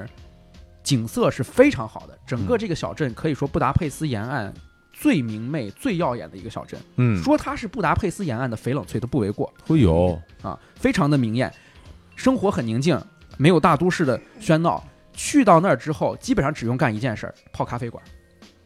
Speaker 3: 景色是非常好的。整
Speaker 2: 嗯
Speaker 3: 个这个小镇可以说布达佩斯沿岸最明媚、最耀眼的一个小镇。
Speaker 2: 嗯，
Speaker 3: 说它是布达佩斯沿岸的翡冷翠都不为过
Speaker 2: 会有
Speaker 3: 啊，非常的明艳，生活很宁静，没有大都市的喧闹。去到那儿之后，基本上只用干一件事儿，泡咖啡馆。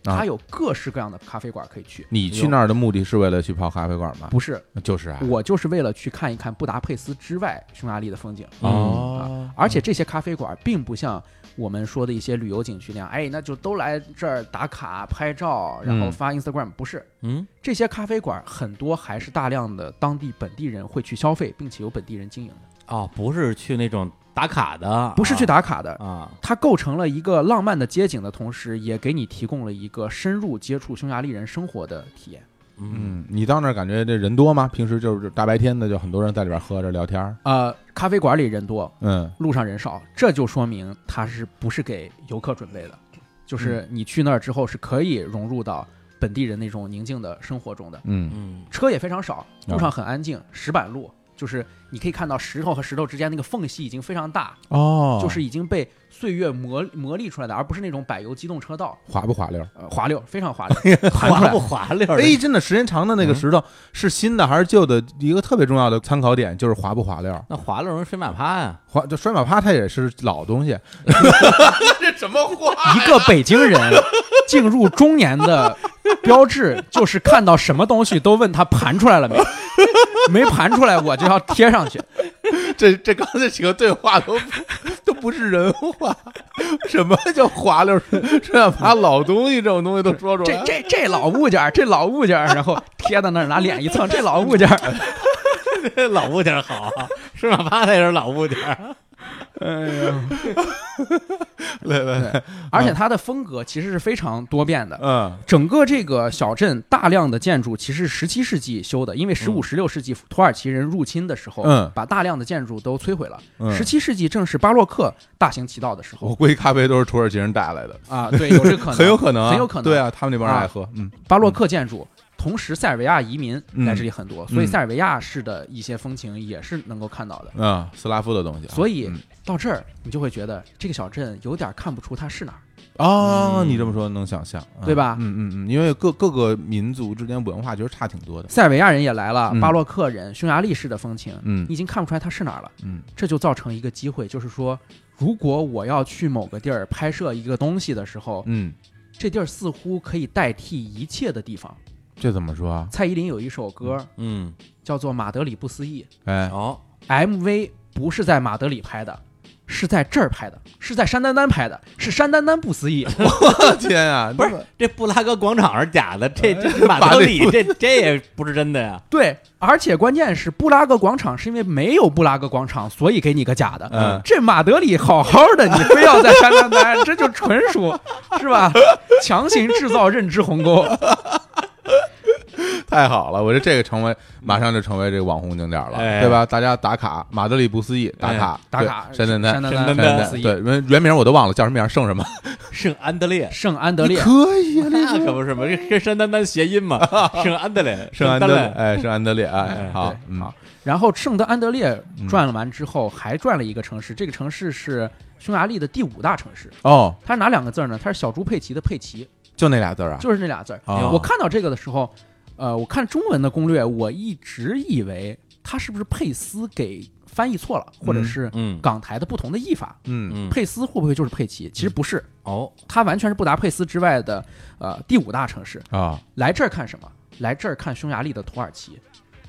Speaker 2: 啊
Speaker 3: 它有各式各样的咖啡馆可以去。
Speaker 2: 你去那儿的目的是为了去泡咖啡馆吗？
Speaker 3: 不是，
Speaker 2: 就是啊，
Speaker 3: 哎我就是为了去看一看布达佩斯之外匈牙利的风景。啊
Speaker 1: 嗯
Speaker 2: 哦，
Speaker 3: 而且这些咖啡馆并不像我们说的一些旅游景区那样，哎，那就都来这儿打卡拍照，然后
Speaker 2: 嗯
Speaker 3: 发 Instagram。不是，
Speaker 1: 嗯，
Speaker 3: 这些咖啡馆很多还是大量的当地本地人会去消费，并且由本地人经营的，
Speaker 1: 哦，不是去那种打卡的，
Speaker 3: 不是去打卡的。
Speaker 1: 啊，
Speaker 3: 它构成了一个浪漫的街景的同时，也给你提供了一个深入接触匈牙利人生活的体验。
Speaker 1: 嗯，
Speaker 2: 嗯，你到那儿感觉这人多吗？平时就是大白天的，就很多人在里边喝着聊天儿。
Speaker 3: 呃，咖啡馆里人多，
Speaker 2: 嗯，
Speaker 3: 路上人少，这就说明它是不是给游客准备的？就是你去那儿之后是可以融入到本地人那种宁静的生活中的。
Speaker 2: 嗯
Speaker 1: 嗯，
Speaker 3: 车也非常少，路上很安静，石板路，就是你可以看到石头和石头之间那个缝隙已经非常大，
Speaker 2: 哦
Speaker 3: 就是已经被岁月磨磨砺出来的，而不是那种柏油机动车道，
Speaker 2: 滑不滑溜？
Speaker 3: 呃，滑溜，非常滑溜，弹出
Speaker 1: 滑
Speaker 3: 来
Speaker 1: 不。滑溜儿？
Speaker 2: 哎，真的，时间长的那个石
Speaker 3: 嗯
Speaker 2: 头是新的还是旧的？一个特别重要的参考点就是滑不滑溜。
Speaker 1: 那滑溜容易摔马趴呀，
Speaker 2: 滑就摔马趴，它也是老东西。这什么话？
Speaker 3: 一个北京人进入中年的标志，就是看到什么东西都问他盘出来了没，没盘出来我就要贴上去。
Speaker 2: 这这刚才几个对话都不都不是人话。 什么叫滑溜？ 摔马趴老东西这种东西都说出
Speaker 3: 这
Speaker 2: 来。
Speaker 3: 这这老物件儿，这老物件儿，然后贴到那儿，拿脸一蹭，这老物件儿，
Speaker 1: 老物点儿好啊，摔马趴那也是老物点儿。啊
Speaker 2: 来来来，
Speaker 3: 而且它的风格其实是非常多变的。
Speaker 2: 嗯
Speaker 3: 整个这个小镇大量的建筑其实十七世纪修的，因为十五、十六世纪土耳其人入侵的时候，
Speaker 2: 嗯
Speaker 3: 把大量的建筑都摧毁了。
Speaker 2: 嗯
Speaker 3: 十七世纪正是巴洛克大行其道的时
Speaker 2: 我
Speaker 3: 候
Speaker 2: 估计咖啡都是土耳其人带来的，
Speaker 3: 啊，对，有 这可能，
Speaker 2: 很有可能啊，
Speaker 3: 很有可能。
Speaker 2: 对，啊，他们那帮人
Speaker 3: 啊
Speaker 2: 爱喝，嗯
Speaker 3: 巴洛克建筑，同时塞尔维亚移民
Speaker 2: 嗯
Speaker 3: 在这里很多，所以塞尔维亚式的一些风情也是能够看到的。
Speaker 2: 啊，斯拉夫的东西啊。
Speaker 3: 所以
Speaker 2: 嗯
Speaker 3: 到这儿，你就会觉得这个小镇有点看不出它是哪儿。
Speaker 2: 哦，
Speaker 1: 嗯
Speaker 2: 你这么说能想象，啊
Speaker 3: 对吧
Speaker 2: 嗯嗯嗯，因为各各个民族之间文化其实差挺多的。
Speaker 3: 塞尔维亚人也来了
Speaker 2: 嗯，
Speaker 3: 巴洛克人、匈牙利式的风情，
Speaker 2: 嗯
Speaker 3: 你已经看不出来它是哪儿了。
Speaker 2: 嗯
Speaker 3: 这就造成一个机会，就是说，如果我要去某个地儿拍摄一个东西的时候，
Speaker 2: 嗯，
Speaker 3: 这地儿似乎可以代替一切的地方。
Speaker 2: 这怎么说啊？
Speaker 3: 蔡依林有一首歌
Speaker 1: 嗯，
Speaker 3: 叫做《马德里不思议
Speaker 2: 哎，
Speaker 1: 哦，》
Speaker 3: ，MV 不是在马德里拍的，是在这儿拍的，是在山丹丹拍的，是山丹丹不思议。
Speaker 2: 我天啊，
Speaker 1: 不是这布拉格广场是假的，这这马
Speaker 2: 马
Speaker 1: 德
Speaker 2: 里
Speaker 1: 里这这也不是真的呀。
Speaker 3: 对，而且关键是布拉格广场是因为没有布拉格广场，所以给你个假的。
Speaker 2: 嗯
Speaker 3: 这马德里好好的，你非要在山丹丹，这就纯属是吧？强行制造认知鸿沟。
Speaker 2: 太好了，我觉得这个成
Speaker 3: 嗯
Speaker 2: 为马上就成为这个网红景点了，
Speaker 1: 哎
Speaker 2: 对吧？大家打卡，马德里不思议，打卡、
Speaker 3: 哎打
Speaker 2: 对
Speaker 3: 卡
Speaker 2: 山丹丹，
Speaker 3: 山丹
Speaker 1: 丹
Speaker 2: 山
Speaker 1: 山丹
Speaker 2: 丹
Speaker 1: 丹
Speaker 3: 不思议
Speaker 2: 对，原原名我都忘了叫什么名，剩什么？
Speaker 1: 圣安德烈，
Speaker 3: 圣安德烈，
Speaker 2: 可以啊，
Speaker 1: 那可不是嘛，这跟山丹丹谐音 嘛，圣安德烈，
Speaker 2: 圣安
Speaker 1: 丹
Speaker 2: 德烈，，哎，圣安德烈，哎，
Speaker 1: 哎
Speaker 2: 好
Speaker 3: 对，
Speaker 2: 嗯
Speaker 3: 好，然后圣德安德烈转了完之后，还转了一个城市，这个城市是匈牙利的第五大城市。
Speaker 2: 哦，
Speaker 3: 它是哪两个字儿呢？它是小猪佩奇的佩奇，
Speaker 2: 就那俩字儿啊，
Speaker 3: 就是那俩字儿。
Speaker 2: 哦
Speaker 3: 我看到这个的时候，呃，我看中文的攻略，我一直以为它是不是佩斯给翻译错了，或者是
Speaker 1: 嗯
Speaker 3: 港台的不同的译法，
Speaker 2: 嗯
Speaker 1: 嗯，
Speaker 3: 佩斯会不会就是佩奇？其实不是，
Speaker 1: 哦，
Speaker 3: 它完全是布达佩斯之外的呃第五大城市。
Speaker 2: 啊，
Speaker 3: 来这儿看什么？来这儿看匈牙利的土耳其。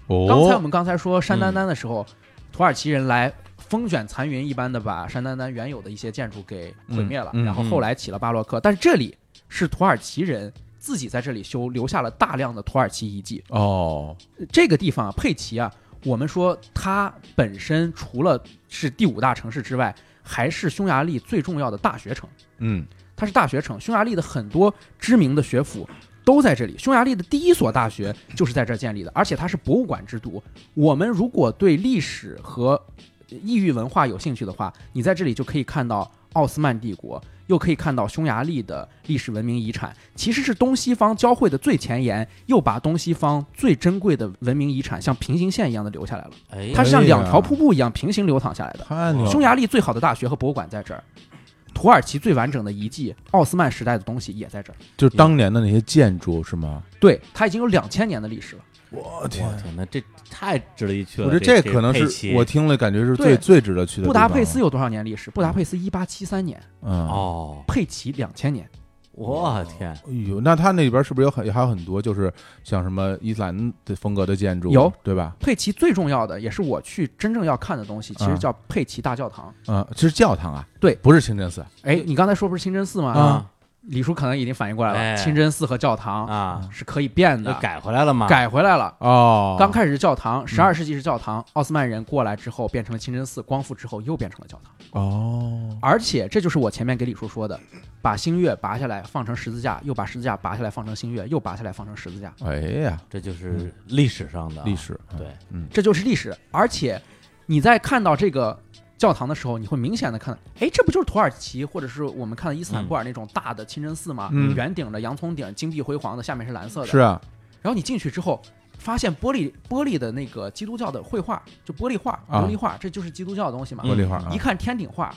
Speaker 2: 哦，
Speaker 3: 刚才我们刚才说山丹丹的时候，土耳其人来风卷残云一般的把山丹丹原有的一些建筑给毁灭了，
Speaker 2: 嗯嗯
Speaker 3: 然后后来起了巴洛克。但是这里是土耳其人自己在这里修，留下了大量的土耳其遗迹。
Speaker 2: 哦，
Speaker 3: 这个地方啊，佩奇啊，我们说它本身除了是第五大城市之外，还是匈牙利最重要的大学城，
Speaker 2: 嗯
Speaker 3: 它是大学城。匈牙利的很多知名的学府都在这里，匈牙利的第一所大学就是在这儿建立的，而且它是博物馆之都。我们如果对历史和异域文化有兴趣的话，你在这里就可以看到奥斯曼帝国，又可以看到匈牙利的历史文明遗产，其实是东西方交汇的最前沿，又把东西方最珍贵的文明遗产像平行线一样的留下来了。
Speaker 1: 哎，
Speaker 3: 它是像
Speaker 2: 哎呀
Speaker 3: 两条瀑布一样平行流淌下来的。
Speaker 2: 太
Speaker 1: 嗯
Speaker 2: 牛了，
Speaker 3: 匈牙利最好的大学和博物馆在这儿，土耳其最完整的遗迹，奥斯曼时代的东西也在这儿。
Speaker 2: 就是当年的那些建筑是吗？
Speaker 3: 对，它已经有两千年的历史了。
Speaker 2: 我
Speaker 1: 我！天哪，这太值得一去了。
Speaker 2: 哦我觉得
Speaker 1: 这
Speaker 2: 可能
Speaker 1: 佩
Speaker 2: 是
Speaker 1: 奇
Speaker 2: 我听了感觉是
Speaker 3: 对
Speaker 2: 最最值得去的地
Speaker 3: 布
Speaker 2: 方了。
Speaker 3: 达佩斯有多少年历史？布达佩斯一八七三年，
Speaker 2: 嗯，
Speaker 1: 哦，
Speaker 3: 佩奇两千年。
Speaker 1: 我天，
Speaker 2: 哎呦，那它那里边是不是有很还有很多就是像什么伊斯兰的风格的建筑？
Speaker 3: 有
Speaker 2: 对吧？
Speaker 3: 佩奇最重要的也是我去真正要看的东西，
Speaker 1: 嗯
Speaker 3: 其实
Speaker 2: 啊
Speaker 3: 叫佩奇大教堂。
Speaker 2: 嗯，这是教堂啊，
Speaker 3: 对
Speaker 2: 不是清真寺。
Speaker 3: 哎，你刚才说不是清真寺吗？
Speaker 1: 啊
Speaker 3: 李叔可能已经反应过来了，
Speaker 1: 哎
Speaker 3: 清真寺和教堂
Speaker 1: 啊，
Speaker 3: 是可以变
Speaker 1: 又
Speaker 3: 的，
Speaker 1: 改回来了嗯吗？
Speaker 3: 改回来了。
Speaker 2: 哦，
Speaker 3: 刚开始是教堂，十二世纪是教堂，奥斯曼人过来之后变成了清真寺，光复之后又变成了教堂。
Speaker 2: 哦，
Speaker 3: 而且这就是我前面给李叔说的，把星月拔下来放成十字架，又把十字架拔下来放成星月，又拔下来放成十字架，
Speaker 2: 哎呀，
Speaker 1: 这就是历史上的啊
Speaker 2: 历，史，
Speaker 1: 对，
Speaker 3: 这就是历史。而且你在看到这个教堂的时候，你会明显的看到，哎，这不就是土耳其或者是我们看的伊斯坦布尔那种大的清真寺吗？
Speaker 2: 嗯
Speaker 3: 圆顶的洋葱顶，金碧辉煌的，下面是蓝色的。
Speaker 2: 是。啊，
Speaker 3: 然后你进去之后。发现玻璃玻璃的那个基督教的绘画，就玻璃画、
Speaker 2: 啊
Speaker 3: 琉璃画，这就是基督教的东西嘛。
Speaker 1: 嗯
Speaker 2: 玻璃画啊
Speaker 3: 一，看天顶画，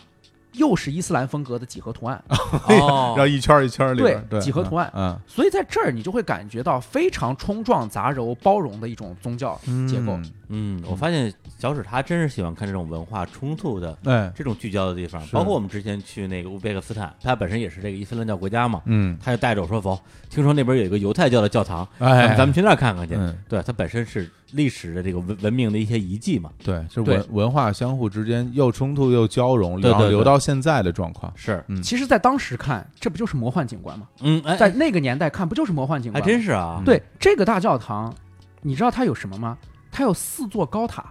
Speaker 3: 又是伊斯兰风格的几何图案，
Speaker 1: 哦
Speaker 2: 然后一圈儿一圈儿里边儿，
Speaker 3: 对
Speaker 2: 对，
Speaker 3: 几何图案
Speaker 2: 嗯，
Speaker 3: 所以在这儿你就会感觉到非常冲撞、杂糅、包容的一种宗教
Speaker 2: 嗯
Speaker 3: 结构。，
Speaker 1: 嗯，我发现小史他真是喜欢看这种文化冲突的
Speaker 2: 哎，
Speaker 1: 这种聚焦的地方，
Speaker 2: 是
Speaker 1: 包括我们之前去那个乌兹别克斯坦，它本身也是这个伊斯兰教国家嘛，
Speaker 2: 嗯，
Speaker 1: 他就带着我说佛，听说那边有一个犹太教的教堂，咱
Speaker 2: 哎，
Speaker 1: 们咱们去那儿看看去。
Speaker 2: 嗯，
Speaker 1: 对，它本身是历史的这个文文明的一些遗迹嘛。
Speaker 2: 对，就是
Speaker 3: 对
Speaker 2: 文文化相互之间又冲突又交融，
Speaker 1: 对
Speaker 2: 然后
Speaker 1: 对对
Speaker 2: 留到现在的状况，
Speaker 1: 是，
Speaker 2: 嗯
Speaker 3: 其实，在当时看，这不就是魔幻景观吗？
Speaker 1: 嗯，哎，
Speaker 3: 在嗯那个年代看，不就是魔幻景
Speaker 1: 还
Speaker 3: 观吗？
Speaker 1: 真是啊。
Speaker 3: 对这个大教堂，你知道它有什么吗？它有四座高塔，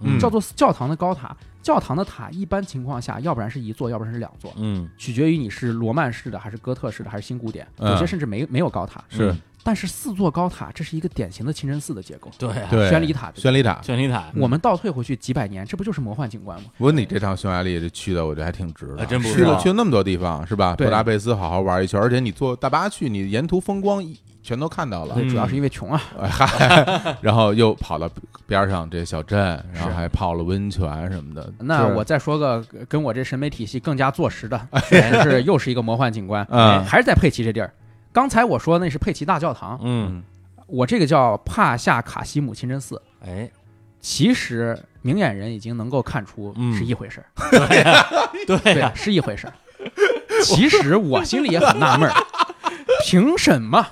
Speaker 1: 嗯
Speaker 3: 叫做教堂的高塔。教堂的塔一般情况下，要不然是一座，要不然是两座，
Speaker 1: 嗯，
Speaker 3: 取决于你是罗曼式的还是哥特式的还是新古典，
Speaker 2: 嗯
Speaker 3: 有些甚至没没有高塔。
Speaker 2: 是
Speaker 1: 嗯
Speaker 3: 但是四座高塔，这是一个典型的清真寺的结构，
Speaker 1: 对嗯啊，
Speaker 2: 对，
Speaker 3: 宣礼塔的
Speaker 2: 宣礼塔。
Speaker 1: 宣礼塔，
Speaker 3: 我们倒退回去几百年，这不就是魔幻景观吗？
Speaker 2: 不过你这趟匈牙利这去的，我觉得还挺值
Speaker 3: 啊
Speaker 2: 的，啊
Speaker 1: 还真不
Speaker 2: 去
Speaker 1: 错
Speaker 2: 了去了那么多地方，是吧？
Speaker 3: 对
Speaker 2: 布达佩斯好好玩一圈，而且你坐大巴去，你沿途风光一全都看到了
Speaker 1: 对，
Speaker 3: 主要是因为穷啊，
Speaker 2: 哎嗨，然后又跑到边上这小镇，然后还泡了温泉什么的。
Speaker 3: 那
Speaker 2: 就是
Speaker 3: 我再说个呃跟我这审美体系更加坐实的，确实是又是一个魔幻景观，哎
Speaker 2: 嗯
Speaker 3: 还是在佩奇这地儿。刚才我说那是佩奇大教堂，
Speaker 1: 嗯，
Speaker 3: 我这个叫帕夏卡西姆清真寺。
Speaker 1: 哎，
Speaker 3: 其实明眼人已经能够看出
Speaker 1: 嗯
Speaker 3: 是一回事儿，
Speaker 1: 对
Speaker 3: 对
Speaker 1: 呀、
Speaker 3: 啊，是一回事儿。其实我心里也很纳闷儿，凭什么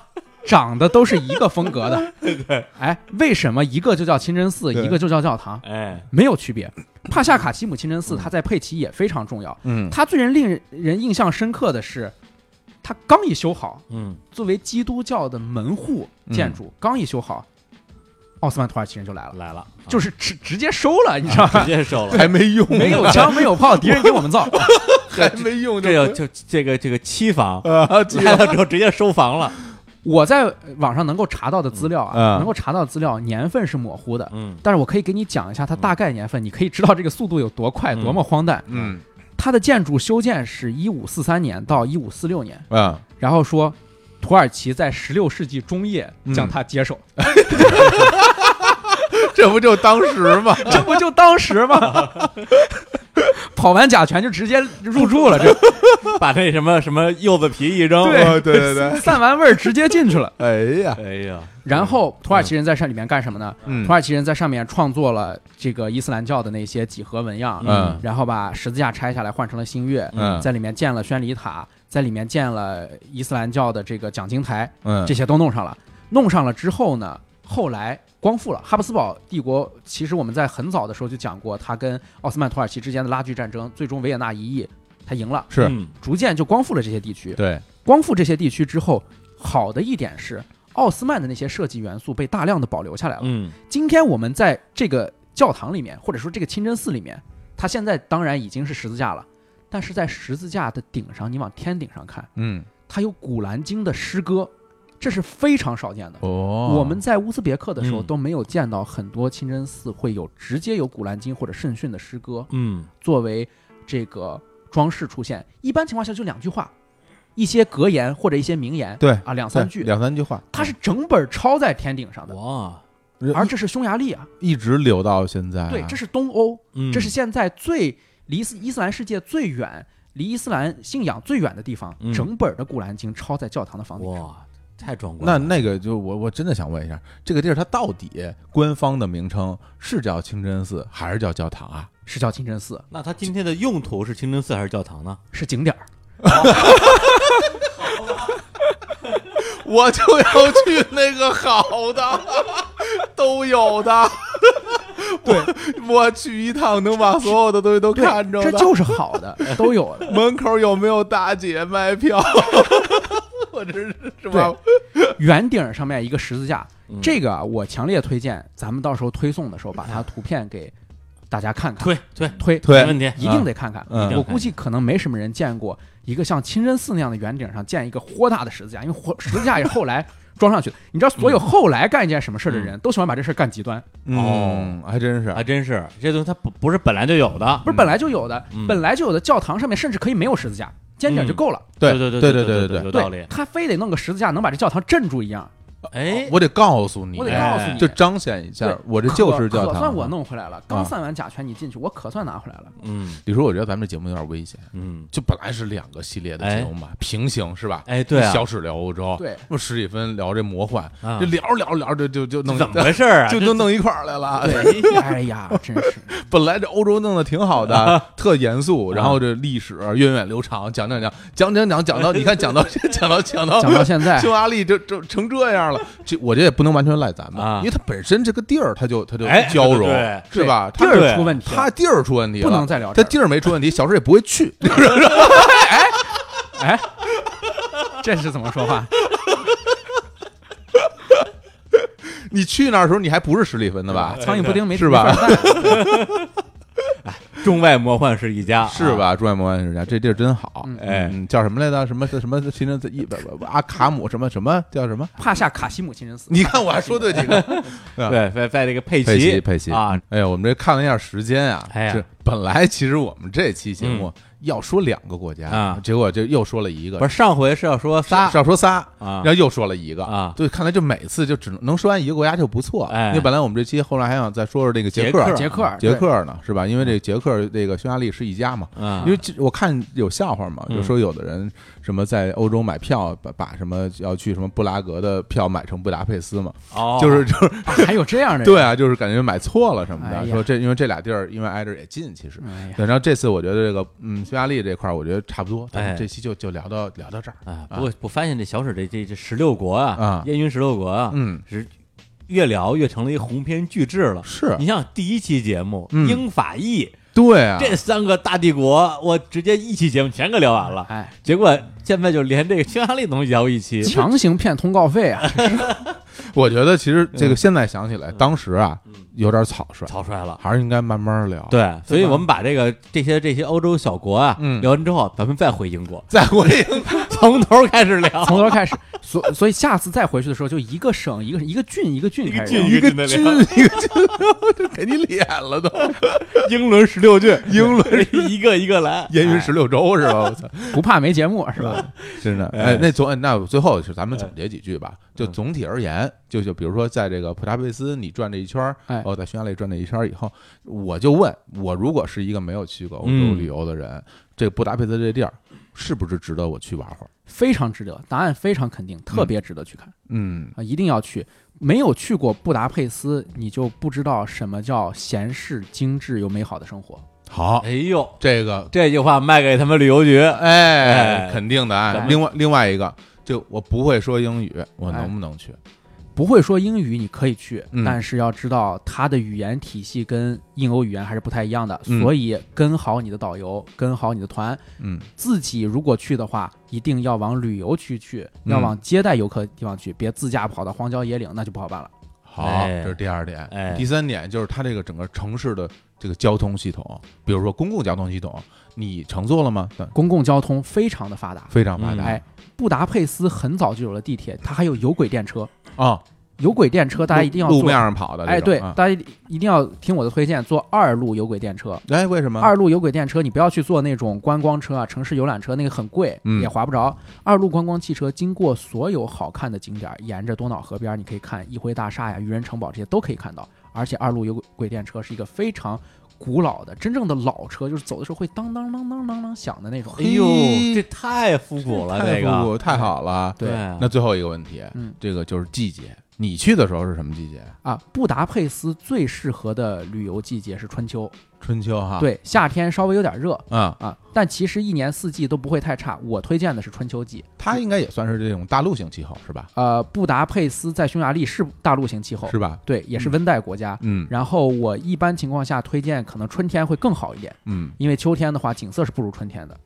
Speaker 3: 长得都是一个风格的？对，哎，为什么一个就叫清真寺，
Speaker 2: 对
Speaker 3: 一个就叫教堂？
Speaker 1: 哎，
Speaker 3: 没有区别。帕夏卡西姆清真寺，它在佩奇也非常重要。
Speaker 2: 嗯
Speaker 3: 它最人令人印象深刻的是，它刚一修好，
Speaker 1: 嗯，
Speaker 3: 作为基督教的门户
Speaker 2: 嗯
Speaker 3: 建筑，刚一修好，奥斯曼土耳其人就来
Speaker 2: 啊
Speaker 3: 了，
Speaker 1: 来了，啊
Speaker 3: 就是是直直接收了，你知道
Speaker 1: 直
Speaker 3: 吗？
Speaker 1: 接收了。
Speaker 2: 还没用，
Speaker 3: 没有枪，没有炮，敌人给我们造。
Speaker 2: 还没用就，
Speaker 1: 这个就这个这个期房
Speaker 2: 啊，这
Speaker 1: 来了之后直接收房了，
Speaker 3: 我在网上能够查到的资料
Speaker 2: 嗯嗯
Speaker 3: 啊，能够查到的资料年份是模糊的，
Speaker 1: 嗯，
Speaker 3: 但是我可以给你讲一下它大概年份，你可以知道这个速度有多快，
Speaker 1: 嗯
Speaker 3: 多么荒诞。
Speaker 2: 嗯
Speaker 3: 它的建筑修建是一五四三年到一五四六年。
Speaker 2: 啊，
Speaker 3: 然后说土耳其在十六世纪中叶
Speaker 2: 嗯
Speaker 3: 将它接手，
Speaker 2: 这不就当时 吗？
Speaker 3: 嗯这不就当时吗？跑完甲醛就直接入住了， 这
Speaker 1: 把那什么什么柚子皮一扔，
Speaker 3: 哎
Speaker 2: 哦对对对，
Speaker 3: 散完味儿直接进去了。
Speaker 2: 哎呀，
Speaker 1: 哎呀，
Speaker 3: 然后土耳其人在上里面干什么呢？
Speaker 2: 嗯
Speaker 3: 土耳其人在上面创作了这个伊斯兰教的那些几何纹样，
Speaker 2: 嗯
Speaker 3: 然后把十字架拆下来换成了星月，
Speaker 2: 嗯
Speaker 3: 在里面建了宣礼塔，在里面建了伊斯兰教的这个讲经台，
Speaker 2: 嗯
Speaker 3: 这些都弄上了。弄上了之后呢，后来光复了哈布斯堡帝国。其实我们在很早的时候就讲过，它跟奥斯曼土耳其之间的拉锯战争，最终维也纳一役，它赢了，
Speaker 2: 是
Speaker 1: 嗯
Speaker 3: 逐渐就光复了这些地区。
Speaker 2: 对，
Speaker 3: 光复这些地区之后，好的一点是，奥斯曼的那些设计元素被大量的保留下来了。
Speaker 1: 嗯
Speaker 3: 今天我们在这个教堂里面，或者说这个清真寺里面，它现在当然已经是十字架了，但是在十字架的顶上，你往天顶上看，
Speaker 2: 嗯，
Speaker 3: 它有《古兰经》的诗歌，这是非常少见的。
Speaker 2: 哦，
Speaker 3: 我们在乌兹别克的时候
Speaker 1: 嗯
Speaker 3: 都没有见到很多清真寺会有直接有《古兰经》或者圣训的诗歌
Speaker 1: 嗯
Speaker 3: 作为这个装饰出现，一般情况下就两句话，一些格言或者一些名言，
Speaker 2: 对
Speaker 3: 啊两
Speaker 2: 对
Speaker 3: 三句，
Speaker 2: 两三句话，
Speaker 3: 它是整本抄在天顶上的，
Speaker 1: 哇，
Speaker 3: 而这是匈牙利啊，
Speaker 2: 一直留到现在啊，
Speaker 3: 对，这是东欧，
Speaker 1: 嗯
Speaker 3: 这是现在最离伊斯伊斯兰世界最远、离伊斯兰信仰最远的地方，
Speaker 1: 嗯
Speaker 3: 整本的《古兰经》抄在教堂的房顶上。
Speaker 1: 哇，太壮观
Speaker 2: 那
Speaker 1: 了。
Speaker 2: 那个就我我真的想问一下，这个地儿它到底官方的名称是叫清真寺还是叫教堂啊？
Speaker 3: 是叫清真寺，
Speaker 1: 那它今天的用途是清真寺还是教堂呢？
Speaker 3: 是景点儿。
Speaker 2: 我就要去那个好的，都有的。对，我去一趟能把所有的东西都
Speaker 3: 对，这就是好的，都有的。
Speaker 2: 门口有没有大姐卖票？ 我这是是
Speaker 3: 吧？圆顶上面一个十字架，
Speaker 1: 嗯
Speaker 3: 这个啊我强烈推荐，咱们到时候推送的时候把它图片给大家看看。
Speaker 1: 推推，
Speaker 3: 推
Speaker 1: 没问
Speaker 2: 对，
Speaker 1: 题。
Speaker 3: 一定得看看。
Speaker 2: 嗯
Speaker 1: 嗯
Speaker 3: 我估计可能没什么人见过一个像清真寺那样的圆顶上建一个豁大的十字架，因为豁十字架也是后来装上去的。你知道，所有后来干一件什么事儿的
Speaker 1: 嗯
Speaker 3: 人、都喜欢把这事儿干极端，哦
Speaker 2: 嗯，还真是
Speaker 3: 啊
Speaker 1: 还。真是这东西它不不是本来就有的，
Speaker 3: 不是本来就有的，
Speaker 1: 嗯
Speaker 3: 本来就有的教堂上面甚至可以没有十字架，尖顶就够了。
Speaker 2: 对
Speaker 1: 对
Speaker 2: 对
Speaker 1: 对
Speaker 2: 对
Speaker 1: 嗯对，有
Speaker 2: 对
Speaker 1: 道理。
Speaker 3: 他非得弄个十字架能把这教堂镇住一样，
Speaker 1: 哎，
Speaker 2: 我得告诉你，
Speaker 3: 我得告诉
Speaker 1: 哎
Speaker 3: 你，啊
Speaker 2: 就彰显一下
Speaker 3: 对，
Speaker 2: 我这就是
Speaker 3: 可
Speaker 2: 教
Speaker 3: 可算
Speaker 2: 堂。啊
Speaker 3: 我弄回来了，刚散完甲醛，你进去，我可算拿回来 了。
Speaker 1: 嗯
Speaker 2: 李叔，我觉得咱们这节目有点危险。
Speaker 1: 嗯，
Speaker 2: 就本来是两个系列的节目嘛，平行是吧？
Speaker 1: 哎对啊
Speaker 2: 小史聊欧洲，
Speaker 3: 对
Speaker 2: 那么十几分聊这魔幻，
Speaker 1: 啊
Speaker 2: 这聊着聊着聊着就就就弄
Speaker 1: 怎么回事儿啊？
Speaker 2: 就
Speaker 1: 这
Speaker 2: 就弄一块儿来了。
Speaker 3: 对，哎呀，真是
Speaker 2: 本来这欧洲弄得挺好
Speaker 1: 啊
Speaker 2: 的，特严肃，然后这历史源远流长，讲讲讲讲讲讲讲到，你看讲到 讲到讲到
Speaker 3: 讲到现在，
Speaker 2: 匈牙利这这成这样了，这我觉得也不能完全赖咱们
Speaker 1: 啊，
Speaker 2: 因为它本身这个地儿它就它就
Speaker 1: 哎
Speaker 2: 交融
Speaker 1: 对对，
Speaker 2: 是吧？
Speaker 3: 地
Speaker 2: 它
Speaker 3: 儿出问题了，
Speaker 2: 它地儿出问题了，
Speaker 3: 不能再聊这
Speaker 2: 它
Speaker 3: 儿
Speaker 2: 地儿没出问题，小时候也不 会去，
Speaker 3: 哎，这是怎么说话？
Speaker 2: 你去那儿的时候，你还不是十里分的吧？
Speaker 3: 苍蝇不叮没
Speaker 2: 啊 是吧？
Speaker 1: 中外魔幻是一家，
Speaker 2: 是吧？中外魔幻世家，这地儿真好。
Speaker 3: 嗯
Speaker 1: 哎
Speaker 2: 嗯，叫什么来着？什么什么新人一阿卡姆什么什么叫什么？
Speaker 3: 帕夏卡西姆清真寺，
Speaker 2: 你看我还说对几 个？
Speaker 1: 啊？对，在在这个佩
Speaker 2: 佩
Speaker 1: 奇
Speaker 2: 奇佩奇
Speaker 1: 啊，！
Speaker 2: 哎呀，我们这看了一下时间啊，
Speaker 1: 哎呀嗯
Speaker 2: 这本来其实我们这期节目要说两个国家
Speaker 1: 啊
Speaker 2: 结果就又说了一个，
Speaker 1: 不是上回是要说仨
Speaker 2: 是要说仨。
Speaker 1: 啊
Speaker 2: 然后又说了一个
Speaker 1: 啊
Speaker 2: 对，看来就每次就只能能说完一个国家就不错。
Speaker 1: 哎
Speaker 2: 因为本来我们这期后来还想再说说这个
Speaker 1: 捷
Speaker 2: 克，
Speaker 1: 克
Speaker 3: 捷克，
Speaker 2: 捷
Speaker 3: 对，
Speaker 2: 克呢，是吧？因为这捷克这个匈牙利是一家嘛，
Speaker 1: 啊，
Speaker 2: 因为这我看有笑话嘛，
Speaker 1: 嗯
Speaker 2: 就说有的人什么在欧洲买票，把把什么要去什么布拉格的票买成布达佩斯嘛，
Speaker 1: 哦
Speaker 2: 就是就是
Speaker 3: 啊还有这样的人，
Speaker 2: 对啊，就是感觉买错了什么
Speaker 3: 哎
Speaker 2: 的。
Speaker 3: 呀
Speaker 2: 说这因为这俩地儿因为挨着也近，其实。
Speaker 3: 哎呀，
Speaker 2: 对，然后这次我觉得这个嗯匈牙利这块儿，我觉得差不多，咱
Speaker 1: 哎
Speaker 2: 们这期就就聊到聊到这儿。
Speaker 1: 啊，不过我发现这小史这这这十六国啊
Speaker 2: 啊，
Speaker 1: 烟云十六国啊，
Speaker 2: 嗯，
Speaker 1: 是越聊越成了一鸿篇巨制了。
Speaker 2: 是
Speaker 1: 你像第一期节目，
Speaker 2: 嗯
Speaker 1: 英法意
Speaker 2: 对啊，
Speaker 1: 这三个大帝国，我直接一期节目全给聊完了，
Speaker 2: 啊
Speaker 3: 哎，
Speaker 1: 结果现在就连这个 匈牙利都能聊一期，
Speaker 3: 强行骗通告费啊，
Speaker 2: 我觉得其实这个现在想起来，当时啊有点草率，
Speaker 1: 草率了。
Speaker 2: 还是应该慢慢聊。，
Speaker 1: 对，所以我们把这个这些这些欧洲小国啊，
Speaker 2: 嗯
Speaker 1: 聊完之后，咱们 再回英国，
Speaker 2: 再回应
Speaker 1: 从头开始聊。
Speaker 3: 从头开始，所所以下次再回去的时候，就一个省一个一个郡一个郡开始聊，
Speaker 1: 一
Speaker 2: 一
Speaker 1: 个
Speaker 2: 个
Speaker 1: 军
Speaker 2: 军
Speaker 1: 的量
Speaker 2: 一个军， 就给你脸了都。
Speaker 1: 英伦十六郡， 英伦一个一个来。
Speaker 2: 烟云十六州是吧？我操，
Speaker 3: 不怕没节目是吧？
Speaker 2: 真的。
Speaker 1: 哎
Speaker 2: 哎，那总那最后是咱们总结几句吧。就总体而言，就就比如说，在这个普达佩斯你转这一圈儿，
Speaker 3: 哎
Speaker 2: 哦，在匈牙利转这一圈儿以后，我就问我如果是一个没有去过欧洲
Speaker 1: 嗯
Speaker 2: 旅游的人，这个布达佩斯这地儿是不是值得我去玩会儿？
Speaker 3: 非常值得，答案非常肯定，特别值得去看
Speaker 2: 嗯，
Speaker 3: 啊，一定要去。没有去过布达佩斯，你就不知道什么叫闲适、精致又美好的生活。
Speaker 2: 好
Speaker 1: 哎，呦，
Speaker 2: 这个
Speaker 1: 这句话卖给他们旅游局，哎
Speaker 2: 哎，肯定的
Speaker 1: 咱
Speaker 2: 啊。
Speaker 1: 们
Speaker 2: 另外另外一个，就我不会说英语，我
Speaker 3: 哎
Speaker 2: 能不能去？
Speaker 3: 不会说英语，你可以去，
Speaker 2: 嗯
Speaker 3: 但是要知道它的语言体系跟印欧语言还是不太一样的，
Speaker 2: 嗯
Speaker 3: 所以跟好你的导游，跟好你的团，
Speaker 2: 嗯，
Speaker 3: 自己如果去的话，一定要往旅游区去，
Speaker 2: 嗯
Speaker 3: 要往接待游客的地方去，别自驾跑到荒郊野岭，那就不好办了。
Speaker 2: 好，
Speaker 1: 哎
Speaker 2: 这是第二点。
Speaker 1: 哎
Speaker 2: 第三点就是它这个整个城市的这个交通系统，比如说公共交通系统，你乘坐了吗？嗯
Speaker 3: 公共交通非常的发达。
Speaker 2: 非常发达
Speaker 1: 嗯
Speaker 3: 哎，布达佩斯很早就有了地铁，它还有有轨电车。
Speaker 2: 啊！
Speaker 3: 有轨电车大家一定要
Speaker 2: 路路
Speaker 3: 坐
Speaker 2: 面上跑的这种，
Speaker 3: 哎，对，
Speaker 2: 啊
Speaker 3: 大家一定要听我的推荐，坐二路有轨电车。
Speaker 2: 哎，为什么？
Speaker 3: 二路有轨电车，你不要去坐那种观光车啊，城市游览车，那个很贵，
Speaker 2: 嗯
Speaker 3: 也划不着。二路观光汽车经过所有好看的景点，沿着多瑙河边，你可以看议会大厦呀、渔人城堡这些都可以看到。而且二路有轨电车是一个非常古老的、真正的老车，就是走的时候会当当当当当当响的那种。
Speaker 1: 哎呦，
Speaker 2: 嘿
Speaker 1: 这太复古了，
Speaker 2: 太
Speaker 1: 这
Speaker 2: 复
Speaker 1: 个
Speaker 2: 古太好了。
Speaker 1: 对
Speaker 2: 那最后一个问题，
Speaker 3: 哎嗯
Speaker 2: 这个就是季节。你去的时候是什么季节？
Speaker 3: 啊，布达佩斯最适合的旅游季节是春秋，
Speaker 2: 春秋哈。，
Speaker 3: 对，夏天稍微有点热
Speaker 2: 啊，
Speaker 3: 啊，但其实一年四季都不会太差。我推荐的是春秋季。
Speaker 2: 它应该也算是这种大陆型气候是吧？
Speaker 3: 呃，布达佩斯在匈牙利是大陆型气候，
Speaker 2: 是吧？
Speaker 3: 对，也是温带国家。
Speaker 2: 嗯
Speaker 3: 哦然后我一般情况下推荐，可能春天会更好一点，
Speaker 2: 嗯。
Speaker 3: 因为秋天的话景色是不如春天的。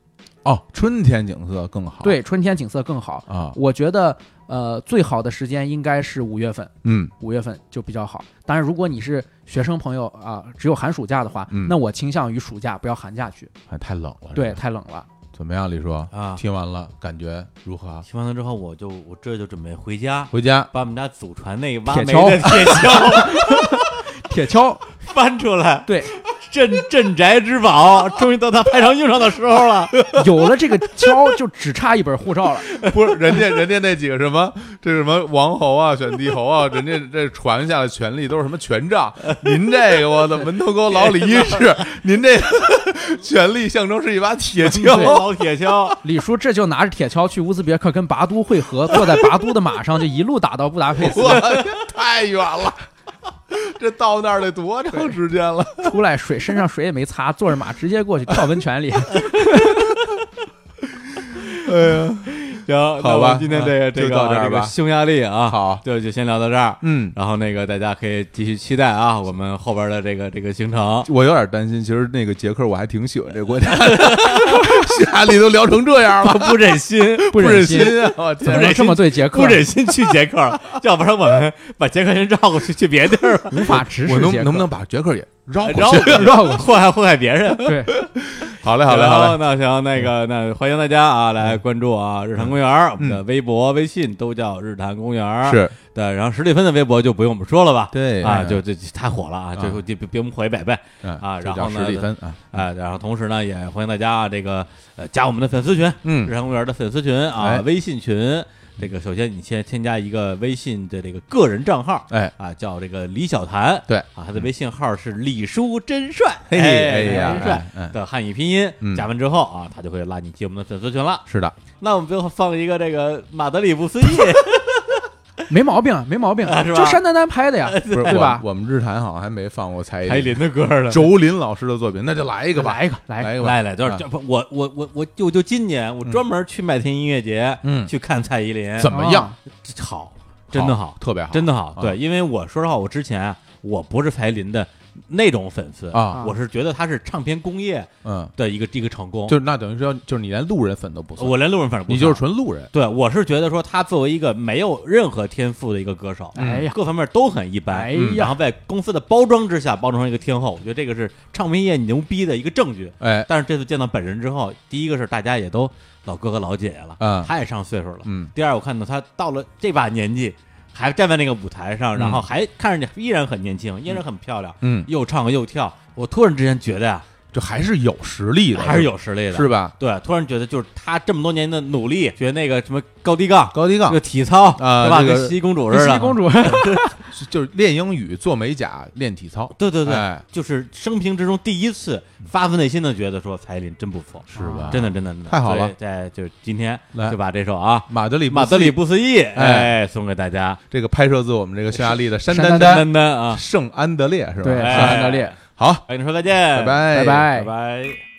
Speaker 2: 哦，春天景色更好。
Speaker 3: 对，春天景色更好。
Speaker 2: 啊，
Speaker 3: 我觉得，呃，最好的时间应该是五月份，
Speaker 2: 嗯
Speaker 3: 五月份就比较好。当然，如果你是学生朋友啊、只有寒暑假的话，
Speaker 2: 嗯哎
Speaker 3: 那我倾向于暑假，不要寒假去。
Speaker 2: 还太冷了。
Speaker 3: 对，
Speaker 2: 是吧，
Speaker 3: 太冷了。
Speaker 2: 怎么样，李叔？
Speaker 1: 啊。
Speaker 2: 听完了感觉如何？
Speaker 1: 听完了之后，我就我这就准备回家，
Speaker 2: 回家
Speaker 1: 把我们家祖传那个挖
Speaker 3: 铁
Speaker 1: 煤
Speaker 3: 锹
Speaker 1: 的铁 锹
Speaker 3: 铁锹，
Speaker 1: 翻出来，
Speaker 3: 对，
Speaker 1: 镇镇宅之宝，终于到它派上用场的时候了。
Speaker 3: 有了这个锹，就只差一本护照了。
Speaker 2: 不是人家人家那几个什么这什么王侯啊、选帝侯 啊，人家这传下的权力都是什么权杖？您这个我的门头沟老李一 式，您这个权力象征是一把铁锹。
Speaker 1: 老铁锹，
Speaker 3: 李叔这就拿着铁锹去乌兹别克跟拔都会合，坐在拔都的马上，就一路打到布达 佩斯。
Speaker 2: 我的天太远了，这到那儿得多长时间了？
Speaker 3: 出来水身上水也没擦，坐着马直接过去跳温 泉里。
Speaker 1: 行，
Speaker 2: 好吧
Speaker 1: 那我们今天这个
Speaker 2: 啊
Speaker 1: 这
Speaker 2: 就
Speaker 1: 个
Speaker 2: 到这儿
Speaker 1: 这个
Speaker 2: 吧
Speaker 1: 匈牙利啊，
Speaker 2: 好，
Speaker 1: 就就先聊到这儿。
Speaker 2: 嗯，
Speaker 1: 然后那个大家可以继续期待啊，我们后边的这个这个行程。
Speaker 2: 我有点担心，其实那个捷克我还挺喜欢这个国家 的，匈牙利都聊成这样了，
Speaker 1: 不忍心，
Speaker 3: 不忍
Speaker 2: 忍
Speaker 3: 心
Speaker 2: 啊！我
Speaker 3: 怎
Speaker 2: 天
Speaker 3: 么
Speaker 1: 忍
Speaker 3: 能这
Speaker 1: 心
Speaker 3: 么对杰克？
Speaker 1: 不忍心去捷克了， 要不然我们把捷克人绕过去去别地儿吧，
Speaker 3: 无法直视
Speaker 2: 我能
Speaker 3: 杰克
Speaker 2: 能不能把捷克也绕
Speaker 1: 绕
Speaker 2: 过去？
Speaker 1: 过
Speaker 3: 绕过去？
Speaker 1: 祸害祸害别人。
Speaker 3: 对，
Speaker 2: 好嘞， 好嘞，好嘞
Speaker 1: 然
Speaker 2: 嗯
Speaker 1: 后。那行，那个那欢迎大家啊来关注啊日坛公园儿，我们的微博、微信都叫日坛公园儿。
Speaker 2: 是
Speaker 1: 对，然后史蒂芬的微博就不用我们说了吧？
Speaker 2: 对
Speaker 1: 啊，
Speaker 2: 嗯
Speaker 1: 就这这太火了啊，
Speaker 2: 啊
Speaker 1: 就就别别我们回北呗。
Speaker 2: 嗯
Speaker 1: 啊
Speaker 2: 就
Speaker 1: 然
Speaker 2: 叫
Speaker 1: 后呢
Speaker 2: 史蒂芬啊，
Speaker 1: 啊，然后同时呢，也欢迎大家啊，这个呃加我们的粉丝群，日
Speaker 2: 嗯，
Speaker 1: 坛公园的粉丝群啊
Speaker 2: 哎，
Speaker 1: 微信群。这个首先你先添加一个微信的这个个人账号，
Speaker 2: 哎
Speaker 1: 啊，叫这个李小谭，
Speaker 2: 对
Speaker 1: 啊，他的微信号是李叔真帅，
Speaker 2: 嘿哎呀
Speaker 1: 真帅
Speaker 2: 哎哎
Speaker 1: 的汉语拼音，
Speaker 2: 嗯
Speaker 1: 加完之后啊，他就会拉你进我们的粉丝群了。
Speaker 2: 是的，
Speaker 1: 那我们最后放一个这个马德里不 思议，
Speaker 3: 没毛病，没毛病
Speaker 1: 啊，是吧
Speaker 3: 就山丹丹拍 的呀，
Speaker 2: 不是
Speaker 3: 对吧？
Speaker 2: 我我们日坛好像还没放过蔡依
Speaker 1: 还有林的歌呢，
Speaker 2: 周林老师的作品，那就来一个吧，
Speaker 3: 来一个，来一个。
Speaker 2: 来一个吧，
Speaker 1: 来来，就是
Speaker 2: 啊
Speaker 1: 这不我我我我就就今年我专门去麦田音乐节，
Speaker 2: 嗯
Speaker 1: 去看蔡依林，
Speaker 2: 怎么样？
Speaker 1: 好，真的好，
Speaker 2: 特别好，
Speaker 1: 真
Speaker 2: 的
Speaker 1: 的好
Speaker 2: 啊。
Speaker 1: 对，因为我说实话，我之前啊我不是蔡依林的那种粉丝
Speaker 2: 啊
Speaker 1: 我是觉得她是唱片工业
Speaker 2: 嗯，
Speaker 1: 的一个一个成功，
Speaker 2: 就是那等于说，就是你连路人粉都不算，
Speaker 1: 我连路人粉不
Speaker 2: 你就是纯路人，
Speaker 1: 对，我是觉得说她作为一个没有任何天赋的一个歌手，
Speaker 3: 哎呀
Speaker 1: 各方面都很一般，
Speaker 3: 哎
Speaker 2: 嗯
Speaker 1: 然
Speaker 3: 呀，
Speaker 1: 后在公司的包装之下包装成一个天后，我觉得这个是唱片业牛逼的一个证据。
Speaker 2: 哎，
Speaker 1: 但是这次见到本人之后，第一个是大家也都老哥哥老姐姐了，
Speaker 2: 嗯
Speaker 1: 他也上岁数了。
Speaker 2: 嗯，
Speaker 1: 第二，我看到他到了这把年纪，还站在那个舞台上，然后还看着依然很年轻，依然很漂亮，
Speaker 2: 嗯，
Speaker 1: 又唱又跳。我突然之间觉得呀、
Speaker 2: 这还是有实力的，
Speaker 1: 还是有实力的，
Speaker 2: 是吧？
Speaker 1: 对，突然觉得就是他这么多年的努力，学那个什么高低杠。
Speaker 2: 高低
Speaker 1: 这
Speaker 2: 杠
Speaker 1: 个体操
Speaker 2: 啊
Speaker 1: 对吧？
Speaker 2: 这个
Speaker 1: 跟西公主啊
Speaker 3: 梅
Speaker 1: 似
Speaker 3: 西
Speaker 1: 的。
Speaker 3: 公主，
Speaker 2: 就是练英语、做美甲、练体操，
Speaker 1: 对对对，
Speaker 2: 哎
Speaker 1: 就是生平之中第一次发自内心的觉得说蔡依林真不错，
Speaker 2: 是吧？
Speaker 1: 真的真的真的
Speaker 2: 太好了
Speaker 1: 所以在就是今天
Speaker 2: 来
Speaker 1: 就把这首啊
Speaker 2: 马德里
Speaker 1: 《
Speaker 2: 不
Speaker 1: 马德里不思议》
Speaker 2: 哎
Speaker 1: 哎送给大家，
Speaker 2: 这个拍摄自我们这个匈牙利的山
Speaker 3: 山
Speaker 2: 丹
Speaker 3: 丹
Speaker 1: 丹
Speaker 3: 丹
Speaker 1: 丹啊，
Speaker 2: 圣安德烈是吧？
Speaker 3: 对，
Speaker 1: 哎
Speaker 3: 山丹丹烈，
Speaker 2: 好，
Speaker 1: 欢迎说再见，
Speaker 2: 拜拜
Speaker 3: 拜拜
Speaker 1: 拜拜。